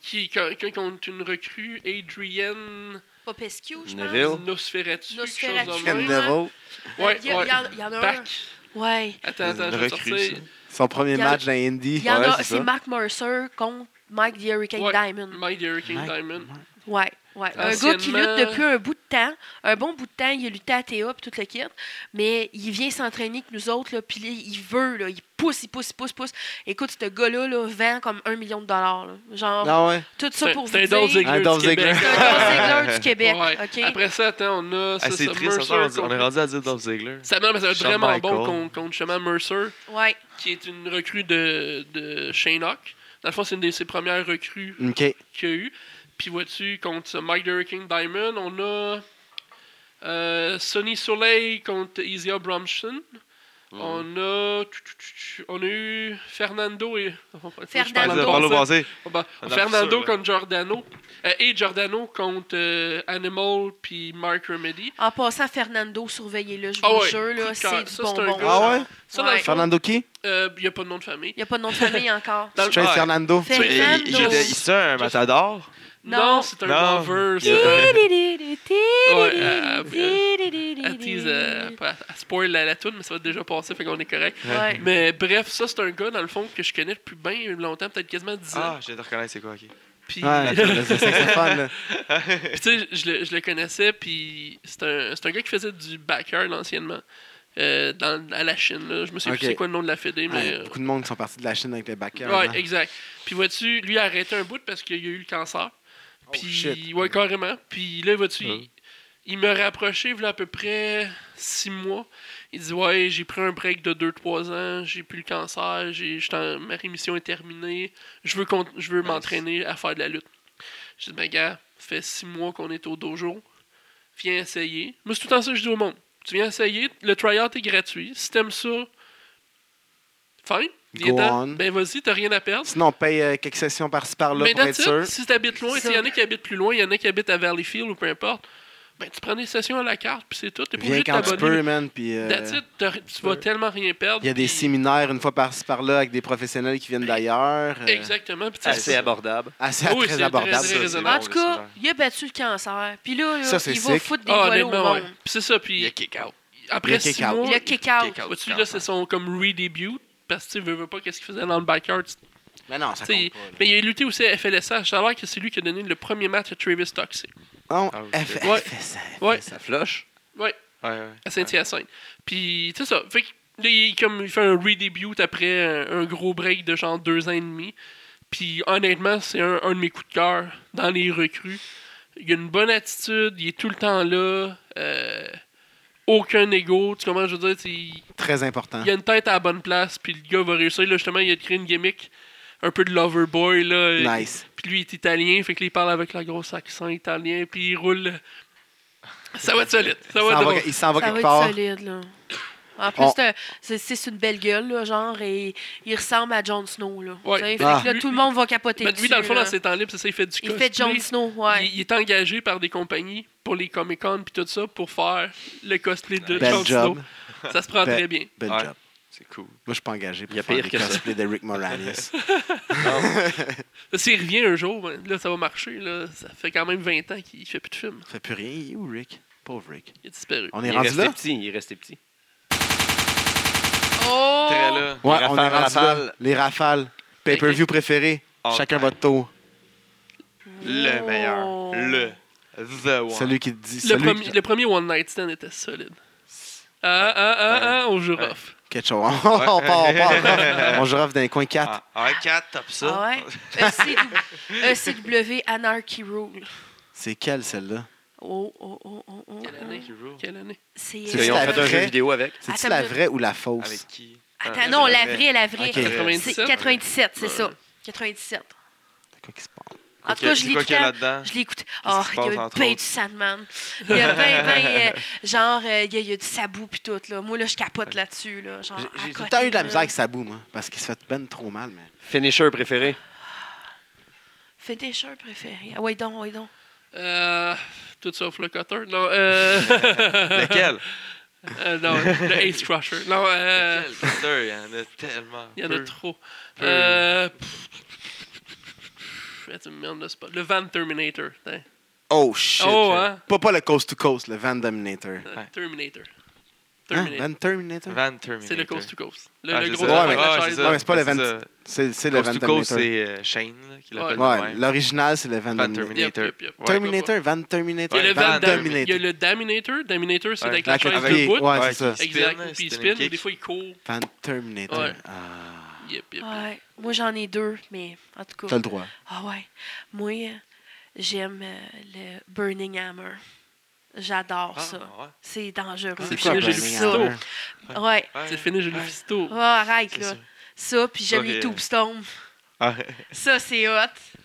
qui est co- qui est contre une recrue, Adrienne Popescu, je pense. Neville. Nosferatu. quelque chose Nosferatu. de Ken même. Neville. Ouais, il, y a- ouais. il y en- il y en a un. Back. Ouais. Attends, attends, Une je vais recrue, sortir. Son premier Il y en a- match dans Indy. Il y en Ouais, a, c'est c'est ça. Mark Mercer contre Mike the Hurricane Ouais. Diamond. Mike the Hurricane Mike- Diamond. Ouais, ouais. Un Anciennement- gars qui lutte depuis un bout de temps, un bon bout de temps, il a lutté à TA puis toute le kit, mais il vient s'entraîner avec nous autres, là, puis là, il veut, là, il pousse, il pousse, il pousse, pousse. Écoute, ce gars-là là, vend comme un million de dollars. là. Genre, Ah ouais. tout ça C'est pour vous c'est un dire... Dolph C'est Ziggler Un Dolph du Québec. un Dolph Ziggler du Québec, Ouais. OK? Après ça, attends, on a. Ah, ça, c'est ça, triste, Mercer ça, on, dit- on contre- est rendu à dire Dolph Ziggler. Ça, non, mais ça va être Shawn vraiment Michaels. bon contre, contre justement Mercer. Ouais. qui est une recrue de, de Shane Hawk. Dans le fond, c'est une de ses premières recrues OK. qu'il y a eu. Puis vois-tu, contre ce Mike the Hurricane Diamond, on a euh, Sonny Soleil contre Isia Bromson. On a. On a eu Fernando et. Je parle Fernando. en Parle au passant. passé. Oh, bah, On a Fernando plus sûr, là. contre Giordano. Euh, et Giordano contre euh, Animal puis Mark Remedy. En passant, Fernando, surveillez-le, je vous Ah ouais, jure, là, coup de c'est cœur. du Ça, c'est un bonbon. gars- Ah ouais? Ça, dans le Ouais. fond, Fernando qui? euh, il n'y a pas de nom de famille. Il n'y a pas de nom de famille encore. Dans le- Trace Ouais. Fernando. Tu- Il Fernando. il- il- il- c'est un matador. Non, Non. c'est un Non. lover. c'est un- Elle tease, euh, elle- elle spoil la, la toune, mais ça va déjà passer, fait qu'on est correct. Ouais. Mais bref, ça, c'est un gars, dans le fond, que je connais depuis bien longtemps, peut-être quasiment 10 ans. Ah, je te reconnais, c'est quoi, ok. [LAUGHS] Puis, Ouais, le saxophone, là. puis tu sais, je, le- je le connaissais, puis c'est un, c'est un gars qui faisait du backyard anciennement, euh, dans, à la Chine. là. Je me sais Ok. plus c'est quoi le nom de la fédé, mais... Ouais, euh, Beaucoup de monde qui sont partis de la Chine avec les backers. Ouais, hein. exact. Puis vois-tu, lui a arrêté un bout parce qu'il a eu le cancer. Puis, Oh, shit. ouais, carrément. Puis là, vois-tu, Hein. il- il me rapprochait il y a à peu près six mois. Il dit Ouais, j'ai pris un break de 2-3 ans, j'ai plus le cancer, j'ai, j'étais en- ma rémission est terminée, je veux, cont- je veux m'entraîner à faire de la lutte. J'ai dit Ben, gars, ça fait six mois qu'on est au dojo, viens essayer. Moi, c'est tout le temps ça que je dis au monde Tu viens essayer, le tryout est gratuit. Si t'aimes ça, fine. Go viens-t'en. on. Ben, vas-y, t'as rien à perdre. Sinon, on paye euh, quelques sessions par-ci par-là Mais pour être that's sûr. it. Si t'habites loin, il y en a qui habitent plus loin, il y en a qui habitent à Valleyfield ou peu importe. Ben, tu prends des sessions à la carte, puis c'est tout. T'es pas Viens obligé de quand tu peux, t'abonner. man. Puis, euh, That's it. T'as- Tu vas tellement rien perdre. il y a des puis- séminaires une fois par-ci par-là avec des professionnels qui viennent d'ailleurs. euh, Exactement. puis tu sais, Assez abordable. Assez Oui, très c'est Ça, abordable. c'est très bon, raisonnable. En tout cas, ça. il a battu le cancer. Puis là, là, Ça, c'est il va sick. foutre des Ah, voiles au honnêtement, monde. ouais. Puis c'est ça. Puis Il y a kick out. Il après a six kick-out. mois, Il a kick-out. Kick out. vois-tu, là, c'est son comme re-debut. Parce que tu sais, veux, veux pas qu'est-ce qu'il faisait dans le backyard. tu Mais non, ça sais, il- compte pas. là. Mais il a lutté aussi à FLSA. Je savais que c'est lui qui a donné le premier match à Travis Toxic. Non, Ah, oui, elle fait- Ouais. elle fait ça. Ouais. Ça floche. Ouais. Ouais, ouais. à Saint-Hyacinthe. Puis, tu sais ça. Fait que là, il, est comme, il fait un re-debut après un, un gros break de genre deux ans et demi. Puis, honnêtement, c'est un, un de mes coups de cœur dans les recrues. Il a une bonne attitude, il est tout le temps là. euh, aucun ego. Tu comment je veux dire, tu sais, il- Très important. il a une tête à la bonne place, puis le gars va réussir. Là, justement, il a créé une gimmick un peu de lover boy. Là, euh, Nice. puis lui, il est italien, fait que là, il parle avec la grosse accent italien, puis il roule. Ça va être solide. Ça Il va être s'en va- drôle. Il s'en va Ça va quelque être part. solide, là. En plus, On- t'as- c'est c'est une belle gueule, là, genre, et il ressemble à Jon Snow, là. Ouais. Tu sais, fait Ah. que là, tout le monde va capoter Ben, lui, dessus, dans le fond, là. dans ses temps libres, c'est ça, il fait du Il cosplay. fait Jon Snow, ouais. Il, il est engagé par des compagnies pour les Comic-Con puis tout ça pour faire le cosplay de Bel Jon job. Snow. Ça se prend Ben- très bien. Bel Ouais. job. C'est cool. Moi, je suis pas engagé pour Il y a faire pire des que ça. cosplays de Rick Moranis. Là, S'il revient un jour, ben, là, ça va marcher. Là. Ça fait quand même 20 ans qu'il fait plus de films. Ça fait plus rien. Il est où, Rick? Pauvre Rick. Il a disparu. On Il est est rendu resté là? petit. Il est resté petit. Oh! Très là. Ouais, Les on est rafales, rendu là. rafales. Les rafales. Pay-per-view préféré. Oh, Chacun ouais. votre tour. Le Oh. meilleur. Le. The one. Celui qui dit. Le Celui premier, qui- le premier One Night Stand était solide. Ah, ah, ah, ah, on joue Ouais. rough. Quelque chose. on part, on part. On girafe d'un coin 4. Ah, un 4, top ça. Ah ouais? ECW, ECW E Anarchy Rule. C'est quel, celle-là? Oh, oh, oh, oh, oh. Quelle année? Quelle année? C'est. euh, C'est Ils ont la fait un vraie- jeu vidéo avec. C'est-tu Attends, la mais- vraie ou la fausse? Avec qui Ah, Attends, non, la vraie, la vraie. Ok. C'est 97? 97, c'est Ouais. ça. 97. C'est quoi qui se passe? En tout cas, je l'ai quoi écouté. qu'il y a là-dedans Je l'écoute. Qu'est-ce Oh, qui se il y a passe eu entre ben autres? du Sandman. Il y a ben, ben, euh, genre, euh, il y, a- il y a du sabou puis tout, là. Moi, là, je capote là-dessus, là. Genre, J'ai- à J'ai tout le côté, temps eu de la misère là. avec Sabou, moi, parce qu'il se fait ben trop mal. Mais... Finisher préféré. Fais tes shirts préférés. Ah, ouais, donc, ouais, donc. Euh, tout ça, flocoteur. Non, [LAUGHS] euh... [LAUGHS] Lequel [LAUGHS] euh, non, le Ace Crusher. Non, euh... Lequel Pasteur, Il y en a tellement. Il y en a peu. trop. Peu. Euh, pff, pff, tu me merde de spot. Le Van Terminator. Tain. Oh shit! oh, hein? Pas, pas le Coast to Coast, le Van Dominator. Euh, Ouais. Terminator. Hein? Terminator. Van Terminator? Van Terminator. C'est le Coast to Coast. Le, Ah, le c'est gros ça. enfant Ouais, de la ouais, chaise. c'est Non, ça. mais c'est pas le C'est Van... ça. C'est c'est le Van Coast to Coast, Terminator. c'est euh, Shane là, qui l'appelle. Ouais. de Ouais, même. l'original, c'est le Van Van Dominator. Terminator. Yep, yep, yep. Terminator, Van Terminator. Il y a le Van Van Terminator. Terminator. Il y a le Daminator. Daminator, c'est Ouais. avec la Avec chaise le avec de pied, bout. ouais, Ouais, c'est ça. qui- Exact. Spin, là, Puis il spin spin, and ou des kick. fois il court. Van Terminator. Ouais. Ah. Yep, yep. Ouais. Moi, j'en ai deux, mais en tout T'as cas. le droit. Ah, ouais. Moi, euh, j'aime euh, le Burning Hammer. J'adore Ah, ça. ouais. C'est dangereux. C'est Puis quoi, là, Burning j'ai le Hammer? pistol. Ouais. Ouais. C'est fini, j'ai le fisto. Oh, arrête, C'est là. sûr. Ça, puis j'aime les Ok. tombstones. Ah, Ça, c'est hot.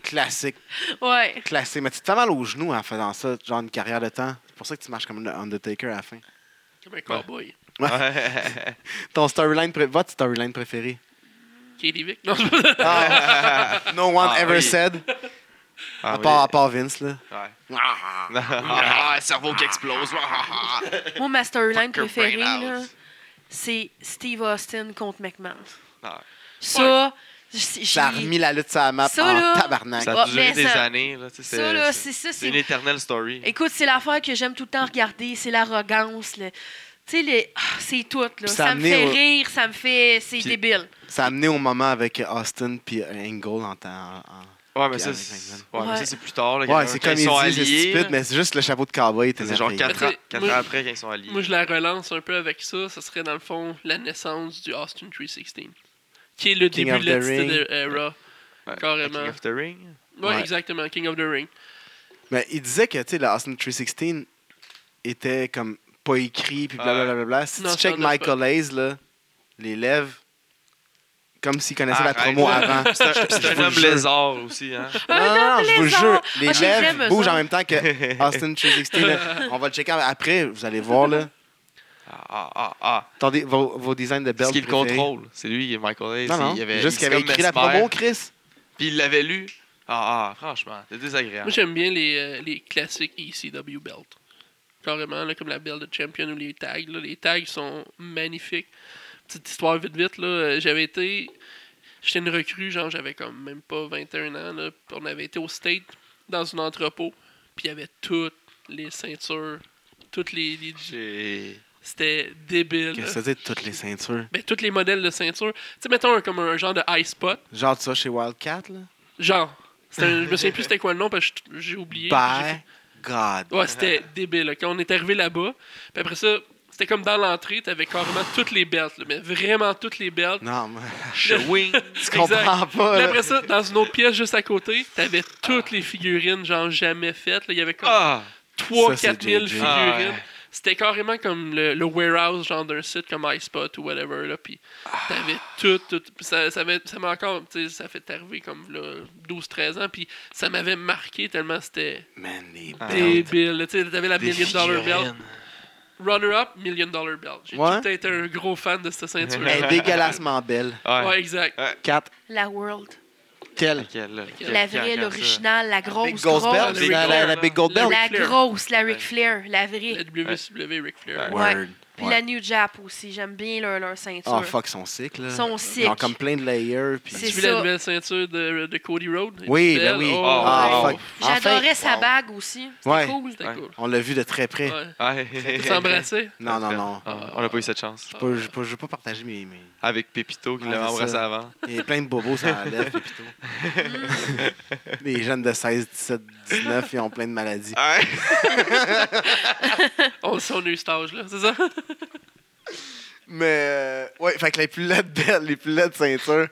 Classique, Ouais. classique. Mais tu te fais mal aux genoux en faisant ça, genre une carrière de temps. C'est pour ça que tu marches comme un Undertaker à la fin. Comme un cowboy. ouais. [LAUGHS] Ton storyline, pré- votre storyline préféré? Katie Vick. Non, je- No one Ah, ever oui. said. Ah à, oui. part, à part Vince, là. Ouais. Ah, Ah, cerveau qui explose. Mon masterline Fucker préféré, brain out. là, c'est Steve Austin contre McMahon. Ah, ouais. Ça, j'ai... Ça a remis la lutte sur la map Ça, en là, tabarnak. Ça a Oh, duré mais des ça- années. Là, tu sais, ça, euh, là, c'est c'est ça, c'est c'est... une éternelle story. Écoute, c'est l'affaire que j'aime tout le temps regarder, c'est l'arrogance, le... Tu sais, les... ah, c'est tout, là. ça a Ça me amené fait au- rire, ça me fait... C'est Puis- débile. Ça a amené au moment avec Austin puis euh, Angle en temps. en- Ouais, mais Puis ça, avec c'est Magnum. ouais, mais Ouais. ça, c'est plus tard. Là, en- quand- Ouais, c'est quand comme ils sont il dit, c'est alliés. stupide, là. mais c'est juste le chapeau de cowboy. était C'est genre énervé. 4 Mais ans, tu sais, quatre moi, ans après qu'ils sont alliés. Moi, je la relance un peu avec ça. Ça serait, dans le fond, la naissance du Austin 316. Qui est le King début of de la the Attitude Era. Ouais. carrément. King of the Ring. Ouais, Ouais. exactement. King of the Ring. Mais il disait que, tu sais, le Austin 316, était comme pas écrit, puis Ouais. blablabla. Si Non, tu ça, check on l'a Michael Hayes, là, les lèvres, comme s'il connaissait la Arrête, promo là. avant. [LAUGHS] C'est un, c'est un vous le homme jure. lézard aussi, hein? Un Non, non, non, homme je vous le lézard. jure, les Ah, j'ai- lèvres j'aime bougent ça. en même temps [LAUGHS] que Austin 360. là. On va le checker après, vous allez voir, là. Ah, ah, ah, ah. Attendez, vos, vos designs de belt. Parce qu'il le préférés. contrôle. C'est lui, il est Michael Hayes. Non, non, Il avait, juste il qu'il avait se écrit la mesmère, promo, Chris. Puis il l'avait lu. Ah, ah, franchement, c'est désagréable. Moi, j'aime bien les, euh, les classiques ECW belt. Carrément, là, comme la belt de champion ou les tags. là. Les tags sont magnifiques. Petite histoire vite vite, là. euh, J'avais été. J'étais une recrue, genre j'avais comme même pas 21 ans. Là, puis on avait été au State dans un entrepôt. Puis il y avait toutes les ceintures. Toutes les. les- J'ai. C'était débile. Qu'est-ce que ça veut dire, toutes les ceintures? Ben, tous les modèles de ceinture. Tu sais, mettons un- comme un genre de high spot. Genre, tu vois, chez Wildcat, là? Genre. c'était un- je me souviens plus c'était quoi le nom parce que je- j'ai oublié. J'ai- By God. Ouais, Euh, c'était débile. là. Quand on est arrivé là-bas, puis après ça, c'était comme dans l'entrée, t'avais carrément toutes les belts, là, mais vraiment toutes les belts. Non, mais Wing. tu Exact. comprends pas, Puis là. euh, après ça, dans une autre pièce juste à côté, t'avais toutes les figurines, genre jamais faites. là. Il y avait comme Ah! 3 Ça, 4 c'est 000 JJ. figurines. Ah ouais. C'était carrément comme le, le warehouse genre d'un site comme iSpot ou whatever là puis t'avais tout tout puis ça ça m'avait- ça m'a encore tu sais ça fait arriver comme là, 12 13 ans puis ça m'avait marqué tellement c'était Man, les Ah. belts. débile là. tu sais t'avais la Des million dollar belt figurines. Runner Up, Million Dollar Belt. J'ai Ouais. tout été un gros fan de cette ceinture. Elle est dégueulassement belle. Ouais. Ouais, exact. Cat, La World. quelle? Quelle, là, quelle La pierre vraie, regarde ça. l'original, la Big grosse, Ghost grosse. Belt? Big La, la- la Gold. Big Gold Belt? Ric La Flair. grosse, la Ouais. Ric Flair, la vraie. La WCW Ric Flair. Ouais. Ouais. Puis Ouais. la New Jap aussi, j'aime bien leur, leur ceinture. Oh fuck, ils sont sick, là. Sont Ils ont sick. comme plein de layers. Puis... C'est Tu vu ça. la nouvelle ceinture de, de Cody Rhodes? Oui, Belle. ben oui. Oh, Ah, wow. fuck. Enfin, J'adorais sa wow. bague aussi. C'était Ouais. cool. C'était cool. On l'a vu de très près. Ouais. Ouais. [LAUGHS] S'embrasser. Non, non, non. Ah, on n'a pas eu cette chance. Pas- Je ne veux pas partager mes... mes- Avec Pépito qui Ouais, l'avait c'est embrassé ça. avant. Il y a plein de bobos sur [LAUGHS] la lèvre, puis tout. Mm. Les jeunes de 16, 17, 19, ils ont plein de maladies. Ouais. On, on a eu cet âge-là, c'est ça? Mais, euh, ouais, fait que les plus laides belles, les plus laides ceintures.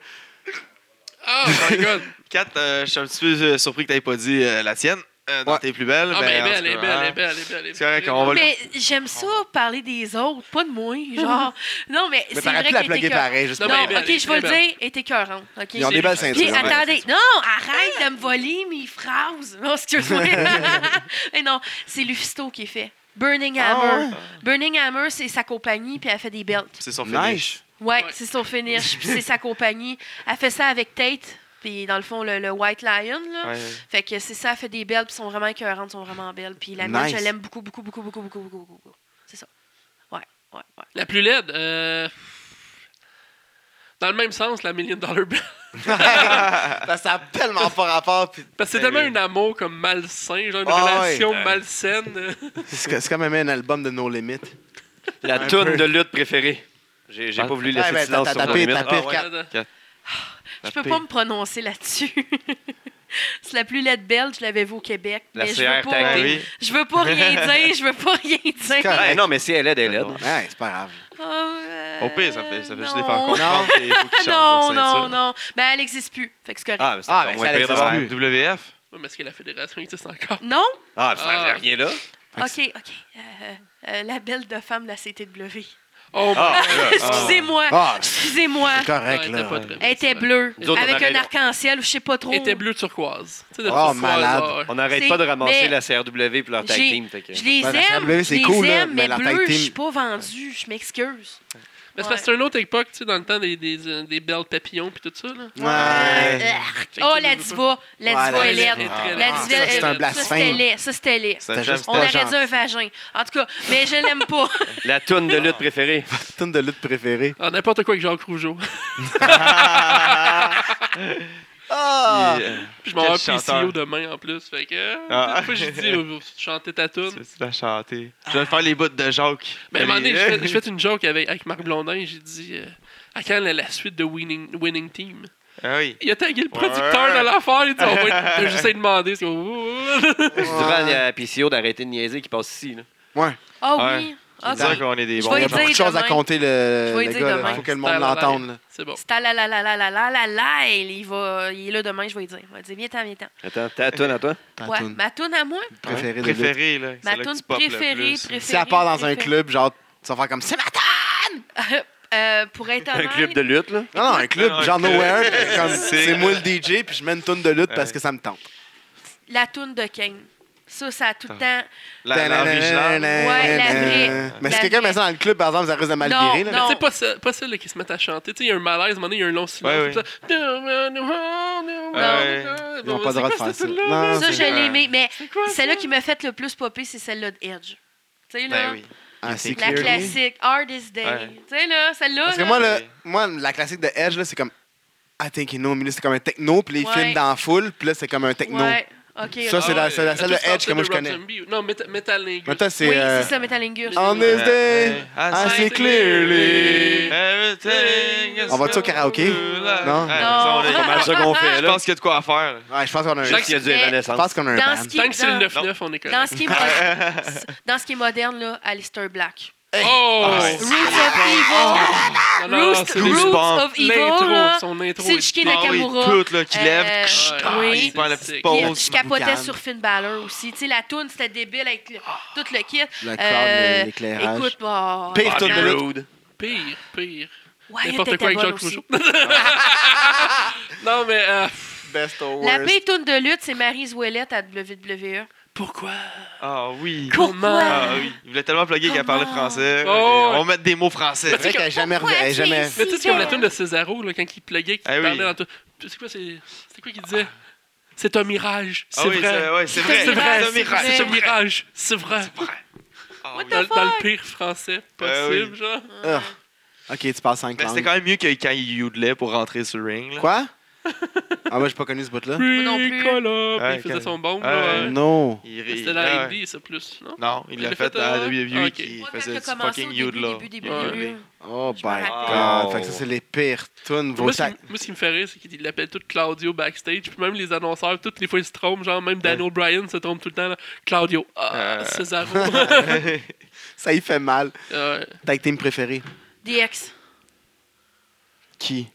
Oh my god! [LAUGHS] Kat, euh, je suis un petit peu euh, surpris que tu n'aies pas dit euh, la tienne euh, dans Ouais. tes plus belles. Ah, ben, elle en est tout belle, elle est cas, belle, elle hein. est belle, elle est belle, elle est belle. C'est correct, on va le. Mais j'aime ça, parler des autres, pas de moi. Genre, non, mais Mais c'est t'aurais vrai pu la qu'elle plugger était cœur. pareil, juste Non, pour- mais Non, elle est belle, elle ok, est je vais le très dire, elle était écœurante. ok? Ils ont des belles ceintures. Puis ouais. attendez, non, arrête de me voler mes phrases. Non, excuse-moi. Mais non, c'est Lufisto qui fait. Burning Ah, Hammer. ouais. Burning Hammer, c'est sa compagnie, puis elle fait des belts. C'est son finish. Nice. Ouais. Ouais, c'est son finish, puis c'est sa compagnie. Elle fait ça avec Tate, puis dans le fond, le, le White Lion, là. Ouais. Fait que c'est ça, elle fait des belles, puis sont vraiment écœurantes, sont vraiment belles. Puis la mienne, Nice. je l'aime beaucoup, beaucoup, beaucoup, beaucoup, beaucoup, beaucoup, beaucoup. beaucoup. C'est ça. Ouais, ouais, ouais. La plus laide, euh... Dans le même sens, la Million Dollar Belt. Parce que ça a tellement pas rapport. puis- Parce que c'est Ben tellement oui. un amour comme malsain, genre une Ah, ouais. relation Ouais. malsaine. C'est c'est comme un album de No Limit. La Un toune peu. de lutte préférée. J'ai j'ai Ah. pas voulu Ah, laisser ben, de silence t'as sur la tapé, limite. t'as- Ah, pire ouais, quatre. là-dedans. Je La peux paix. pas me prononcer là-dessus. [LAUGHS] c'est la plus laide belge, je l'avais vu au Québec. La mais je veux, CR pas, Ah tagée. oui. je veux pas rien dire, je veux pas rien dire. correct. Ah, non, mais si elle est, elle est. Ouais, c'est pas grave. Euh, Au pire, ça fait, ça fait juste les faire [LAUGHS] non. comprendre. et il faut qu'ils Non, changent leur non, ceinture. non. Ben, elle n'existe plus. Fait que c'est correct. Ah, mais c'est Ah, encore ben, moins ça, pire elle d'abord. existe WF. Ouais, mais est-ce que la fédération existe encore? Non? Ah, ça Ah. fait rien là. OK, OK. Euh, euh, la belle de femme de la CTW. Oh, Ah, my là. God. [LAUGHS] Excusez-moi. Ah, Excusez-moi. c'est correct, Ouais, là. t'as pas de réponse, Elle était ouais. bleue, Nous autres, on avec aurait- un arc-en-ciel ou je sais pas trop. Elle était bleue turquoise. Tu sais, de Oh, turquoise, malade. ouais, ouais. On n'arrête C'est- pas de ramasser mais- la CRW et leur tag J'ai- team. fait que- Je les Ben, la aime, CW, je c'est les cool, là, aime, mais mais, la tag bleue, je team- suis pas vendue, je m'excuse. Mais c'est parce que c'est une autre époque, tu sais, dans le temps des, des, euh, des belles papillons puis tout ça. Là. Ouais. Fait que Oh, tu la veux diva, la Ouais, diva la est diva. laide. Ah, La ah, diva, ça, c'est un euh, blasphème. Ça, c'était laid, ça, c'était laid. C'est T'as juste juste On pas aurait genre. dit un vagin. En tout cas, mais je l'aime pas. [LAUGHS] La toune de lutte préférée. Tune de lutte préférée. Ah, n'importe quoi avec Jacques Rougeau. [LAUGHS] Ah! Puis, euh, Puis je m'en Quel vais chanteur. PCO demain en plus. Fait que. euh, Ah. des fois, j'ai dit, euh, chanter ta tune. C'est la chanter. Je vais faire les bouts de Jacques. Mais Ben, à un moment donné, Les- j'ai fait- j'ai fait une joke avec, avec Marc Blondin. J'ai dit, euh, à quand la, la suite de Winning, winning Team Ah oui. Il a tagué le producteur de l'affaire. Il dit, on va [LAUGHS] être. J'essaie de demander. c'est comme, [LAUGHS] ouh, ouh, ouh. Je dirais à PCO d'arrêter de niaiser qui passe ici. là. Ouais. Ah Ouais. oui. Ok. C'est qu'on est des Je bons Il vais y a y gens. beaucoup de dire choses à demain. compter, le, Je vais y le dire gars. demain. Il faut que le C'est monde à la l'entende. barrière. là. C'est bon. C'est à la la la la la la la la il va il est là demain, je vais lui dire. Il va dire viens ten viens ten. Attends, ta toune à toi. Ta Ouais, toune ma toune à moi, préférée de lutte. Préféré, là. ma celle-là que toune tu popes le préférée, plus. préférée. Si elle part dans un préférée. club, genre, tu vas faire comme c'est ma toune! Euh, pour être [LAUGHS] Un honnête, club de lutte, là. Non, non, un club, Non, un genre club. nowhere. [LAUGHS] puis comme, C'est- C'est moi le DJ, puis je mets une toune de lutte parce que ça me tente. la toune de Kane. Ça, ça a tout le temps. La- L'original. Ouais, la vraie. Mais La si quelqu'un vraie. met ça dans le club, par exemple, ça risque de mal Non, virer. là. Mais non. tu sais, pas, ce- pas celle qui se met à chanter. Tu sais, il y a un malaise, à un moment donné, il y a un long silence. Ouais, Ah comme ça. Ouais. Ils n'ont pas le droit de faire ça. Non, c'est- Ça, je l'ai aimé, mais quoi, celle-là qui m'a fait le plus popper, c'est celle-là de Edge. Tu sais, là, Ben oui. Ah, c'est la clear. classique, Hard is Day. Ouais. Tu sais, là, celle-là. Parce que là, moi, le- moi, la classique de Edge, là, c'est comme I think you know me, là, c'est comme un techno, puis les Ouais. films dans full, puis là, c'est comme un techno. Ouais, ok. Ça, ok. c'est la- c'est la- celle de Tout ça, Edge que moi, je Rob connais. Zombie. Non, Meta- Metal Link. Mais toi, c'est. Oui, euh, c'est ça, Ah, Metalingus. On Ouais. this day, I I see see clearly. Ah, Everything is On va-tu au karaoké? good. Ouais, Non. ça, on est- Non. Pas mal ça qu'on fait, Je pense qu'il y a de quoi à faire. Ouais, je pense qu'on a un. Chaque- Il y a du Mais- Je Evanescence. pense qu'on a un Dans band. ce qui Tant que c'est le est- 9-9, on est [LAUGHS] dans correct. ce qui est [LAUGHS] moderne, Ah dans ce qui est moderne, là, Alistair Black. Oh! Ah, Roots of Evil. Non, non, Roots, c'est Roots juste Roots bon. of Evil, là. L'intro, son intro. C'est le est- chicane Ah de oui, Kamura. Tout, là, qui Euh, lève. chut, Ah, oui. Il prend la petite Puis, Puis, euh, pause. je capotais Boucan. sur Finn Balor aussi. Tu sais, la toune, c'était débile avec le- Ah. tout le kit. Le crowd, Euh, l'éclairage. Écoute, bah, bon. Pire toune de vraiment. lutte. Rude. Ah, Pire, pire. Wyatt N'importe Ah, était quoi avec bonne Jacques aussi. Rougeau. [LAUGHS] Non, mais euh, Best or La pire toune de lutte, c'est Maryse Ouellette à WWE. pourquoi? Ah oui. Pourquoi? Ah oui. Il voulait tellement plugger qu'il Comment? parlait français. Oh, On ouais. va mettre des mots français. C'est vrai qu'elle a jamais. Pourquoi elle a tu es jamais... ici? Mais tu sais, c'est comme la tune de Cesaro, là, quand il pluguait, qu'il Ah oui. parlait dans tout. C'est quoi, c'est c'est quoi qu'il disait? C'est un mirage. C'est Ah oui, vrai. c'est- ouais, c'est C'est vrai. C'est vrai, un mirage. c'est un mirage, c'est vrai. Ah What oui. Dans, the dans le fuck? pire français Ah possible, genre. Ah. Ok, tu passes 5 Mais Ben, c'était langues. quand même mieux que quand il yodelait pour rentrer sur le ring. là. Quoi? Ah, moi, j'ai pas connu ce bout-là. Moi non plus. Ouais, il faisait quand- son bon, Ah, là. ouais. Non. Il- il- C'était dans la ouais. indie, ça, plus, non? Non, il Il l'a l'a fait fait à à- la WWE Ok. qui Ouais, quand faisait il a du commencé au fucking début, yodelat. début, début, Ouais. début. Oh Je me my rappelle. god. Fait que ça, c'est les pires tunes. Vos Moi, ce sacs. qui- moi, ce qui me fait rire, c'est qu'il l'appelle tout Claudio backstage. Puis même les annonceurs, toutes les fois, ils se trompent. Genre, même Dan O'Brien se trompe tout le temps. là. Claudio. Ah, Euh. [LAUGHS] Cesaro. Ça y fait mal. Ouais. T'as été me préféré. DX. Qui?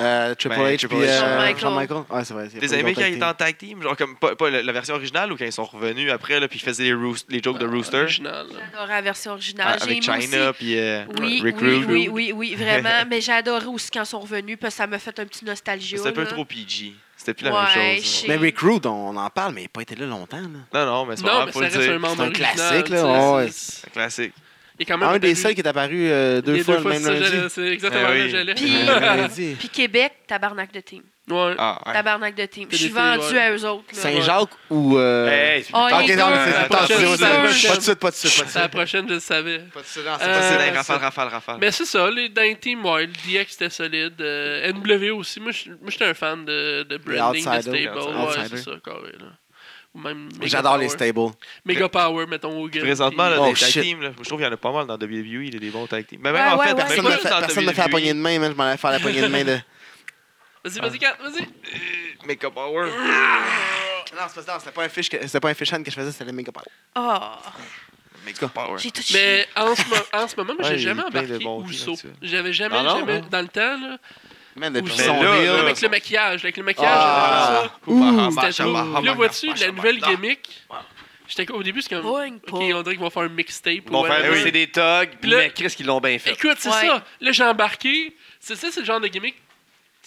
Euh, Triple Ben, H Triple puis H. euh, Shawn Shawn Michaels. Michaels. Ouais, c'est vrai. c'est T'es pas aimé longtemps quand que il était en tag team? Genre, comme pas, pas la, la version originale ou quand ils sont revenus après, là, puis ils faisaient les, roos- les jokes de Rooster Original, là. J'adorais la version originale. Ah, J'ai avec aimé China, aussi- puis euh, Oui, Rick oui, Rude. oui, oui, oui, [LAUGHS] vraiment. Mais j'ai adoré aussi quand ils sont revenus, parce que ça m'a fait un petit nostalgie. C'était un peu trop PG. C'était plus la Ouais, même chose. je là. sais. Mais Rick Rude, on en parle, mais il n'a pas été là longtemps. Là. Non, non, mais c'est pas Non, grave, mais faut ça le reste dire. un membre C'est un original, classique, tu là, sais, ouais. c'est- C'est Classique. Il est quand même Un des apparu- seuls qui est apparu euh, deux les fois le même c'est ça, j'allais- [LAUGHS] lundi. C'est exactement Eh le oui. j'allais. Puis- Le même lundi. Puis Québec, tabarnak de team. Ouais. Ah, ouais. Tabarnak de team. Je suis TDT, vendue ouais. à eux autres. là. Saint-Jacques ou. euh, Hey, c'est- Oh, Ok, non, les c'est deux. attends, c'est- Les deux. c'est- pas de suite, pas de suite, C'est la prochaine, je le savais. pas de suite. non, Ça, c'est c'est Euh, dingue, ça- rafale, rafale, rafale. Mais c'est ça, les dans les Team Wild, DX c'était solide. euh, NW aussi, moi je- moi, j'étais un fan de, de branding, de stable. Outsiders, les Ouais, Outsiders. c'est ça, carré. Là. Ou même pas- Mega J'adore les Power. stables. Mega Power, mettons Hogan. Présentement, là, Oh, des tag shit. teams, là, je trouve qu'il y en a pas mal dans WWE, il y a des bons tag teams. Mais Ouais, même en ouais, fait, ouais. même Personne pas ne juste fait, dans personne me fait la WWE, poignée de main, man. Je m'en allais faire la poignée de main de. [LAUGHS] Non, Vas-y, vas-y, Kat, vas-y. euh, Makeup Hour. c'est pas ça, c'était pas un fish que- c'était pas un fish hand que je faisais, c'était le make-up. Oh, Makeup ah, Hour. j'ai tout chié. Mais en ce, mo- en ce moment, moi Ouais, j'ai il y a jamais plein de embarqué bons Ousso. films là-dessus. J'avais jamais, Ah non? jamais, Ah. dans le temps, là. Man, depuis Ouh, son mais là, reel, là, Avec le maquillage, avec le maquillage, Ah. j'avais ça. Ouh. C'était trop. Puis Là, vois-tu, la nouvelle gimmick, j'étais comme- au début, c'est comme. Boing, euh, Ok, boing. on dirait qu'ils vont faire un mixtape. Ils vont ou faire- whatever. oui. C'est des thugs, Eh Puis puis là- mais Chris, ils l'ont bien fait. Écoute, c'est Ouais. ça. Là, j'ai embarqué. C'est ça, c'est le genre de gimmick.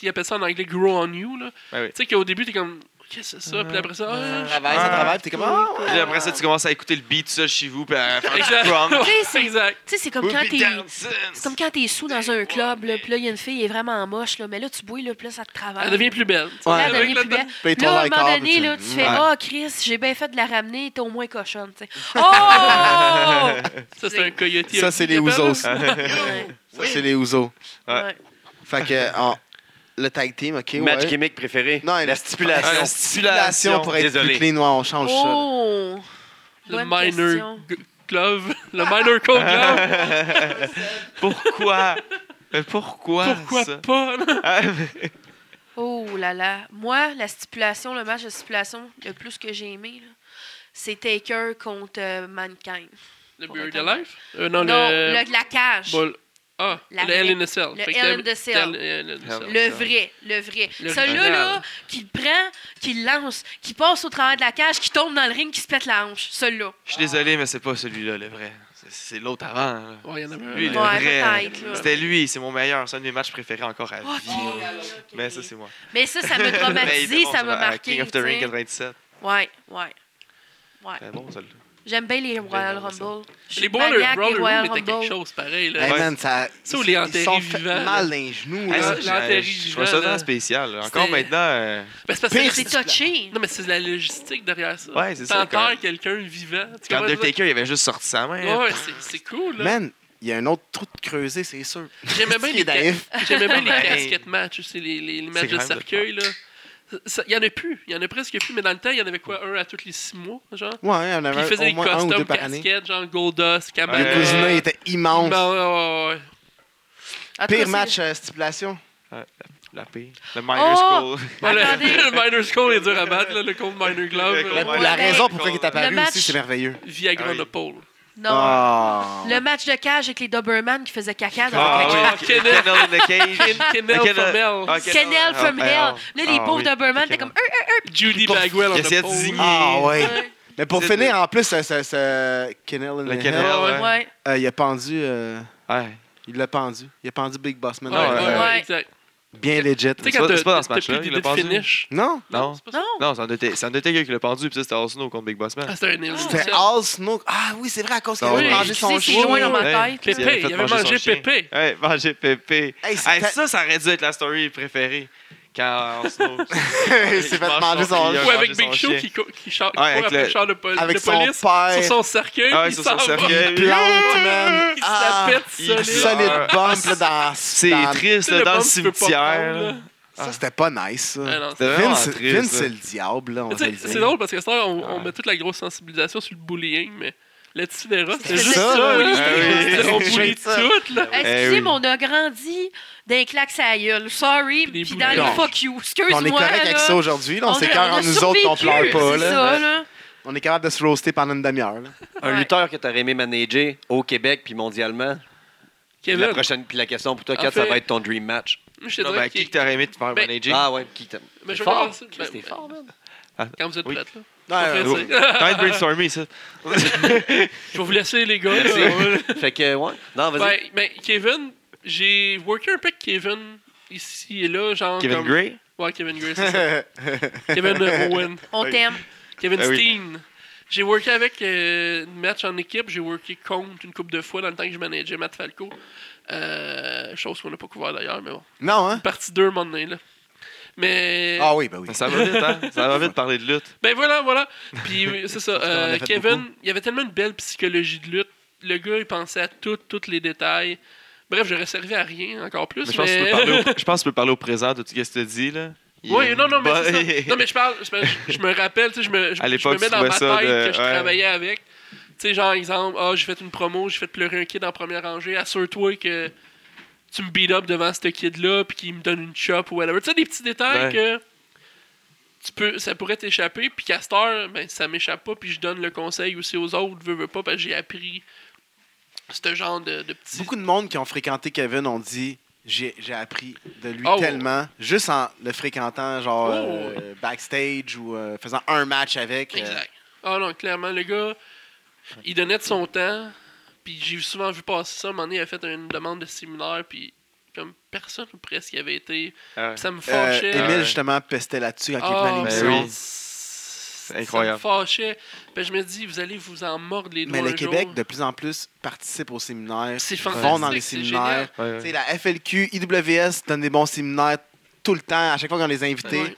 Ils appellent ça en anglais grow on you. là. Ben oui. Tu sais qu'au début, t'es comme. Qu'est-ce que c'est ça? Puis après ça. Euh, ah, Ça travaille, ça travaille, puis t'es comme. ah, ouais. Puis après ça, tu commences à écouter le beat tout seul chez vous, puis à faire du Exact. [LAUGHS] crumb. Tu sais, c'est- Exact. Tu sais, c'est comme quand Whoopi t'es. Johnson. [LAUGHS] C'est comme quand t'es sous dans un club, là, puis là, il y a une fille, elle est vraiment moche, là, mais là, tu bouilles, là, puis là, ça te travaille. Elle devient plus belle. Là, elle Avec devient le plus belle. temps. Puis il te Là, à un tourne moment encore, donné, puis là, tu fais « Ouais. Ah, Chris, j'ai bien fait de la ramener, t'es au moins cochonne. » [LAUGHS] tu sais. Oh! Ça, c'est un coyote. Ça, c'est les Ouzos. ouzos. Ça, Ouais, c'est les Ouzos. ouais. Fait [LAUGHS] que en- le tag team, ok, Match ouais. gimmick préféré. Non, la elle- Ah, stipulation. la Stipulation stipulation. [LAUGHS] pour être Désolé. plus clean, ouais, on change Oh! Le Bonne minor question. g- glove. Le minor [LAUGHS] coat [LAUGHS] glove. Pourquoi? Mais pourquoi, Pourquoi ça? pas? là? Ah, mais- Oh là là. Moi, la stipulation, le match de stipulation, le plus que j'ai aimé, là, c'est Taker contre euh, Mankind. Le Pour Buried attendre. Alive? Euh, non, Non, le... le de la cage. Ball- Ah, La le Hell vraie. in a Cell. Le Fait que Hell t'as- in a Cell. t'as le Hell in a Hell. Cell. Le vrai, le vrai. L'original. Celui-là, là, qui le prend, qui le lance, qui passe au travers de la cage, qui tombe dans le ring, qui se pète la hanche. Celui-là. Je suis désolé, mais c'est pas celui-là, le vrai. C'est- C'est l'autre avant. là. Ouais, il y en a un. Lui, le Ouais, vrai. hein. peut-être, là. C'était lui, c'est mon meilleur. C'est un de mes matchs préférés encore à Ok. vie. Mais ça, c'est moi. Mais ça, [LAUGHS] ça m'a Mais il traumatisé, était bon, ça celui-là, m'a à marqué. King of the tu sais. Ring 97. Ouais, ouais. Ouais. C'est bon, celle-là. J'aime bien les Royal J'aime bien ça. Rumble. Je suis Les Brawler maniaque des Brawler Royal Room étaient quelque Rumble. chose pareil. Là. Hey Ouais. man, ça. Ça, ou ils- les Ils enterrés sont fait vivants, mal dans les Ah, genoux. Hey, là. ça, Ouais, j'ai- Je trouve ça l'enterré vraiment vivant, spécial. là. Encore C'était- maintenant, euh, Ben, c'est parce Pire, que C'est c'est- touché. Non, mais c'est la logistique derrière ça. Ouais, c'est ça, T'enterres quand- quelqu'un vivant. quand Tu comprends ce que je veux dire? Undertaker, il avait juste sorti sa main. là. Ouais, c'est- c'est cool. là. Man, il y a un autre trou de creusé, c'est sûr. J'aimais bien Il les est naïf. cas- J'aimais bien les Ouais. casquettes matchs, c'est les, les, les matchs de grave de cercueil. là. Ça- Il y en a plus. Il y en a presque plus. Mais dans le temps, il y en avait quoi Un à tous les six mois, genre Ouais, on Puis ils avait faisaient au des moins un ou deux costumes par année. casquettes, genre Goldust, Camaro. Le Le Cousina, il était immense. Ben, ouais, ouais, ouais. En tout cas, Pire c'est- match euh, stipulation. La pire. Le Minor Oh! School. Ouais, le- [LAUGHS] Attendez. le Miner Skull est dur à battre, là, le Cold Miner Glove. Le là. Cold- Ouais, la mais- raison pourquoi il est apparu Le match- aussi, c'est merveilleux. Viagra Ah oui. Nopole. Non. Oh. Le match de cage avec les Doberman qui faisaient caca [LAUGHS] dans Ah la cage. Ah, oui, Kennel. Kennel in the Cage. Kennel Kennel. from Hell. Ah, Kennel from Ah, Hell. Là, les ah, pauvres oui. Doberman, t'es comme. Euh, Judy Bagwell en J'essayais de Nopole. zigner. Ah ouais. Ouais. Mais pour C'est- finir, en plus, ce, ce, ce Kennel in Le the Kennel, Hell, ouais. Ouais. euh, il a pendu. euh, Ouais. il l'a pendu. Il a pendu Big Boss Man. Ouais, Ah, ouais, Ouais. ouais, exact. Bien legit. Tu sais, C'est quand pas- t'as- c'est pas dans ce t'as match-là, plus il l'a d'idée de pendu. finish. Non? Non. c'est pas ça. Non. Non, c'est Undertaker- c'est Undertaker qui l'a pendu, puis ça, c'était Osno contre Big Boss Man. Ah, c'était un Neil C'était Russell. All Snow. Ah oui, c'est vrai, à cause qu'il Non, avait oui. mangé Tu son sais, c'est chien. loin dans ma Ouais. tête. là. Pépé, il fait avait manger son mangé chien. Pépé. Ouais, manger Pépé. Hey, Hey, c'était- ça, ça aurait dû être la story préférée. Quand Osno. [LAUGHS] Il s'est fait manger son Il a Ou avec mangé son Big Show chien. qui, co- qui char- qui Ouais, court avec après le le- char de, pol- Avec de son police père. sur son cercueil. Ah ouais, [LAUGHS] il sur s'en son va. cercueil. Plante, man. Il se Ah, la pète il solide. se la- solide Ah. bump là, dans. [LAUGHS] C'est dans- triste, C'est là, le dans le bump que tu peux pas cimetière. prendre, là. là. Ah. Ça, c'était pas nice, ça. Ouais, non, C'est vraiment Vince, triste, Vince, ça. c'est le diable, là, on Mais va tu le sais, C'est dire. drôle parce que ça, on, on Ouais. met toute la grosse sensibilisation sur le bullying, mais là-dessus, Vera, c'est C'est juste ça, ça. là. là. Ah oui. On bully C'est ça. tout, là. Excusez, Eh oui. mais on a grandi d'un claque sa gueule. Sorry, Puis des puis boulets. dans les Non. fuck you. Puis Excuse-moi. On est correct avec là. ça aujourd'hui, là. On, On est- s'écœure on a en nous autres qu'on pleure survécu, pas, c'est là. ça, là. On est capable de se roaster pendant une demi-heure, là. [LAUGHS] Un Ouais. lutteur que t'aurais aimé manager au Québec puis mondialement. Puis Kevin, la prochaine, puis la question pour toi, En Kat, ça fait- va être ton dream match. moi, je te Non, ben, dirais qui que qu'il- t'aurais aimé te faire Ben, manager? Ah ouais, qui t'aime. Mais je C'est vais fort, voir ça. Chris, t'es Ben, fort, man. quand vous êtes Ah, Oui. prête, là. Ouais, Après, ouais, c'est- T'as de brainstormer, ça. [LAUGHS] Je vais vous laisser, les gars. [LAUGHS] Merci. là. Fait que, ouais. Non, vas-y. Ben, ben, Kevin, j'ai worké un peu avec Kevin ici et là, genre. Kevin comme- Gray? Ouais, Kevin Gray, c'est ça. [LAUGHS] Kevin euh, Owen. On t'aime. Kevin Ah oui. Steen. J'ai worké avec euh, une match en équipe, j'ai worké contre une coupe de fois dans le temps que je manageais Matt Falco. Euh, chose qu'on n'a pas couvert d'ailleurs, mais bon. Non, hein? Partie 2, mon nez, là. Mais. Ah oui, ben oui. Ça va vite, hein? [LAUGHS] Ça va vite de parler de lutte. Ben voilà, voilà. Puis oui, c'est [LAUGHS] ça. Parce qu'on en a euh, fait Kevin, il y avait tellement une belle psychologie de lutte. Le gars, il pensait à tout, tous les détails. Bref, j'aurais servi à rien encore plus. Mais je Mais pense que tu peux [LAUGHS] parler au- je pense que tu peux parler au présent de tout ce que tu dis, là. Il Oui, est non, non, mais bon- c'est ça. Non, mais je parle, je, me- je me rappelle, tu sais, je me, je, À je l'époque, me mets tu dans ma tête trouvais ça de- que je ouais. travaillais avec. Tu sais, genre, exemple, ah, j'ai fait une promo, j'ai fait pleurer un kid en première rangée, assure-toi que tu me beat up devant ce kid-là, puis qu'il me donne une chop ou whatever. Tu sais, des petits détails Ouais. que tu peux, ça pourrait t'échapper, puis qu'à cette heure, ben, ça m'échappe pas, puis je donne le conseil aussi aux autres, veux, veux pas, parce que j'ai appris ce genre de, de petits. Beaucoup de monde qui ont fréquenté Kevin ont dit j'ai j'ai appris de lui Oh. tellement, juste en le fréquentant, genre Oh. euh, backstage ou euh, faisant un match avec. euh, Exact. Ah non, clairement, le gars, il donnait de son temps. Puis j'ai souvent vu passer ça. À un moment donné, il a fait une demande de séminaire. Puis comme personne ou presque y avait été. [LAUGHS] Ah ouais. Puis ça me euh, fâchait. Émile, Ouais. justement, pestait là-dessus quand Ah, il venait à Ben l'émission. oui. C'est incroyable. Ça me fâchait. Puis je me dis, vous allez vous en mordre les doigts. Mais le un jour. Québec, de plus en plus, participe aux séminaires. C'est Vont dans les fantastique, c'est génial. séminaires. Ouais, ouais. Tu sais, la FLQ, IWS donne des bons séminaires tout le temps, à chaque fois qu'on les a invités. Ouais.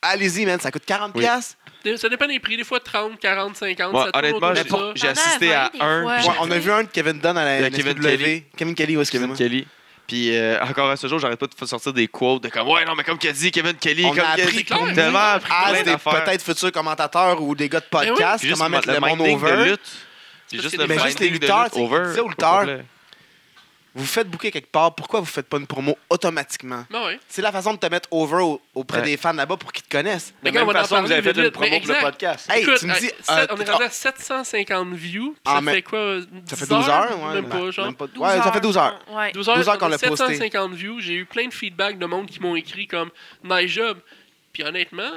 Allez-y, man, ça coûte 40$. Oui. piastres. Des- Ça dépend des prix. Des fois 30, 40, 50. Moi, ça tourne honnêtement, autour de j'ai- ça. j'ai J'en ai assisté à avoué des un, fois. puis Ouais, on a vu un de Kevin Dunn à la Le Kevin NSPW. Kelly. Kevin Kelly, oui, excusez-moi. Kevin Kelly. Puis euh, encore à ce jour, j'arrête pas de f- sortir des quotes de comme Ouais, non, mais comme tu as dit, Kevin Kelly, On comme a qu'il a appris dit, pour nous, tellement appris Ah, plein des d'affaires. peut-être futurs commentateurs ou des gars de podcast, Puis juste comment mettre le monde minding de over. lutte. C'est C'est parce juste que le des fois- Mais juste les minding de lutteurs, lutte tu sais, over. tu sais, aux au lutteurs, complet. Vous faites booker quelque part, pourquoi vous faites pas une promo automatiquement? Ben ouais. C'est la façon de te mettre over au- auprès Ouais. des fans là-bas pour qu'ils te connaissent. De Mais la quand même on va en façon, vous avez parler fait une vite, promo mais pour le exact. podcast. Hey, Écoute, tu me dis. à- euh, sept- on est ah, rendu à 750 views. puis Ah, ça mais- fait quoi? ça 10 fait 12 heures, ouais. Même pas, genre. même pas- ouais, ça fait 12 heures. Ouais. 12 heures, 12 heures qu'on on a l'a posté. 750 views. J'ai eu plein de feedback de monde qui m'ont écrit comme Nice job. Puis honnêtement,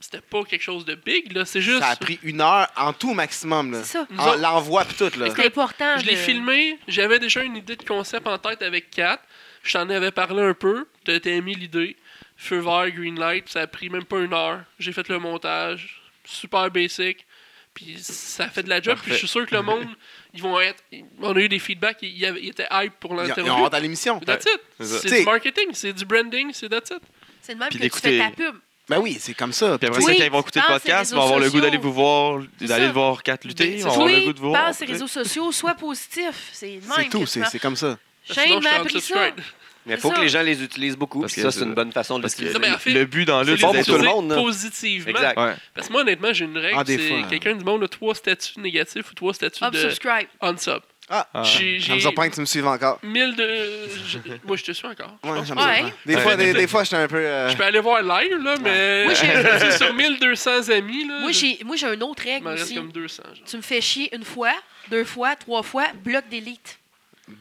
c'était pas quelque chose de big, là. C'est juste. Ça a pris une heure en tout au maximum. là. C'est ça. Nous En- autres- L'envoi pis tout. Là. C'est important. Je l'ai de- filmé, j'avais déjà une idée de concept en tête avec Kat. Je t'en avais parlé un peu, t'as t'as aimé l'idée. Feu vert, green light, ça a pris même pas une heure. J'ai fait le montage, super basic. Puis ça fait de la job, puis je suis [LAUGHS] sûr que le monde, ils vont être. On a eu des feedbacks, ils, ils avaient- ils étaient hype pour Ils, l'interview. ils ont hâte à l'émission. Puis That's it. C'est ça. C'est T'sais- du marketing, c'est du branding, c'est that's it. C'est le même Puis que tu d'écouter- fais ta pub. Ben oui, c'est comme ça. Puis après Oui, ça, quand ils vont écouter le pense aux podcast, ils vont réseaux avoir le goût sociaux. d'aller vous voir, C'est d'aller ça. voir 4 lutter, Ben, ils c'est vont avoir le Oui, goût de vous voir. passe les réseaux sociaux, sois positif. C'est le même c'est que tout, tu c'est vas- c'est comme ça. Shane m'a appris ça. unsubscribe. Mais il C'est faut ça. que les gens les utilisent beaucoup. Parce puis que ça, c'est c'est- une bonne façon de Parce que l'utiliser. Non, mais en fait, le but dans C'est le bon pour tout le l'utiliser monde, là. Positivement. Exact. Ouais. Parce que moi, honnêtement, j'ai une règle Ah, des fois, c'est hein. quelqu'un du monde a trois statuts négatifs ou trois Ah, statuts de Unsubscribe. unsub. Ah, Ah. J'ai- ça me j'ai- surprend que tu me suives encore. Mille de. je- Moi, je te suis encore. Ouais, ça me Ouais. surprend. Des, Ouais. fois, des, des fois, j'étais un peu. euh, Je peux aller voir live, là, mais. Moi, j'ai- [LAUGHS] C'est sur 1200 amis, là. Moi, je- j'ai moi, j'ai une autre Il règle m'en reste aussi. comme 200. Genre. Tu me fais chier une fois, deux fois, trois fois, bloc d'élite.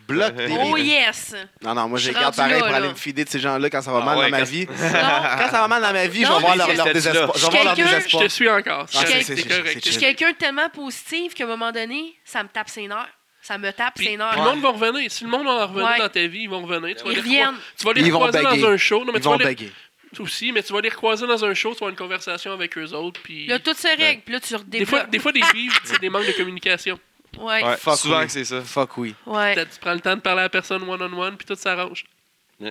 bloque des Oh lignes. yes! Non, non, moi, Je je suis les garde rendu là, pareil pour aller là. me fider de ces gens-là quand ça va Ah mal ouais, dans ma quand- [LAUGHS] vie. Non, Quand ça va mal dans ma vie, je Non, vais voir leur, mais leur c'est désespoir. là. Je vais voir leur Je suis Je quelqu'un- désespoir. te suis Ah, encore. c'est- c'est c'est- c'est- correct. je suis quelqu'un de tellement positif qu'à un moment donné, ça me tape ses nerfs. Ça me tape Puis, ses puis nerfs. le monde va revenir. Si le monde en revenir Ouais. dans ta vie, ils vont revenir. Tu vas Ils les reviennent. croiser- Tu vas les Ils vont croiser baguer. dans un show. Non, Ils mais tu vas vont les- baguer. aussi, mais tu vas les croiser dans un show, tu vas avoir une conversation avec eux autres. Puis... Là, tout se règle. Puis là, tu des, fois, redébloques. des fois, des livres, c'est des manques de communication. Ouais. Ah. Ouais, Fuck souvent oui. que c'est ça. Fuck oui. Ouais. Peut-être tu prends le temps de parler à la personne one-on-one, puis tout s'arrange. Ah,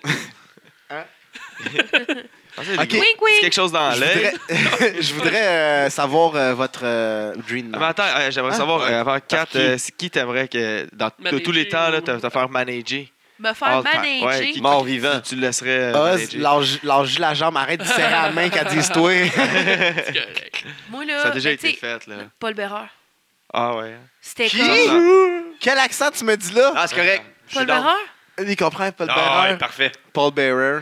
C'est Ok. Wink, wink. quelque chose dans Je l'air. voudrais, [LAUGHS] je voudrais, euh, savoir euh, votre euh, dream. Mais attends, euh, j'aimerais Ah, savoir, ouais. euh, avant 4, qui? qui t'aimerais que dans t- Manager tous les temps, là, ou- te, te faire manager? Me faire All time. manager. Ah, Ouais, qui- Mort vivant. Tu, tu le laisserais euh, Oz, manager. lâche lâche Ah, la jambe, arrête de serrer la main qu'elle dise toi. [LAUGHS] C'est correct. Moi, là, Ça a déjà ben, été t'sais, fait, là. Paul Bérard. Ah ouais. C'était Qui? comme. Quel accent tu me dis là? Ah, c'est correct. Je Paul suis d'accord. Bérard? Il comprend Paul Ah, ouais, Bearer. parfait. Paul Bearer.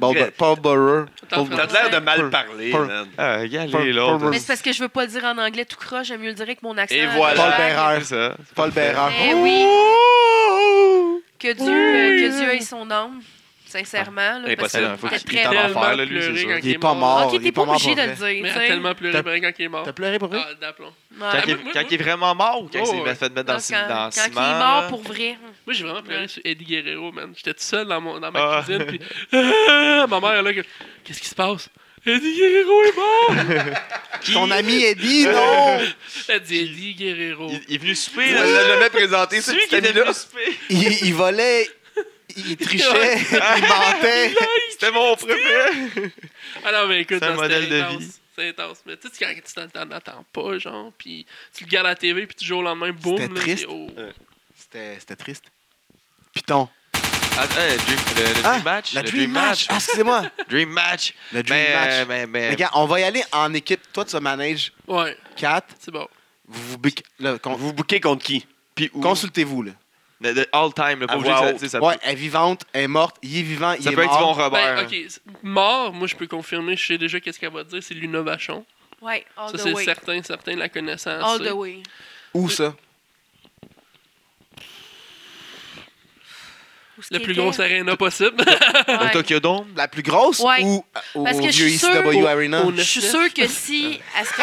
Paul Be- Paul Bearer. Attends, T'as de l'air de mal parler, Purr. man. Ah, regardez Pur- l'autre. purr- Mais c'est parce que je veux pas le dire en anglais tout croche, j'aime mieux le dire avec mon accent. Et voilà. Paul Ah, Bearer. C'est ça. Paul Eh Bearer. oui. Que Dieu, euh, que Dieu ait son âme, sincèrement. Là, parce Impossible. que Faut c'était qu'il- il très t'en bon. va faire, Tellement là, lui, c'est pleuré sûr. quand Il est pas mort. Ok, il est t'es pas mort obligé pour de vrai. le dire. Mais elle tu a sais. tellement pleuré T'as- ben quand il est mort. T'as pleuré pour vrai? Ah, d'aplomb. Ouais. Quand, Ah, il, est- moi, moi, quand il est vraiment mort ou quand Oh, il ouais. va se mettre mettre dans, Quand, le ciment- dans le quand il ciment, est mort là. pour vrai. Moi, j'ai vraiment pleuré Ouais. sur Eddie Guerrero, man. J'étais tout seul dans, mon, dans ma Ah. cuisine, puis [LAUGHS] Ah, ma mère, là, que- qu'est-ce qui se passe? Eddie Guerrero est mort! [LAUGHS] Ton [LAUGHS] ami Eddie, non! Elle dit Eddie Guerrero. Il, il est venu souper, Il là. l'a jamais présenté, C'est ce lui qui petit était ami-là. venu souper. Il, il volait, il trichait, il mentait. C'était mon premier. Ah non, mais écoute, C'est un non, modèle c'était de intense. vie. C'est intense. Mais tu sais, quand tu t'en- t'en attends pas, genre, puis tu le regardes à la TV, puis du jour au lendemain, boum, C'était là, triste. c'est- oh. C'était c'était triste. Python. Ah, eh, Dream- le, le Ah, Dream Match. La le Dream, Match. Ah, excusez-moi. Dream Match. Le Dream Mais, Match. mais, mais, Mais Regarde, on va y aller en équipe. Toi, tu manages Ouais, 4. c'est bon. Vous vous bic- là, con- Vous bouquez contre qui? puis où? Consultez-vous. là. De- de- all time, là, pas À Ah, obligé que voix ça, haute. tu sais, ça ouais, peut, elle est vivante, elle est morte, il est vivant, il ça est peut être Yvon mort. Robert. Ben, ok, c'est- mort, moi, je peux confirmer, je sais déjà qu'est-ce qu'elle va dire, c'est Luna Vachon. Ouais, all Ça, the c'est way. certain, certain, la connaissance. All the way. Où ça? Où ce Le qu'il plus était? gros [LAUGHS] arena possible. Au Ouais. Tokyo Dome. La plus grosse Ouais. ou au, Parce au que je vieux suis sûre- ICW au- Arena? au- Je suis sûre que si elle serait,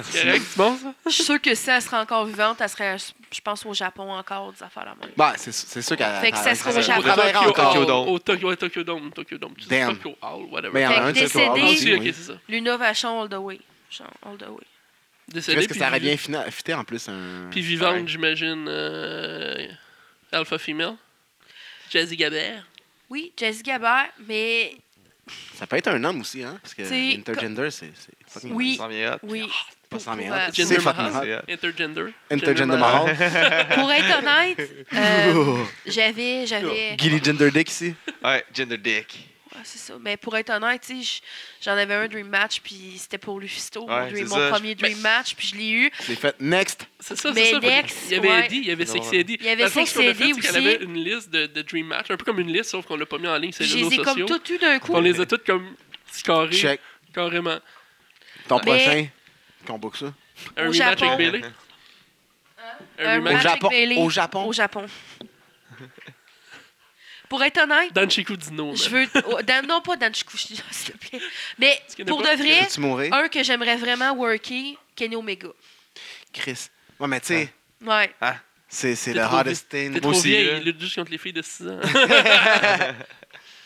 C'est correct, c'est bon, ça? je suis sûre que si elle serait encore vivante, elle serait, je pense au Japon encore des affaires la même. Bah, c'est c'est sûr qu'elle. Fait que ça elle- serait au elle- Japon. elle travaillera Tokyo encore. Hall, Dome. Au Tokyo, ouais, Tokyo Dome, Tokyo Dome. tu sais, Damn. Tokyo Hall, whatever. Mais il y en Fait a un, que Ah, c'est sûr, décédé- elle- aussi, décédé, ok, oui. c'est ça. Luna Vachon, all the way. Genre, all the way. Décédé, Est-ce que puis ça aurait vivi- bien fini- fité en plus? un- Puis vivante, Ouais. j'imagine, euh, Alpha Female. Jazzy Gabert. Oui, Jessie Gabert, mais Ça peut être un homme aussi, hein? Parce que C'est- intergender, c'est c'est fucking Oui. Ça m'y est hot. oui. pas Pour, sans pour, merde. euh, C'est Gender fucking Mahal. hot. C'est hot. Intergender. Intergender Mahal. Mahal. [LAUGHS] pour être [LAUGHS] honnête, euh, j'avais, j'avais, Gilly Gender Dick ici. Ouais, Gender Dick. Ouais, c'est ça. Mais pour être honnête, tu sais, je- j'en avais un Dream Match, puis c'était pour Lufisto, mon Ouais, dream- c'est mon, ça. premier Dream Match, puis je l'ai eu. Je l'ai fait next. C'est ça, Mais c'est ça. Dex, il y avait ouais. Eddie, il y avait Sexy Ouais. Eddie. Il y avait Dans le fond, ce qu'on a Sexy fait, Eddie c'est qu'elle aussi. avait une liste de, de Dream Match, un peu comme une liste, sauf qu'on l'a pas mis en ligne sur les Je réseaux les ai comme sociaux. toutes eues d'un coup. On les a toutes comme scarrées, Check. carrément. Ton Mais- prochain. Qu'on book ça. Un Au rematch Japon. avec Bailey. Un Au Un Magic rematch Japon. Bailey. Au Japon. Au Japon. [LAUGHS] pour être honnête, dans Chico Dino. je man. veux. oh, Dan- non, pas Dan Chikouchi, [LAUGHS] s'il te plaît. Mais Est-ce qu'il y en a pour pas? de vrai, J'ai-tu mourir? un que j'aimerais vraiment worker, Kenny Omega. Chris. Ouais, mais tu sais, Ouais. c'est c'est T'es le trop hardest thing. T'es trop Moi [LAUGHS] aussi, vieille, là. il lutte juste contre les filles [LAUGHS] de 6 ans.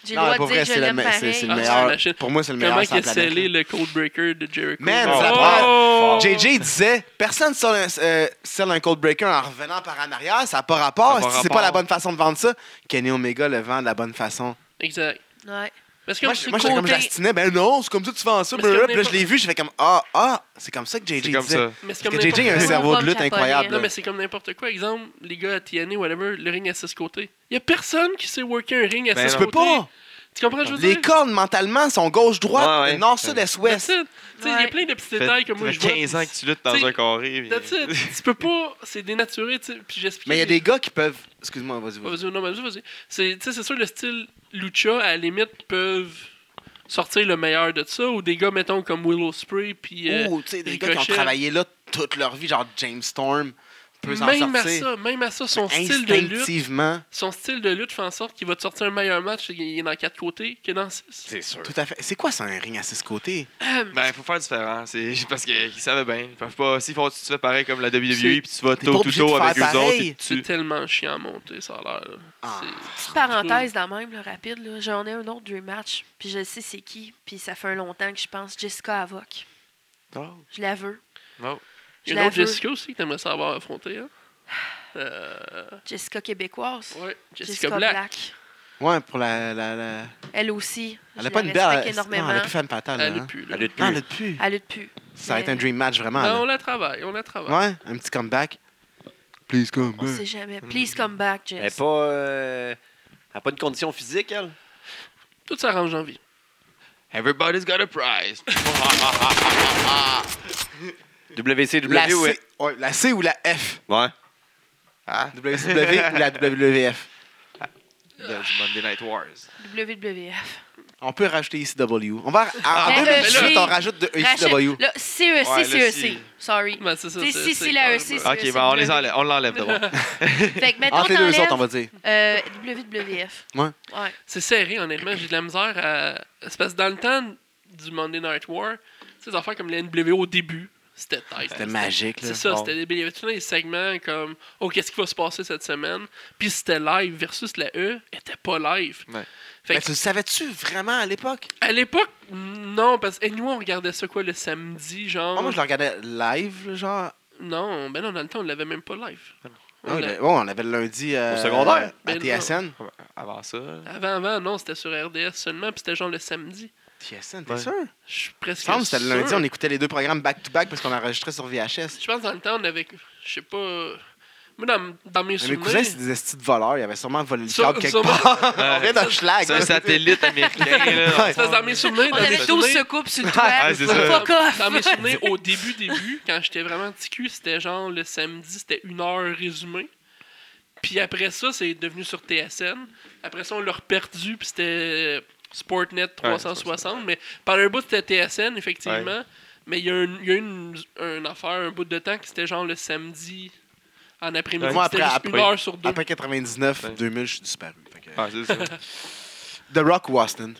J'ai le Non, droit de pour dire vrai, que je c'est le, l'aime me- c'est- c'est pareil. le Ah, meilleur. la chaîne. Pour moi, c'est le meilleur Comment sur il a la planète. scellé le Code Breaker de Jericho? Man, c'est la oh! JJ disait personne sur un, euh, sell un cold breaker en revenant par en arrière, ça n'a pas rapport. Ça a pas Si C'est rapport. pas la bonne façon de vendre ça. Kenny Omega le vend de la bonne façon. Exact. Ouais. Parce que Moi, je- moi j'étais comme côté- j'astinais, ben non, c'est comme ça que tu vends ça. Mais c'est comme blablabla. Puis là, je n'importe- l'ai vu, j'ai fait comme ah, ah, c'est comme ça que JJ C'est disait. comme ça. mais c'est Parce comme que JJ a un n'importe- cerveau. cerveau de lutte Japonais. incroyable. Non, mais c'est comme n'importe quoi. Exemple, les gars à TNA, whatever, le ring à six côtés. Il y a personne qui sait worker un ring à Ben six non. tu côtés. peux pas. Tu comprends, ce que je veux Les dire? cornes mentalement sont gauche-droite, Ouais, ouais. nord, sud, est, That's ouest. it. Tu sais, Il y Ouais. a plein de petits Ça fait- détails que moi ça je fait vois. 15 ans que tu luttes dans T'sais, un carré. That's puis- [LAUGHS] it. tu peux pas, c'est dénaturé, tu sais. Puis j'explique. Mais il y a des gars qui peuvent. Excuse-moi, vas-y, Ouais, vas-y. Vas-y, non, mais vas-y, vas-y. C'est tu sais, c'est sûr, le style Lucha, à la limite, peuvent sortir le meilleur de ça. Ou des gars, mettons, comme Willow Spray, puis. euh, Ou, tu sais, des gars qui Ricochet. ont travaillé là toute leur vie, genre James Storm, peut s'en même à sortir. ça, même à ça, son style de lutte, Instinctivement. son style de lutte fait en sorte qu'il va te sortir un meilleur match il est dans quatre côtés que dans six. sûr. Tout à fait. C'est quoi ça, un ring à six côtés? Ben, il faut faire différent. C'est [LAUGHS] parce qu'ils savaient bien. Ils peuvent pas. S'ils font, tu te fais pareil comme la C'est- WWE, puis tu vas T'es tôt pas tout obligé de tôt faire avec eux autres, pareil. et tu C'est tues. tellement chiant à monter, ça a l'air. là. Ah. C'est- Petite parenthèse dans même, là, rapide. là. J'en ai un autre Dream Match, puis je sais c'est qui, puis ça fait un longtemps que je pense. Jessica Avoc. Je la veux. Non. Je Il y a une la autre veux. Jessica aussi que t'aimerais savoir affronter. Hein? Euh, Jessica québécoise. ouais, Jessica, Jessica Black. Black. Ouais, pour la. la, la- Elle aussi. Elle Je a pas la une respecte belle. énormément. Non, elle a plus fait une patale. Elle hein? est plus. là. Elle est plus. Non, elle a plus. Elle lutte plus. Ça va Mais être un dream match vraiment. Non, Ben, on là. la travaille, on la travaille. Ouais, un petit comeback. Please come On sait jamais. Please come back, Elle n'a Jess. pas, euh, elle a pas une condition physique, elle. Tout s'arrange en vie. Everybody's got a [LAUGHS] prize. WCW, La C, ouais. ouais, la C ou la F? Ouais. Ah. WCW E, [LAUGHS] ou la WWF? Dans du Monday Night Wars. WWF. On peut rajouter ECW. On va. En Mais 2018, EC. on rajoute de ECW. Rachel- Là, E CEC, Ouais, là, E CEC. si. Sorry. Ben, c'est ça, Tu sais, c'est- si, c'est euh, si, la carrément- EC, c'est Ok, ben on les enlève, on l'enlève [LAUGHS] d'abord. Fait que maintenant, Entre les deux autres, on t'enlèves va dire. euh, WWF. Ouais. Ouais. C'est serré, honnêtement. J'ai de la misère à. C'est parce que dans le temps du Monday Night War, tu sais, des affaires comme la NWO au début, c'était tight. C'était magique, là. C'est ça, Bon. c'était débile. Il y avait tout le temps des segments comme Oh, qu'est-ce qui va se passer cette semaine Puis c'était live versus la E, était pas live. Ouais. Fait Mais que, tu le savais-tu vraiment à l'époque? à l'époque, non, parce que nous, on regardait ça quoi le samedi, genre. Ah, Moi, je le regardais live, là, genre. Non, ben non, dans le temps, on l'avait même pas live. Ah On oui, l'a- le- bon, on avait le lundi euh, Au secondaire. à Ben, TSN. Avant [LAUGHS] ça. Avant, avant, non, c'était sur RDS seulement, puis c'était genre le samedi. TSN, t'es Ouais. sûr? Je suis Il presque. me semble que c'était le lundi, sûr. on écoutait les deux programmes back-to-back parce qu'on enregistrait sur VHS. Je pense que dans le temps, on avait. Je sais pas. Moi, dans, dans mes Mais mes souvenirs. cousins, c'est des estis de voleurs. Ils avaient sûrement volé le Sur- câble quelque sûrement. [LAUGHS] part. [LAUGHS] on vient d'un schlag. C'est un satellite américain, là. Ah, Ouais. Parce que dans mes souvenirs. On dans mes avait 12 souvenirs- secoupes sur le toit. Ouais, c'est ça. Fuck off. Dans mes souvenirs, au début, début, quand j'étais vraiment petit cul, c'était genre le samedi, c'était une heure résumée. Puis après ça, c'est devenu sur TSN. Après ça, on l'a reperdu, puis c'était Sportnet 360. mais par un bout, c'était TSN, effectivement. Mais il y a, un- il y a une, une affaire, un bout de temps, qui c'était genre le samedi en après-midi. Moi, C'était après- juste une après- heure sur deux. Après 99, Ouais. 2000, je suis disparu. Fait que- Ah, c'est ça. The Rock ou Austin?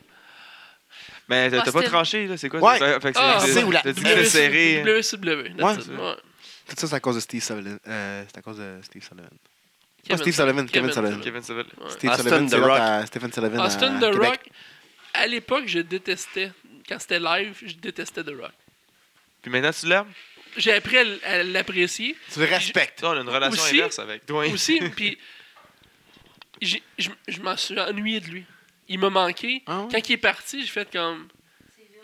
Mais t'as t'as pas Austin. tranché, là. C'est quoi? Ouais. c'est- Fait que Ah, c'est- c'est où la- T'as dit que W- c'est serré. hein. WCW. that's Ouais, it. c'est- Ouais. Tout ça, c'est à cause de Steve Sullivan. Euh, c'est à cause de Steve Sullivan. Pas Kevin Ah, Steve Sullivan, Kevin Kevin Sullivan. Kevin Seville. Steve Austin Sullivan, The c'est l'autre Rock. à Stephen Sullivan. à- Austin à The Québec. Rock, à l'époque, je détestais. Quand c'était live, je détestais The Rock. Puis maintenant, tu l'aimes? J'ai appris à l- à l'apprécier. Tu le respectes. Toi, on a une relation Aussi- inverse avec Dwayne. [LAUGHS] [LAUGHS] Aussi, puis j'ai- je je m'en suis ennuyé de lui. Il m'a manqué. Ah ouais? Quand il est parti, j'ai fait comme.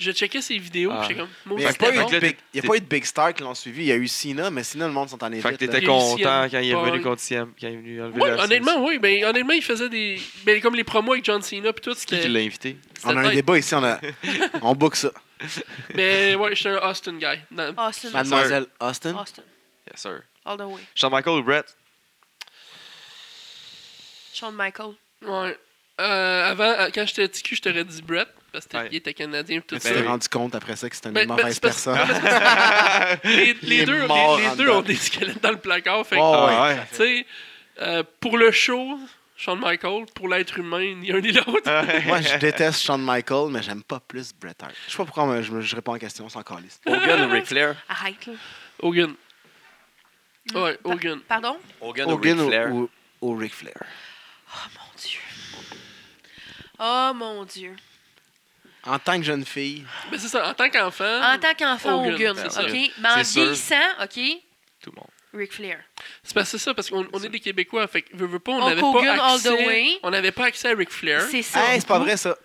Je checkais ses vidéos, Ah. puis j'étais comme, Mais moi il aussi, n'y a, c'était pas bon. c'était eu bon. de Fait que là, big- y a pas eu de Big Star qui l'ont suivi. Il y a eu Cena, mais Cena, le monde s'en est Fait que vite, là. t'étais Les Luciennes, content quand il est Paul. venu contre CM, quand il est venu enlever Ouais, la- honnêtement, oui. Ben, honnêtement, il faisait des. Ben, comme les promos avec John Cena, puis tout, Qui qui c'était. l'a invité? c'était On a un nice. débat ici, [LAUGHS] on, a... on book ça. Mais ouais, j'étais un Austin guy. Non, Austin. Mademoiselle Austin. Austin. Yes, sir. All the way. Shawn Michaels ou Brett? Shawn Michael. Ouais. Euh, avant, euh, quand j'étais petit cul, je t'aurais dit Brett, parce que Ouais. il était canadien, puis Tu tout t'es ça. Ben oui. rendu compte après ça que c'était une Ben, ben, mauvaise c'est parce- personne. [LAUGHS] les, [LAUGHS] Il les est deux, mort les, les en deux dedans. ont des squelettes dans le placard. Fait que, Oh, ouais. Ah, ouais. tu sais, euh, pour le show, Shawn Michaels, pour l'être humain, ni un ni l'autre. [LAUGHS] Moi, je déteste Shawn Michael, mais j'aime pas plus Bret Hart. Je sais pas pourquoi mais je, me- je réponds en question, c'est encore liste. Hogan ou [LAUGHS] Ric Flair? Arrête, là. Hogan. Ouais, Hogan. Pardon? Oh, Hogan, Hogan ou Ric ou, Flair? ou, ou Ric Flair. Mon Dieu. Oh mon Dieu. En tant que jeune fille, Mais c'est ça, en tant qu'enfant, En tant qu'enfant, Ah. Hogan, Hogan, c'est OK? ça. Mais en C'est sûr. vieillissant, OK? Tout le monde. Ric Flair. c'est parce que c'est ça, parce qu'on on est des Québécois. Fait que, veux, veux pas, on Hulk n'avait Hogan pas all the accès. way. On n'avait pas accès à Ric Flair. C'est ça. Hein? hey, c'est pas vrai ça.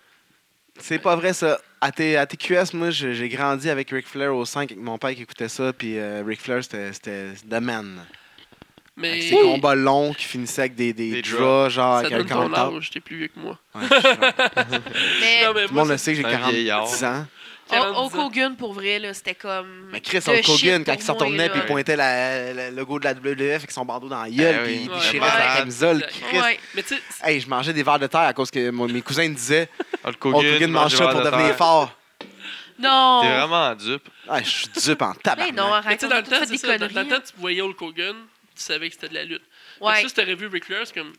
C'est pas vrai ça. À, T- à TQS, moi, je- j'ai grandi avec Ric Flair au 5 avec mon père qui écoutait ça, puis euh, Ric Flair, c'était c'était The Man. Mais Avec ses combats longs qui finissaient avec des, des, Des draws, genre, ça avec un donne ton compteur. âge, t'es plus vieux que moi. Ouais, je suis genre- [LAUGHS] Mais Non, mais Tout le moi, monde le sait que j'ai c'est un 40 vieillard. ans. Hulk 40 Hulk Hogan, pour vrai, là, c'était comme. Mais Chris the Hulk shit Hogan, quand pour il se moi, retournait là. puis il pointait la- la- le logo de la WWF avec son bandeau dans la gueule, Eh oui. puis il Ouais. déchirait sa Ouais. camisole. Ouais. Chris, Ouais. c'est- Mais tu sais, c'est- Hey, je mangeais des verres de terre à cause que mon- mes cousins me disaient Hulk Hulk Hogan mange ça pour devenir fort. Non. T'es vraiment dupe. Ah, je suis dupe en Mais tabac. non, mais tu arrête. sais, On dans a le tous temps, fait c'est des ça. Dans dans le conneries. temps, tu voyais Hulk Hogan, tu savais que c'était de la lutte. Fait Ouais. que Ça, si t'aurais vu Ric Flair, c'est comme.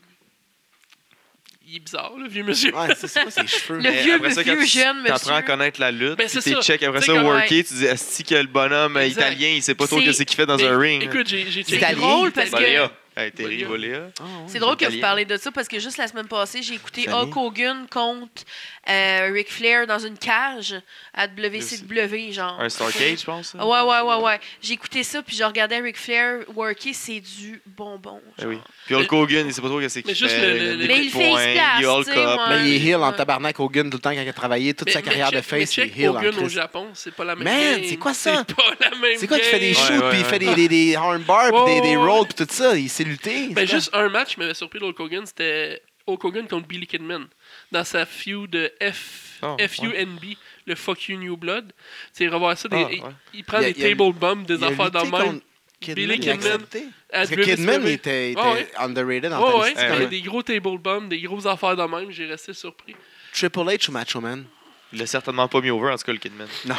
Il est bizarre, le vieux monsieur. Ouais, c'est c'est quoi ses cheveux? Le Mais vieux- après ça, quand vieux tu jeune T'apprends à monsieur. connaître la lutte. Ben, puis c'est t'es ça. check après Tu ça, sais, comme- worké, tu dis Asti, que le bonhomme euh, Exact. italien, il sait pas trop C'est- qu'est-ce qu'il fait dans Mais un ring. Écoute, j'ai j'ai C'est checké- Italien. drôle parce que. Voléa. Hey, t'es ri, Voléa. Ah, ouais. C'est drôle que vous Italien. parlez de ça parce que juste la semaine passée, j'ai écouté Italien. Hulk Hogan contre euh, Ric Flair dans une cage à WCW, genre. Un Starcade, je pense. ça? Ah Ouais, ouais, ouais, ouais. J'ai écouté ça, puis je regardais Ric Flair worker, c'est du bonbon. Eh genre. oui. Puis Hulk Hogan, il sait pas trop qu'est-ce Mais qu'il juste fait. le- le- donne le- des Mais coups il de fait poing, express, il Hulk tu sais, up. moi. Mais Ben, il est heel en Ouais. tabarnak, Hogan, tout le temps, quand il a travaillé, toute Mais- sa mais carrière de check- mais face, il check est heel en Hogan au Christ. Japon, c'est pas la même Man, game. [LAUGHS] c'est quoi ça? C'est pas la même C'est quoi qui fait des game. Ouais, shoots, ouais, puis il ouais. fait des, des, des armbars, puis Ouais, des, des ouais, ouais. rolls, puis tout ça? Il sait lutter. Ben, c'est juste un match qui m'avait surpris d'Hulk Hogan, c'était Hulk Hogan contre Billy Kidman. Dans sa feud de F... Oh, FUNB, le Fuck You New Blood. Tu sais, revoir ça, des- Ah, il, ouais. il prend Il a- des il a- table bombs, quoi? des Il a affaires lutté dans le même. contre Kidman, Billy il a Kidman. accepté. à Parce que WCW. Kidman, il était, il Ah ouais. était underrated en Ouais, ouais, tant que- c'est ouais. mais comme des gros table bombs, des grosses affaires de même, j'ai resté surpris. Triple H ou Macho Man? Il l'a certainement pas mis over, en tout cas, le Kidman. Non.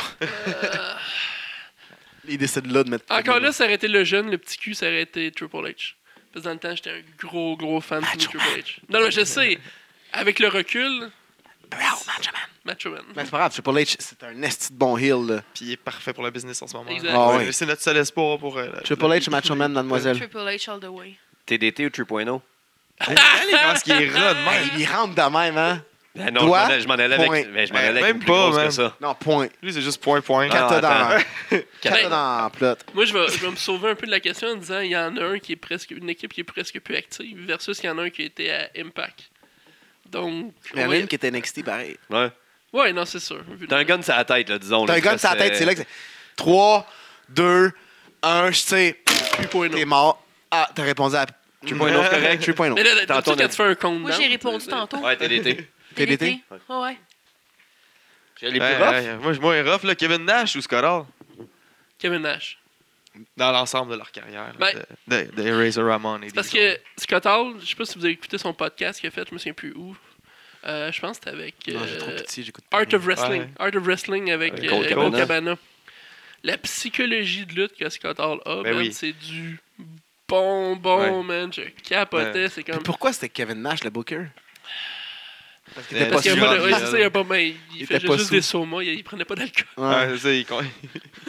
il décide là de mettre. Encore là, ça aurait été le jeune, le petit cul, ça aurait été Triple H. Parce que dans le temps, j'étais un gros, gros fan de Macho Triple H. Non, mais je sais, avec le recul, Bro, Macho Ben, Man. Macho Man. Mais c'est pas grave, Triple H, c'est un esti de bon heel. Là. Puis il est parfait pour la business en ce moment. Exact. Ah, ouais. C'est notre seul espoir pour. euh, la- Triple la- H, Macho Man, mademoiselle. Triple H all the way. TDT ou 3.0? Allez, parce qu'il est rod, Hey, même. il rentre de même, hein? Ben non, je m'en Doigt, allais- je m'en allais point. avec. Ben, je m'en allais avec Même une plus pas, grosse que man. ça. Non, point. Lui, c'est juste point-point. Ah, Quatre attends. dans, quatre Ben- dans la plot. Moi, je vais, je vais me sauver un peu de la question en disant il y en a un qui est presque une équipe qui est presque plus active versus il y en a un qui était à Impact. Donc. Il y en a ouais, une qui était NXT, pareil. Ouais. ouais, non, c'est sûr. Vu T'as de- un gun sur la tête, là, disons. T'as un là, gars de sa presque, tête, c'est là que c'est. 3, 2, 1, je sais, 3.0. t'es mort. Ah, t'as répondu à. oh. 3.0, oh, c'est [LAUGHS] correct. 3.0. Mais là, là, Tantôt, tantôt, on a quand dit- tu fais un compte. Moi, j'ai répondu tantôt. Ouais, [LAUGHS] TDT. TDT? Ouais. ouais. J'ai Les les plus rough. moi, je- moi, il est rough, là. Kevin Nash ou Scott Hall? Kevin Nash. Dans l'ensemble de leur carrière. là, Ben- de, de, de Eraser Ramon et des Parce que Scott Hall, je sais pas si vous avez écouté son podcast qu'il a fait, je me souviens plus où. Euh, je pense que c'était avec. Non, Ah, j'ai trop euh, petit, j'écoute pas. Art of Wrestling. Ouais. Art of Wrestling avec Avec euh, Cole Cole Cabana. Cabana. La psychologie de lutte que Scott Hall a, Ben man, oui. c'est du bonbon, Ouais. man. Je capotais. C'est Puis comme. pourquoi c'était Kevin Nash, le booker? Parce était Parce pas qu'il n'y a sous- pas de. grand, ouais, là. c'est ça, il y a pas. mais Il il était faisait pas juste sous. des saumons, il, il prenait pas d'alcool. [LAUGHS] Ouais, c'est ça, il con-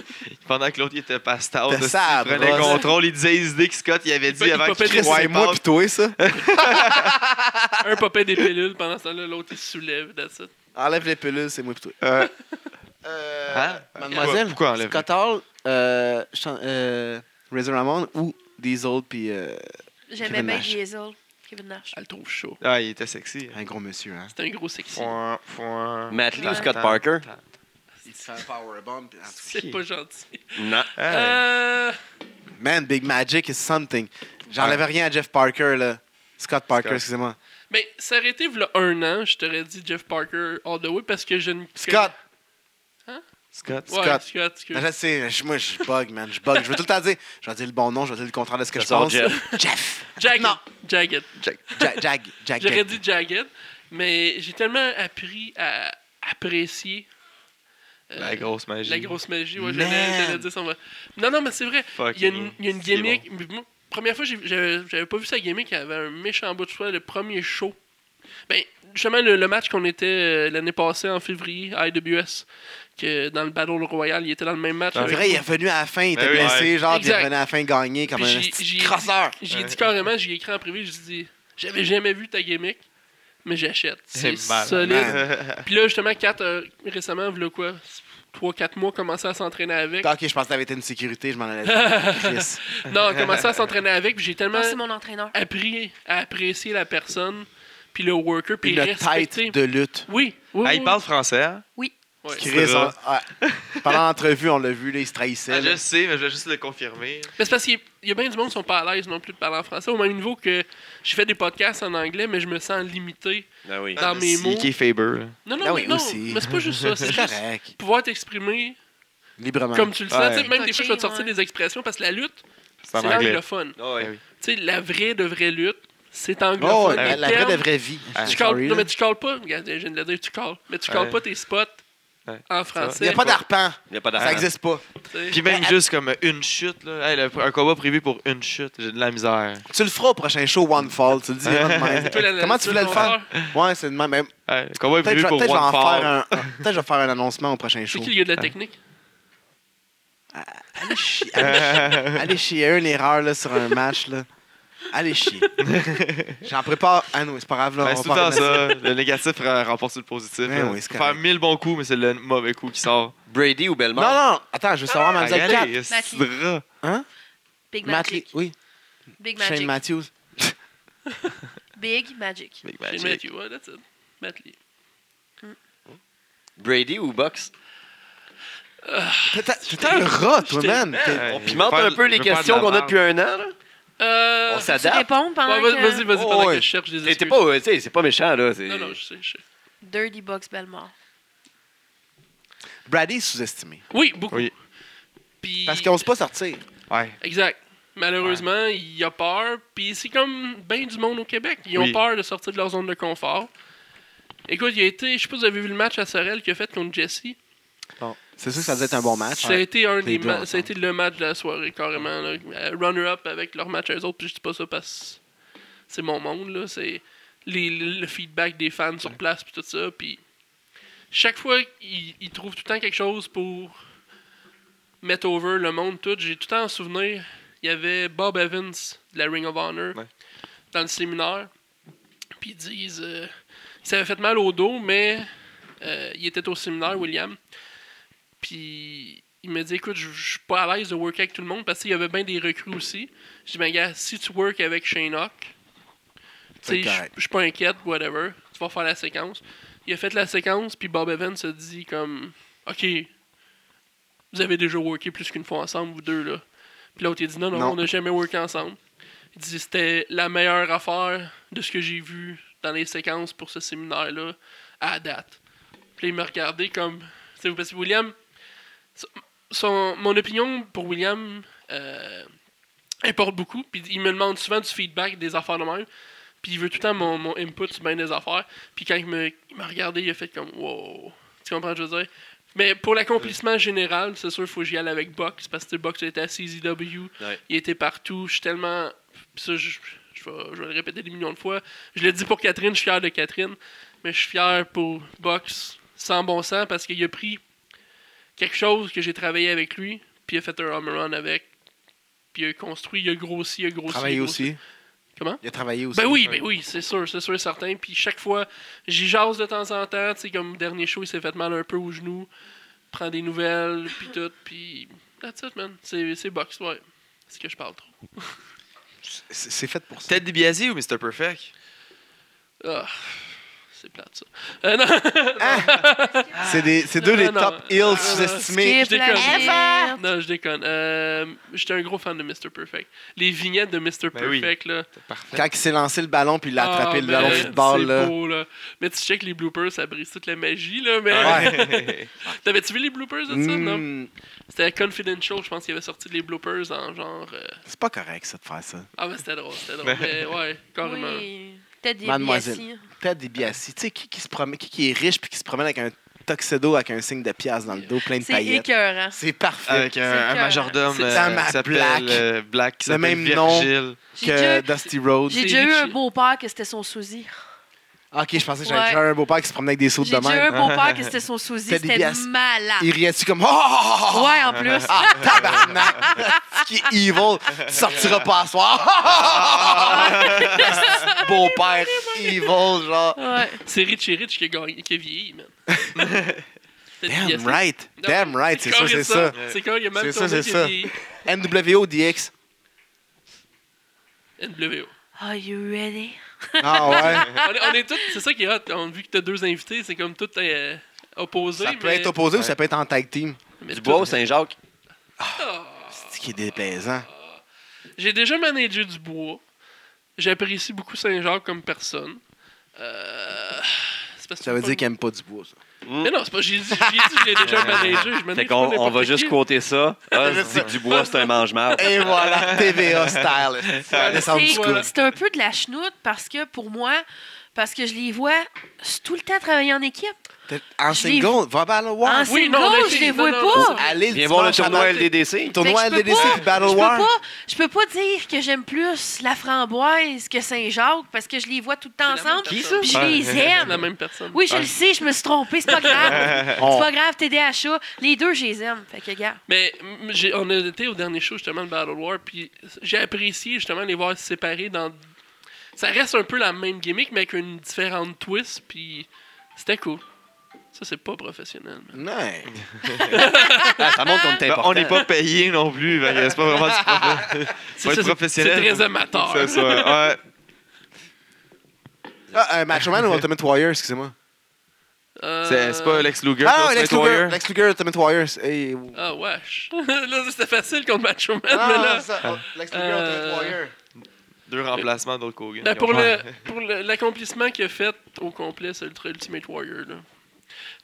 [LAUGHS] Pendant que l'autre il était pastel, C'était il ça, prenait le brosse. contrôle, il disait les idées que Scott il avait Il dit pa- il avant popait qu'il des- soit Ouais, moi pis [LAUGHS] toi, ça. Un popait des pilules pendant ce temps-là, l'autre il se soulève. that's it. Enlève les pelules, c'est moi pis toi. [LAUGHS] Hein? Euh, Mademoiselle, Pourquoi enlève? Scott Hall, euh, Chan- euh, Razor Ramon ou Diesel puis euh, J'aimais Kevin bien Nash. Diesel. Kevin Nash. Elle le trouve chaud. Ah, il était sexy. un gros monsieur, hein? C'est un gros sexy. Foin, foin. Matt Lee ou Ouais. Scott Parker? C'est gentil. un powerbomb. puis en tout [LAUGHS] C'est pas gentil. Non. Euh, cas. Man, Big Magic is something. J'enlève rien à Jeff Parker, là. Scott Parker, Scott. excusez-moi. mais s'arrêter v'là un an, je t'aurais dit Jeff Parker all the way parce que je ne. Scott! Hein? Scott. Ouais, Scott. Scott, excuse. Ben, je sais, je- moi, je bug, man. Je bug. Je veux tout le temps dire. Je vais dire le bon nom, je vais dire le contraire de ce que Ça je sort [LAUGHS] pense. Jeff. Jeff. Jagged. Non. Jagged. Jack. Jack. Jack. Jack. J'aurais dit Jagged, mais j'ai tellement appris à apprécier euh, La grosse magie. la grosse magie. Ouais, Man. j'allais j'allais dire ça. moi. Non, non, mais c'est vrai. Fuck Il y a une, yeah. il y a une C'est [LAUGHS] gimmick. mais moi, première fois, j'ai- j'avais j'avais pas vu sa gimmick. Elle avait un méchant bout de choix, le premier show. Ben, justement, le, le match qu'on était euh, l'année passée en février à IWS, que dans le Battle Royal, il était dans le même match. Ah, C'est avec vrai, il est revenu à la fin, il était Ben oui, blessé, genre, puis il est Exact. revenu à la fin gagné comme Puis un j'ai- petit j'ai- crosseur. J'ai dit carrément, j'ai écrit en privé, j'ai dit J'avais jamais vu ta gimmick, mais j'achète. C'est malade. solide. [LAUGHS] Puis là, justement, Kat, euh, récemment, il quoi 3-4 mois, commençait à s'entraîner avec. Ok, je pense que t'avais été une sécurité, je m'en allais [LAUGHS] dire. Chris. Non, commençait à s'entraîner avec, puis j'ai Euh, tellement Non, Ah, c'est mon entraîneur. appris à apprécier la personne, puis le worker, puis Puis le respecter. tête de lutte. Oui, oui. Ah, oui, il parle français, hein? oui. Ouais. Chris, on- ouais. pendant l'entrevue, on l'a vu, là, il se trahissait. Ah, là. je sais, mais je vais juste le confirmer. Mais c'est parce qu'il y a- il y a bien du monde qui sont pas à l'aise non plus de parler en français, au même niveau que je fais des podcasts en anglais, mais je me sens limité Ah oui. dans mes mots. Nicky Faber. là. Ah Non, non, mais oui, non, aussi. mais c'est pas juste ça. C'est C'est juste correct. pouvoir t'exprimer Librement. comme tu le sens. Ouais. Tu sais, Même des fois, je vais te sortir Ouais. des expressions parce que la lutte, en c'est anglais. anglophone. Tu Ah oui. sais, la vraie de vraie lutte, c'est Oh, anglophone. la, Les la vraie termes, de vraie vie. Ah, Tu Ah, Sorry, calles, là. non, mais tu calles pas. Regarde, je viens de le dire, tu calles. Mais tu Ouais. calles pas tes spots Ouais. en Il n'y français. a pas d'arpent. Il n'y a pas Ah, Ça d'argent. n'existe pas. tu sais. Puis même juste comme une chute, là. Hey, le- un combat privé pour une chute, j'ai de la misère. Tu le feras au prochain show One Fall. Tu le dis. [LAUGHS] vraiment de même. Tu peux la- euh, Comment tu voulais le peux faire? Ouais, c'est de même. mais Hey, le combat Peut-être que privé je vais- pour peut-être que je vais One en Fall. [LAUGHS] faire un. [LAUGHS] Peut-être que je vais faire un annoncement au prochain C'est show. qui le gars de la technique? Allez chier. Allez chier. Il y a eu une erreur là, sur un match. Là. Allez chier. J'en prépare. Ah non, c'est pas grave. Là, Ben, on c'est tout va le temps pas remettre- ça. Le négatif euh, remporte sur le positif. Ouais, là. oui, c'est Faut correct. faire mille bons coups, mais c'est le mauvais coup qui sort. Brady ou Belmont? Non, non, attends, je veux savoir, Ah, mademoiselle Kat. Regardez, c'est Mathieu. drap. Big Matt Lee- Magic. oui, Big Shane Magic. Matthews. Big Magic. Ben, Big Ben, J'ai Magic. Matthew, ouais, that's it. Matt Lee. Brady ou Box? T'es- T'es t'es un rat, toi, j'étais- man. T'es- Hey, On je pimente veux faire- un peu je les veux faire de questions la qu'on a merde. depuis un an. là. Euh, On Tu s'adapte. réponds pendant ouais, vas- que... Vas-y, hein. vas-y, Oh, pendant ouais. que je cherche des Et t'es excuses. pas, euh, tu sais, C'est pas méchant, là. c'est- Non, non, je sais, je sais. Dirty Box Belmont. Brady est sous-estimé. Oui, beaucoup. Oui. Puis- Parce qu'on ne sait pas sortir. Ouais. Exact. Malheureusement, il a peur. Puis c'est comme bien du monde au Québec. Ils ont Oui. peur de sortir de leur zone de confort. Écoute, il a été. Je sais pas si vous avez vu le match à Sorel qu'il a fait contre Jesse. C'est sûr que ça devait être un bon match. Ça a été un Les des deux ma- ensemble. ça a été le match de la soirée carrément. là. Euh, Runner-up avec leur match à eux autres. Puis je dis pas ça parce que c'est mon monde là. C'est les- le feedback des fans sur place puis tout ça. Puis chaque fois, ils ils trouvent tout le temps quelque chose pour mettre over le monde tout. J'ai tout le temps en souvenir. Il y avait Bob Evans de la Ring of Honor Ouais. dans le séminaire. Puis ils disent. euh, il s'avait fait mal au dos, mais euh, il était au séminaire, William. Puis il me dit Écoute, je je suis pas à l'aise de worker avec tout le monde parce qu'il y avait bien des recrues aussi. Je dis Ben, gars, si tu work avec Shane Hawk, tu C'est sais, je correct. je suis pas inquiète, whatever. Tu vas faire la séquence. Il a fait la séquence, puis Bob Evans se dit comme Ok, vous avez déjà worké plus qu'une fois ensemble, vous deux, là. Puis l'autre, il dit Non, non, Non. on n'a jamais worké ensemble. Il dit C'était la meilleure affaire de ce que j'ai vu dans les séquences pour ce séminaire-là à date. Puis là, il m'a regardé comme. Tu sais, parce que William. son- Son, mon opinion pour William euh, importe beaucoup. Puis il me demande souvent du feedback des affaires de même. Puis il veut tout le temps mon, mon input sur bien des affaires. Puis quand il me- il m'a regardé, il a fait comme Wow. Tu comprends ce que je veux dire? Mais pour l'accomplissement général, c'est sûr, il faut que j'y aille avec Box. Parce que Box était à CZW. Ouais. Il était partout. Je suis tellement. Puis ça, je, je vais, je vais le répéter des millions de fois. Je l'ai dit pour Catherine, je suis fier de Catherine. Mais je suis fier pour Box, sans bon sens, parce qu'il a pris quelque chose que j'ai travaillé avec lui, puis il a fait un home run avec. Puis il a construit, il a grossi, il a grossi. il Travailler a grossi. aussi. Comment? Il a travaillé aussi. Ben oui, ben oui, c'est sûr, c'est sûr, certain. Puis chaque fois, j'y jase de temps en temps, tu sais, comme dernier show, il s'est fait mal un peu au genou, prend des nouvelles, puis tout, puis that's it, man. C'est c'est box, ouais. Est-ce que je parle trop? C'est c'est fait pour ça. Ted DiBiase ou Mr. Perfect? Ah, C'est plate, ça. Euh, non. Ah, C'est des- c'est deux Ah. Non, des non, top non. heels Ah, sous-estimés. Je déconne. la vie. non, je déconne. Euh, J'étais un gros fan de Mr. Perfect. Les vignettes de Mr. Ben oui. Perfect, là. Parfait. Quand il s'est lancé le ballon puis il l'a attrapé Ah, le ben, mais ballon de football. C'est Là. beau, là. Mais tu check les bloopers, ça brise toute la magie, là. Mais... Ah, [LAUGHS] Ouais. [LAUGHS] T'avais-tu vu les bloopers de ça, non? Hmm, C'était Confidential, je pense qu'il avait sorti les bloopers en genre... euh, c'est pas correct ça de faire ça. Ah, mais c'était drôle, c'était [LAUGHS] drôle. mais ouais, carrément. Oui. T'as des Mademoiselle. biassis. Ted DiBiase, tu sais qui, qui se promène, qui, qui est riche puis qui se promène avec un tuxedo avec un signe de pièce dans le dos plein de C'est Euh, paillettes. écœurant. C'est [LAUGHS] parfait. Avec un, un que- majordome C'est euh, Sam qui s'appelle Black. euh, Black, qui Le s'appelle Ben, même nom. Virgil. J'ai que déjà- Dusty Rhodes. Ah, J'ai C'est déjà eu Richie. un beau-père que c'était son sosie. Ok, je pensais que j'avais Ouais. déjà un beau-père qui se promenait avec des sauts de J'ai déjà eu même. un beau-père [LAUGHS] que c'était son sosie. C'était des C'était biasses. malade. Il riait-tu comme. Oh, oh, oh, oh, oh. Ouais, en plus. Ah, tabarnak! Ce qui est evil, tu sortiras pas à Ah. soir. [LAUGHS] Beau-père evil, genre. Ouais. C'est Richie Rich qui a, gagné, qui a vieilli, man. [LAUGHS] C'était Damn dégueulasse. right! Non, Damn right, c'est ça, carré c'est ça. C'est quand il y a même C'est ça, ton c'est mec qui ça. a vieilli. NWO DX. NWO. Are you ready? Ah ouais. on, est, on est tous, c'est ça qui est hot. On, vu que t'as deux invités, c'est comme tout euh, opposé. Ça peut mais, être opposé ou ça peut être en tag team. mais Du tout- bois au Saint-Jacques. Ah. C'est qui est déplaisant. J'ai déjà managé du bois. J'apprécie beaucoup Saint-Jacques comme personne. Euh, c'est parce que Ça veut pas- dire qu'il aime pas du bois, ça. Mais non, c'est pas. J'ai dit, j'ai dit que je l'ai déjà managé. Je Fait manage qu'on pas on va n'importe juste qui. quoter ça. Ah, c'est que Dubois, c'est un mange-marde. Et voilà, TVA style. Voilà. Le sound C'est- school. C'est un peu de la chenoute parce que pour moi, parce que je les vois c'est tout le temps travailler en équipe. En Je l'ai- single, va Battle War. en oui, single, non, on a je été- les non, vois non, pas. non, c'est- Allez, Viens voir le tournoi LDC. LDDC. Tournoi Fait que je peux LDDC pas- puis Battle Je peux, War. pas, je peux pas dire que j'aime plus la framboise que Saint-Jacques parce que je les vois tout le temps C'est la même ensemble. personne. puis Je les C'est la aime. même personne. Oui, je le sais, je me suis [LAUGHS] trompée, c'est pas grave. C'est On- pas grave, TDHA. Les deux, je les aime. Fait que, gars, Mais mm, j'ai- on a été au dernier show justement de Battle War, puis j'ai apprécié justement les voir se séparer dans. Ça reste un peu la même gimmick, mais avec une différente twist, puis c'était cool. Ça, c'est pas professionnel. Oh, man. Ouais. Ah, ça montre qu'on est Ben, important. on n'est pas payé non plus. fait que C'est pas vraiment du [LAUGHS] professionnel. C'est être c'est- professionnel. C'est très amateur. C'est ça. Ouais. Ah, euh, Macho Man ou Ultimate Warrior, excusez-moi. Euh, C'est c'est pas Lex Luger. Ah, c'est ouais, Lex Ultimate Luger, Warrior. Lex Luger, Ultimate Warriors. Hey, [LAUGHS] ou- Ah, wesh. là, c'était facile contre Macho Man, Ah, mais là. ça, oh, Lex Luger, Euh, Ultimate Warrior. Deux remplacements d'autres Kogan. Ben, [LAUGHS] pour le- pour le- l'accomplissement qu'il a fait au complet, c'est Ultra Ultimate Warrior. Là.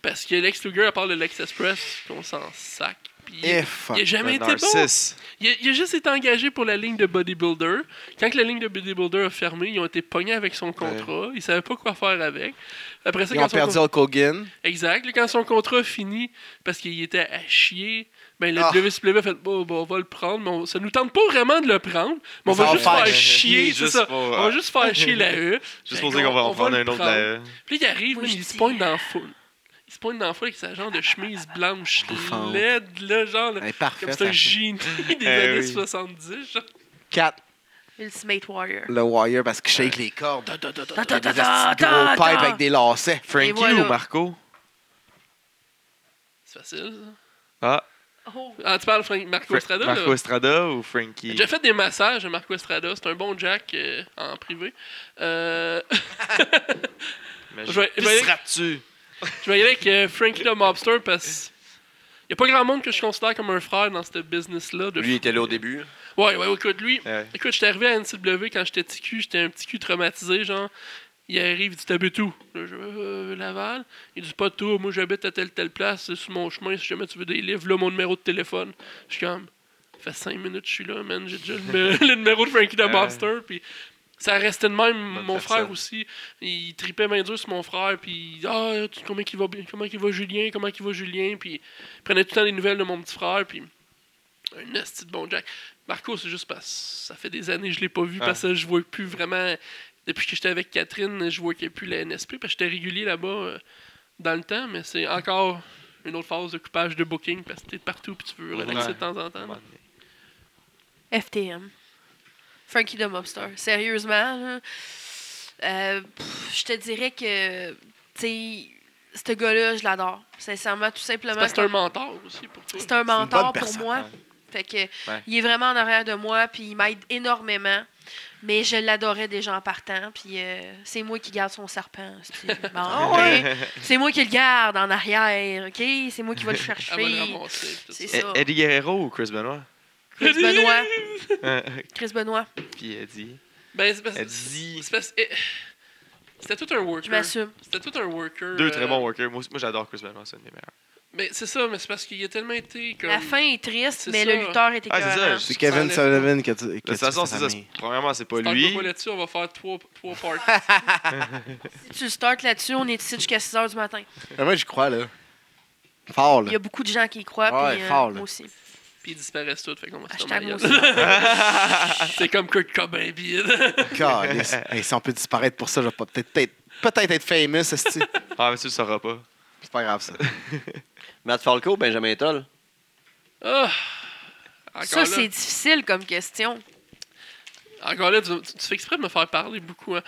Parce que Lex Luger, à part le Lex Express, qu'on s'en sac. Puis Eh, il fuck. a jamais Ben, été bon. Narcisse. Il a, il a juste été engagé pour la ligne de bodybuilder. Quand que la ligne de bodybuilder a fermé, ils ont été pognés avec son contrat. Ils savaient pas quoi faire avec. Après ça, Ils ont quand son, perdu Hulk Hogan. con- exact, là, quand son contrat a fini, parce qu'il était à chier, ben, le Ah. WCW a fait bon, bon, on va le prendre, mais on- ça nous tente pas vraiment de le prendre, mais on Ça va va juste faire faire, chier, chier, c'est juste ça. pour- On va juste faire [LAUGHS] chier la E. Juste Fait pour dire qu'on va en prendre le un autre. euh, prendre. là. Puis là, il arrive, Moi, là, je il se dis- pointe dans la foule. Il se pointe dans la foule avec sa genre de chemise blanche, Bouffante. LED, là, genre, là, Elle est parfaite. comme c'est un [LAUGHS] ça. génie des Eh années oui. 70, genre. Quatre, Ultimate Warrior. le Warrior, parce qu'il shake les cordes. Da, da, da, da. Ta, T'as ta, des petits ta, ta, ta, gros pipes ta. avec des lacets. Frankie ou voilà. Marco C'est facile. ça. Ah, Oh. Ah, tu parles Frank- Marco Fra- Estrada, Marco là? Estrada ou J'ai Frankie déjà fait des massages à Marco Estrada. C'est un bon Jack euh, en privé. Euh, [LAUGHS] Mais je je- vais- je Qui vais- seras-tu je vais y aller avec euh, Frankie le Mobster parce qu'il n'y a pas grand monde que je considère comme un frère dans ce business-là. de Lui, il était là au début. Ouais, ouais, écoute, lui, Ouais. écoute, j'étais arrivé à NCW quand j'étais petit cul, j'étais un petit cul traumatisé, genre, il arrive, il dit tout. Là, je euh, Laval. Il dit pas tout, moi j'habite à telle, telle place, c'est sur mon chemin, si jamais tu veux des livres, là, mon numéro de téléphone. Je suis comme, ça fait 5 minutes, que je suis là, man, j'ai déjà [LAUGHS] le, numé- le numéro de Frankie the Ouais. Monster, puis. Ça restait de même, Bonne mon personne. frère aussi, il tripait main dure sur mon frère, puis ah, tu- comment il va, bien- comment il va Julien, comment il va Julien, puis il prenait tout le temps des nouvelles de mon petit frère, puis un esti de bon Jack. Marco, c'est juste parce que ça fait des années que je l'ai pas Ah. vu, parce que je vois plus vraiment. Depuis que j'étais avec Catherine, je voyais plus la NSP, parce que j'étais régulier là-bas euh, dans le temps, mais c'est encore une autre phase de coupage de booking, parce que t'es partout, puis tu veux relaxer Ouais. de temps en temps. là. FTM. Frankie the Mobster. Sérieusement, là, euh, pff, je te dirais que, tu sais, ce gars-là, je l'adore. Sincèrement, tout simplement. Parce que c'est un comme- mentor aussi pour toi. C'est un bonne mentor pour personne, moi. Fait que Ouais. il est vraiment en arrière de moi, puis il m'aide énormément. Mais je l'adorais déjà en partant, puis euh, c'est moi qui garde son serpent. [LAUGHS] c'est-tu. Bon, Ah [LAUGHS] ouais. C'est moi qui le garde en arrière, OK? C'est [LAUGHS] moi qui vais le Elle va le chercher. ramasser. tout C'est ça. E- ça. Eddie Guerrero ou Chris Benoit? Chris Benoit. Euh, Chris Benoit, [LAUGHS] Puis Eddie. [LAUGHS] Ben, c'est parce- Eddie. c'est parce que- eh, C'était tout un je worker. m'assume. C'était tout un worker. Deux euh, très bons workers. Moi, moi, j'adore Chris Benoit, c'est un des meilleurs. Mais c'est ça, mais c'est parce qu'il a tellement été comme. La fin est triste, C'est mais ça. le lutteur était Ah, c'est ça, écœurant. je- C'est Kevin Ça Sullivan que tu. De toute façon, c'est ça. c'est- Premièrement, c'est pas Tant que lui. pas là-dessus, on va faire trois, trois parties. Si tu starts là-dessus, on est ici jusqu'à 6 h du matin. Moi, j'y crois, là. Fort, Il là. y a beaucoup de gens qui y croient, Ouais, puis euh, fort, là. moi aussi. Puis ils disparaissent tous. Fait qu'on va se faire Hashtag moi marier. [LAUGHS] C'est comme Kurt Cobain, bide. [LAUGHS] Calisse. Hey, si on peut disparaître pour ça, je vais pas- peut-être peut-être peut-être être famous, esti. Ah, mais tu le sauras pas. C'est pas grave, ça. Matt Falco, Benjamin Toll. Ah! Encore Ça, là. c'est difficile [LAUGHS] comme question. Encore là, tu, tu- tu fais exprès de me faire parler beaucoup. hein.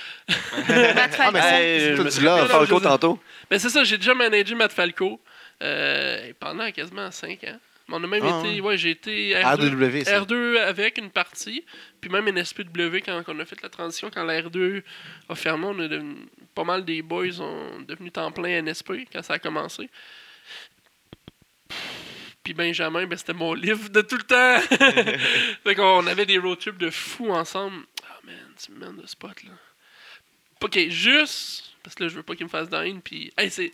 Matt Ah, mais c'est- Falcon. c'est Hey, tout je me du suis- love. Non, non, Falco je- tantôt. Mais c'est ça, j'ai déjà managé Matt Falco euh, pendant quasiment 5 ans. Mais on a même Ah, été. Ouais, j'ai été R2, RW, ça. R2 avec une partie, puis même NSPW quand, quand on a fait la transition, quand la R2 a fermé, on est devenu- pas mal des boys ont devenu temps plein NSP quand ça a commencé. Puis Benjamin, ben, c'était mon livre de tout le temps. fait qu'on avait des road trips de fous ensemble. Ah man, tu me mènes de spot là. Ok, juste. Parce que là, je veux pas qu'il me fasse down. Puis. Hey, c'est.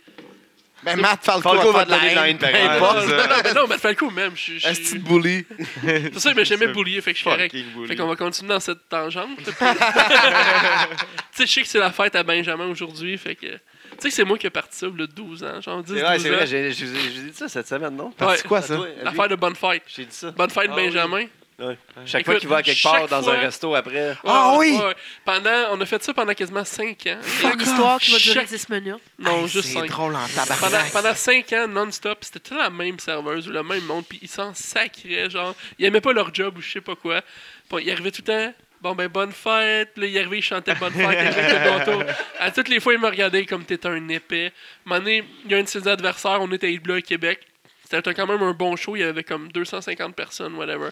Ben, Matt Falco, Falco a va pas de la donner de la haine, haine, pareil. peu Non, importe. non, ça. non, mais non, mais Falco même. Je, je, Esti de bully. c'est ça, mais j'aimais boulier, fait que je suis correct. Fucking bully. Fait qu'on va continuer dans cette tangente. [LAUGHS] là, puis- tu sais, je sais que c'est la fête à Benjamin aujourd'hui, fait que. Tu sais que c'est moi qui ai parti ça, le 12 ans, genre 10 C'est vrai, 12 c'est ans. vrai, j'ai j'ai- j'ai dit ça cette semaine, non? Parce hein. Ouais. que quoi, ça? À toi, à lui. L'affaire de Bonne Fête. J'ai dit ça. Bonne Fête, Ah oui. Benjamin. Chaque Écoute, fois qu'il va à quelque part chaque dans fois- un resto après. Ah Ouais, oui! ouais, ouais. Pendant, on a fait ça pendant quasiment 5 ans. une histoire qui va durer Chaque- 10 minutes. Non, Ah, Hey, juste 5. C'est drôle en Pendant, tabarnak. pendant 5 ans, non-stop, c'était tout la même serveuse ou le même monde, puis ils s'en sacraient, genre, ils aimaient pas leur job ou je sais pas quoi. Bon, ils arrivaient tout le temps, bon ben bonne fête, puis là ils arrivaient, ils chantaient bonne fête, ils arrivaient avec le gâteau. À toutes les fois, ils me regardaient comme t'étais un épais. Un moment donné, il y a un de ses adversaires, on était à Blois, Québec. C'était quand même un bon show, il y avait comme 250 personnes, whatever.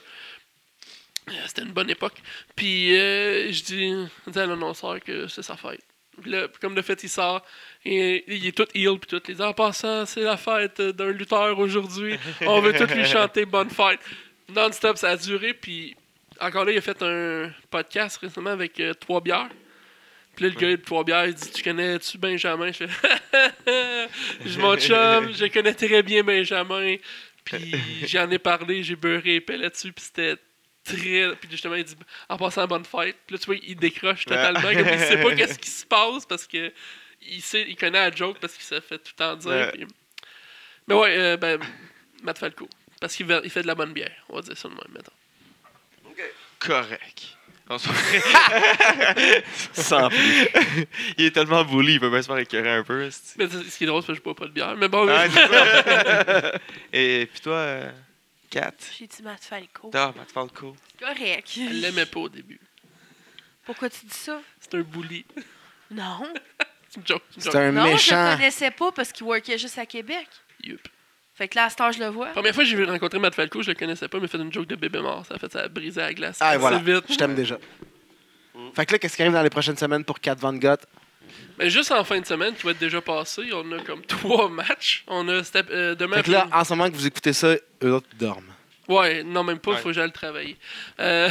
Euh, C'était une bonne époque. Puis euh, je dis, je dis à l'annonceur que c'est sa fête. Puis là, comme de fait, il sort, et il est tout heal, puis tout. Les en passant, c'est la fête euh, d'un lutteur aujourd'hui. On veut tous lui chanter bonne fête. Non-stop, ça a duré. Puis encore là, il a fait un podcast récemment avec euh, Trois Bières. Puis là, le gars de Trois Bières, il dit Tu connais-tu Benjamin Je fais [LAUGHS] Je m'en chum, je connais très bien Benjamin. Puis j'en ai parlé, j'ai beurré épais là-dessus, puis c'était très. Puis justement, il dit En passant, bonne fête. Puis là, tu vois, il décroche totalement, comme il sait pas qu'est-ce qui se passe parce que il, sait, il connaît la joke parce qu'il s'est fait tout le temps dire. Ouais. puis- Mais ouais, euh, ben, Matt Falco. Parce qu'il va- il fait de la bonne bière, on va dire ça le même, mettons. Correct. On [LAUGHS] se- Sans plus. il est tellement bully, il peut bien se faire écœurer un peu. esti. Mais c'est- ce qui est drôle, c'est que je bois pas de bière. Mais bon, Ah, c'est ça. [LAUGHS] Et puis toi, euh, Kat, J'ai dit Matt Falco. t'as Matt Falco. Correct. elle l'aimait pas au début. Pourquoi tu dis ça? C'est un bully. Non. C'est une joke. c'est C'est une joke. un non, je le méchant. connaissais pas parce qu'il workait juste à Québec. Yup. Fait que là, à cette heure, je le vois. Première fois que j'ai rencontré Matt Falco, je le connaissais pas, mais il fait une joke de bébé mort. Ça a fait ça a brisé la glace. Ah, assez et voilà. vite. Je t'aime déjà. Fait que là, qu'est-ce qui arrive dans les prochaines semaines pour Kat Van Gogh? Mais juste en fin de semaine, qui va être déjà passé, on a comme trois matchs. On a step- euh, demain. Fait que là, ah. après- en ce moment que vous écoutez ça, eux autres dorment. Ouais, non, même pas, il Ouais. faut que j'aille travailler. Euh,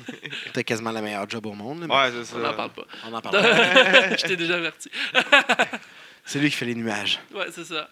[LAUGHS] T'as quasiment la meilleure job au monde, là, mais Ouais, c'est ça. on n'en parle pas. on en parle. [LAUGHS] je t'ai déjà averti. C'est lui qui fait les nuages Ouais, c'est ça.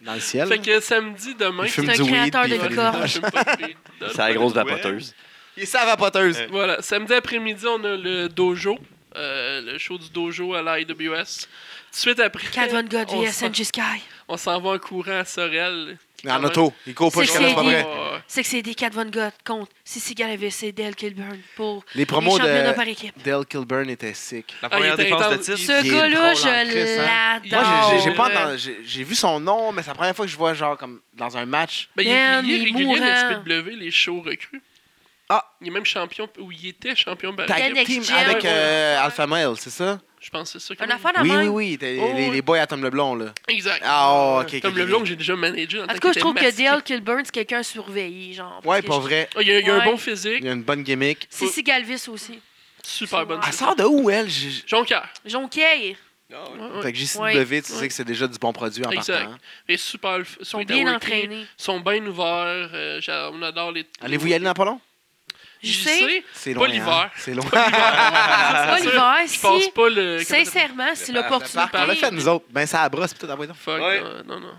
dans le ciel. Fait que samedi, demain. Il fume C'est un du weed, créateur puis de il fait les licorne. Ah, je nuages. sais pas, puis- [LAUGHS] C'est la grosse vapoteuse. Euh, Il est sa vapoteuse. Ouais. Voilà, samedi après-midi, on a le dojo, euh, le show du dojo à la IWS. Tout de suite après, Cat Von God on vs s'en- SNG Sky. on s'en va en courant à Sorel. Mais en auto. Il court pas C'est jusqu'à là, c'est pas dit. vrai. Ouais. C'est que c'est des Cat Von God contre Sissi Galavis et Dale Kilburn pour Les les promos championnats de par équipe. Dale Kilburn étaient sick. La Ah, il première était défense de intense. titre. Ce il est gars-là, drôle en Chris, je hein. l'adore. Moi, Moi, j'ai- j'ai j'ai pas Ouais. entendu- j'ai- j'ai vu son nom, mais c'est la première fois que je vois genre comme dans un match. Ben, il Man, est il est régulier, mourant. le SPW, les shows recrues. Ah! Il est même champion, ou il était champion baril. Tag Tag Next team Gen. avec euh, Ouais. Alpha Male, c'est ça? Je pense que c'est ça. Un qu'il a affaire de Oui, oui, même. oui. t'as- Oh, les, oui. les boys Atom Leblond, là. dit. Exact. Ah, ok. ok, Comme ok, le ok. blond que j'ai déjà managé. dans le En tout temps cas, qu'il je trouve que était Dale Kilburn, c'est quelqu'un à surveiller. Genre, Ouais, pour pas vrai. Ah, il y a, il y a un Ouais. bon Il physique, y a une bonne gimmick. Sissi Galvis aussi. super bonne. Ah, Elle sort de où, elle? J'ai- Jonquière. Jonquière. Ouais, Non, ouais. Fait que JCW, tu Ouais. sais que c'est déjà du bon produit en Exact. partant. hein. Et super f- Ils sont sweet à bien worker. entraînés. Ils sont bien ouverts. euh, j'a- on adore les. Allez-vous y aller dans pas long? Je J'y sais. sais. C'est Pas loin. hein. l'hiver. C'est loin. Pas sûr. l'hiver, Je pense si. pas le. Sincèrement, c'est Parc, [LAUGHS] on l'a fait, l'opportunité. nous autres. Ben, ça abrosse, peut-être, envoyez donc. Fuck, Ouais. non, non, non.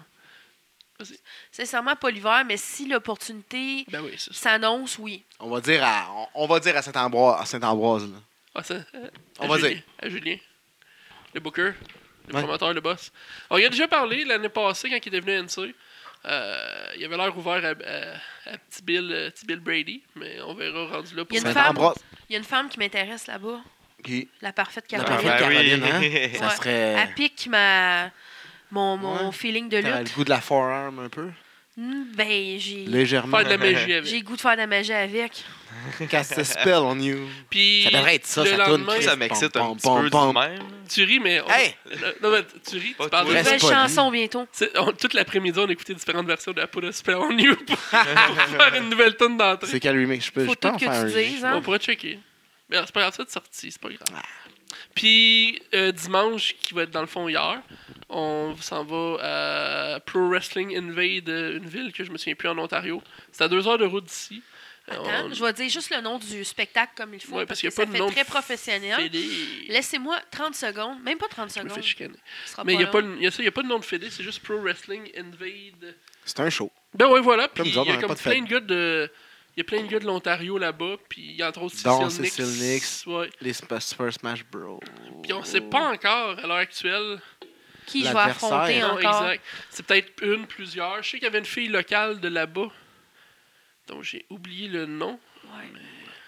Sincèrement, pas l'hiver, mais si l'opportunité Ben oui, c'est ça. s'annonce, oui. On va dire à, on, on va dire à Saint-Ambroise. à Saint-Ambroise, là. Ah, ça, euh, On à va Julien- dire. À Julien. Le booker. Le Ouais. promoteur, le boss. On y a déjà parlé l'année passée quand il était venu à NC. Euh, il avait l'air ouvert à, à, à petit, Bill, euh, petit Bill Brady, mais on verra rendu là Il pour y a une femme. Saint-Ambroise. Il y a une femme qui m'intéresse là-bas, Qui? la parfaite La Caroline. parfaite Caroline, oui. hein? Ça Ouais. Elle serait... pique ma... mon, mon Ouais. feeling de T'as le lutte. goût de la forearm, un peu? Hmm, Ben, j'ai Légèrement. faire de la magie j'ai avec. le goût de faire de la magie avec. Cast a spell on you. Puis, Ça devrait être ça, le ça tourne. lendemain, Ça m'excite un hein. Pom, petit pom, peu pom. du même. tu ris, mais. on- Hey! Euh, Non, mais tu ris, Pas tu parles toi. de Reste Nouvelle pas chanson bientôt. C'est- on- toute l'après-midi, on écoutait différentes versions de la Put a Spell on You pour, [LAUGHS] pour faire une nouvelle tonne d'entrée. C'est quel remake? Je peux, Faut je peux tout en que faire tu un. dises, On hein. pourrait checker. Mais c'est pas grave, ça de sortie, c'est pas grave. Puis euh, dimanche, qui va être dans le fond hier, on s'en va à Pro Wrestling Invade, euh, une ville que je me souviens plus en Ontario. C'est à deux heures de route d'ici. Euh, Attends, on- Hein? je vais dire juste le nom du spectacle comme il faut, Ouais, parce parce qu'il que y a pas ça de fait nom très de professionnel. Fédé. Laissez-moi 30 secondes, même pas 30 Je me fais secondes. chicaner. ce sera Mais il n'y a, long. pas le- y a ça, y a pas de nom de Fédé, c'est juste Pro Wrestling Invade. C'est un show. Ben ouais, voilà. Puis Comme il y nous autres, on a a comme pas de plein fête. de gars de. Il y a plein de gars de l'Ontario là-bas, puis entre autres Cecil Dont Nix. Cecil Nix. Ouais. Les Sp- Super Smash Bros. Puis on sait pas encore à l'heure actuelle. Qui je vais l'adversaire. affronter Non, encore. exact. C'est peut-être une, plusieurs. Je sais qu'il y avait une fille locale de là-bas. Donc j'ai oublié le nom. Ouais.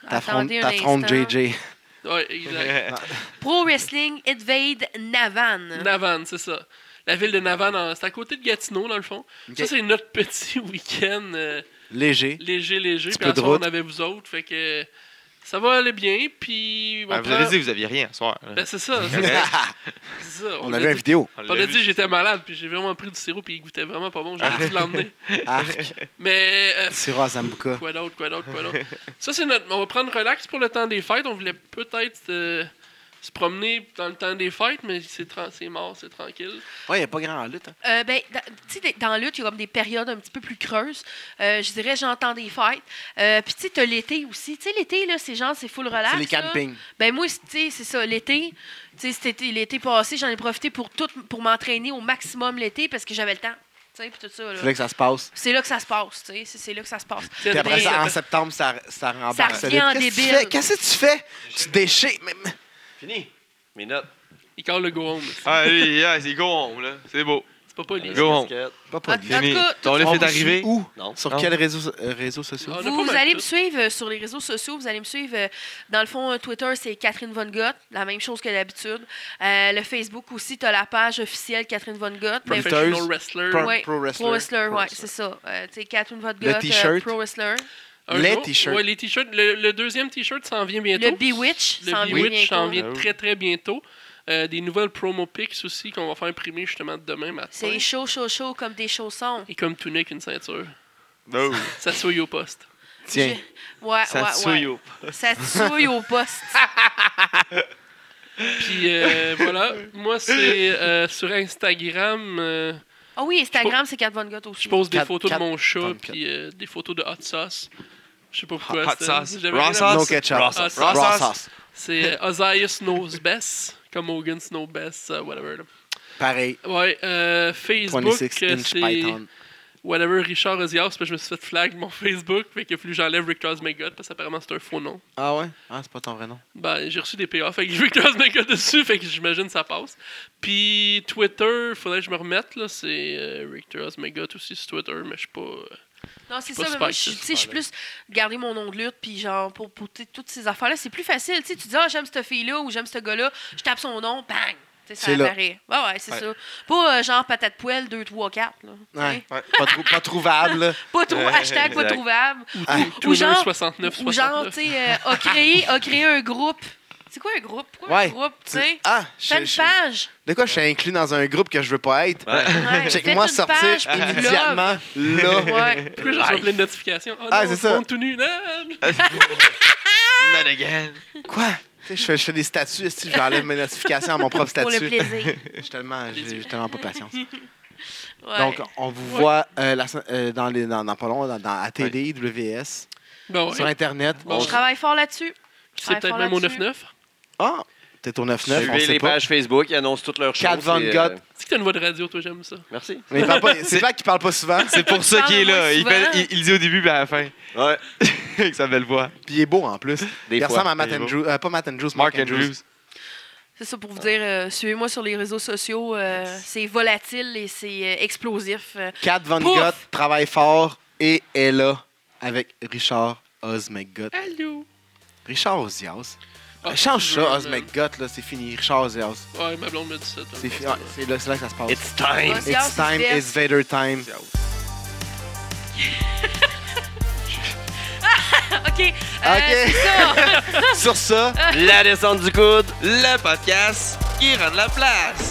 T'affrontes Attendez un t'affrontes instant. JJ. Ouais, [LAUGHS] exact. Pro Wrestling Invade Navan. Navan, c'est ça. La ville de Navan, en- c'est à côté de Gatineau, dans le fond. Ok. Ça, c'est notre petit [LAUGHS] week-end euh, Léger. léger, léger. Petit Puis peu en de soir, on route. avait vous autres. Fait que ça va aller bien. Puis. on Ben, Ah, vous prend- avez dit que vous aviez rien ce soir. là. Ben, [LAUGHS] c'est ça. c'est ça, on c'est ça. avait a une dit- [LAUGHS] vidéo. On On l'a a vu. dit j'étais malade, puis j'ai vraiment pris du sirop, puis il goûtait vraiment pas bon. J'ai envie de l'emmener. Arc, Mais euh, [LAUGHS] sirop à Zambuka. quoi d'autre, quoi d'autre, quoi d'autre. Ça, c'est notre. On va prendre relax pour le temps des fêtes. On voulait peut-être euh, se promener dans le temps des fêtes, mais c'est tran- c'est mort, c'est tranquille. Ouais, y a pas grand en lutte. hein. Euh, ben, dans, tu sais, des- dans la lutte, il y a comme des périodes un petit peu plus creuses. Euh, je dirais, j'entends des fêtes. Euh, Puis, tu sais, t'as l'été aussi. Tu sais, l'été, là, c'est genre, c'est full relax. C'est les là. campings. Ben, moi, c'est- tu sais, c'est ça, l'été. Tu sais, cet été- l'été passé, j'en ai profité pour tout, pour m'entraîner au maximum l'été parce que j'avais le temps. Tu sais, puis tout ça, là. C'est là que ça se passe. C'est là que ça se passe, tu sais. c'est- C'est là que ça se passe. Puis après Mais- ça, en septembre, ça, ça rembarque. revient en Qu'est-ce que tu débile. fais? Qu'est-ce que tu fais? Tu déchets. Mais- mais- Fini. Mes notes. Il call le go home. Ah oui, yeah, c'est con, là. C'est beau. C'est pas Euh, poli. Go home. Casquette. Pas En- en poli. tout cas, Ton On lift est vous arrivé. suit Où? Non. Sur Non. quel réseau, euh, réseau social? Ah, On a pas Vous, mal allez tout. me suivre euh, sur les réseaux sociaux. Vous allez me suivre. euh, Dans le fond, euh, Twitter, c'est Catherine Von Gott. La même chose que d'habitude. Euh, le Facebook aussi, tu as la page officielle Catherine Von Gott. mais- Professional Luteuse. wrestler. Pro- Ouais, Pro Wrestler. Pro Wrestler, Pro ouais, Wrestler. c'est ça. Euh, tu sais, Catherine Von Le Gott, euh, t-shirt. Pro Wrestler. Un Les jour- t-shirts. Ouais, les t-shirts. Le, le deuxième t-shirt s'en vient bientôt. Le Bewitch, Le s'en vient Bewitch s'en bientôt. vient Ah très très bientôt. Euh, des nouvelles promo pics aussi qu'on va faire imprimer justement demain matin. C'est chaud, chaud, chaud comme des chaussons. Et comme tunique, une ceinture. No. Ça souille au poste. Ah, Tiens. Ouais, Oh, Ça ouais, te ouais. souille au- Ça te souille [LAUGHS] au poste. Ah! Puis euh, voilà, moi c'est euh, sur Instagram, euh, Ah oui, Instagram, c'est Cat Von Gott aussi. je pose des Quatre- photos quatre- de mon chat, 34. puis euh, des photos de hot sauce. Je sais pas pourquoi. Hot c'est- sauce. j'avais Raw rien sauce. à- No ketchup. Raw sauce. Raw Raw sauce. C'est euh, Osias Knows Best, comme Hogan Knows Best, euh, whatever. là. Pareil. Ouais, euh, Facebook, 26 euh, inch c'est python. whatever Richard Osias, parce que je me suis fait flag mon [LAUGHS] Facebook, fait qu'il a fallu que j'enlève Rick Charles McGott, parce qu'apparemment c'est un faux nom. Ah ouais? Ah, c'est pas ton vrai nom. Ben, j'ai reçu des PA, fait que je veux que mec dessus, fait que j'imagine ça passe. Puis Twitter, faudrait que je me remette, là, c'est euh, Richter Osmegot aussi sur Twitter, mais je suis pas... euh, Non, c'est Pas ça, mais super moi, je suis- actif, tu sais, je suis plus garder mon nom de lutte, puis genre, pour, pour tu sais, toutes ces affaires-là, c'est plus facile. Tu sais, tu dis, ah, j'aime cette fille-là ou j'aime ce gars-là, je tape son nom, bang! Tu Tu sais, ça C'est là. apparaît. Ouais, ouais, c'est Ouais. ça. Pas euh, genre patate poêle 2, 3, 4. Là, Tu sais. Ouais. Pas, trou- pas trouvable. [LAUGHS] là. Pas trop, Ouais, hashtag pas exact. trouvable. Ah, Ou Tuner genre- 69, Ou genre, 69. tu sais, euh, a, créé, a créé un groupe. C'est quoi un groupe? Pourquoi un Ouais. groupe? Tu tu- sais, Ah, fais je, une je- page. de quoi je suis inclus dans un groupe que je veux pas être? Ouais. [LAUGHS] Ouais, Check-moi faites une sortir page, puis du immédiatement. [LAUGHS] Là. love. Ouais. Pourquoi j'ai reçu plein de notifications? Oh, Ah, non, c'est ça. Euh, on est tout nu. Non. Not again. Quoi? Tu sais, Je fais, je fais des statuts, esti, je vais enlever mes notifications à mon propre Pour le statut. [LAUGHS] plaisir. J'ai tellement, j'ai- j'ai tellement pas patience. Ouais. Donc, on vous voit euh, la se- euh, dans, les, dans, dans pas long, dans, dans- à télé, WS, Bon, sur Ben ouais. Internet. Bon, je travaille fort là-dessus. C'est peut-être même au 9-9. Ah! T'es au 9-9, on Suivez sait les pas. pages Facebook, ils annoncent toutes leurs choses. Kat Von et, euh, Gott. C'est que t'as une voix de radio, toi, j'aime ça. Merci. Mais il parle pas- C'est là qu'il parle pas souvent. C'est pour ça qu'il est là. Il, fait- il- il dit au début, puis à la fin. Ouais. [LAUGHS] Avec sa belle voix. Puis il est beau en plus. Des il fois. ressemble à Matt il est beau. Andrews. euh, pas Matt Andrews, Mark Andrews. C'est ça pour vous dire, euh, suivez-moi sur les réseaux sociaux. euh, c'est volatile et c'est euh, explosif. Euh, Kat Von Pouf! Gott travaille fort et est là avec Richard Oz McGott. Allô? Richard Ozias. Oh, Euh, Ah, Change je- ça, Oz McGott, là, c'est fini. Richard Ozias. Ouais, ma blonde me dit ça. toi. C'est fi- ouais, c'est là, c'est là que ça se passe. It's, It's time. Ozias, Euh, it's time, best. it's Vader time. [LAUGHS] OK. euh, Ok. c'est ça. [LAUGHS] Sur ça, La descente du coude. Le podcast qui rend la place.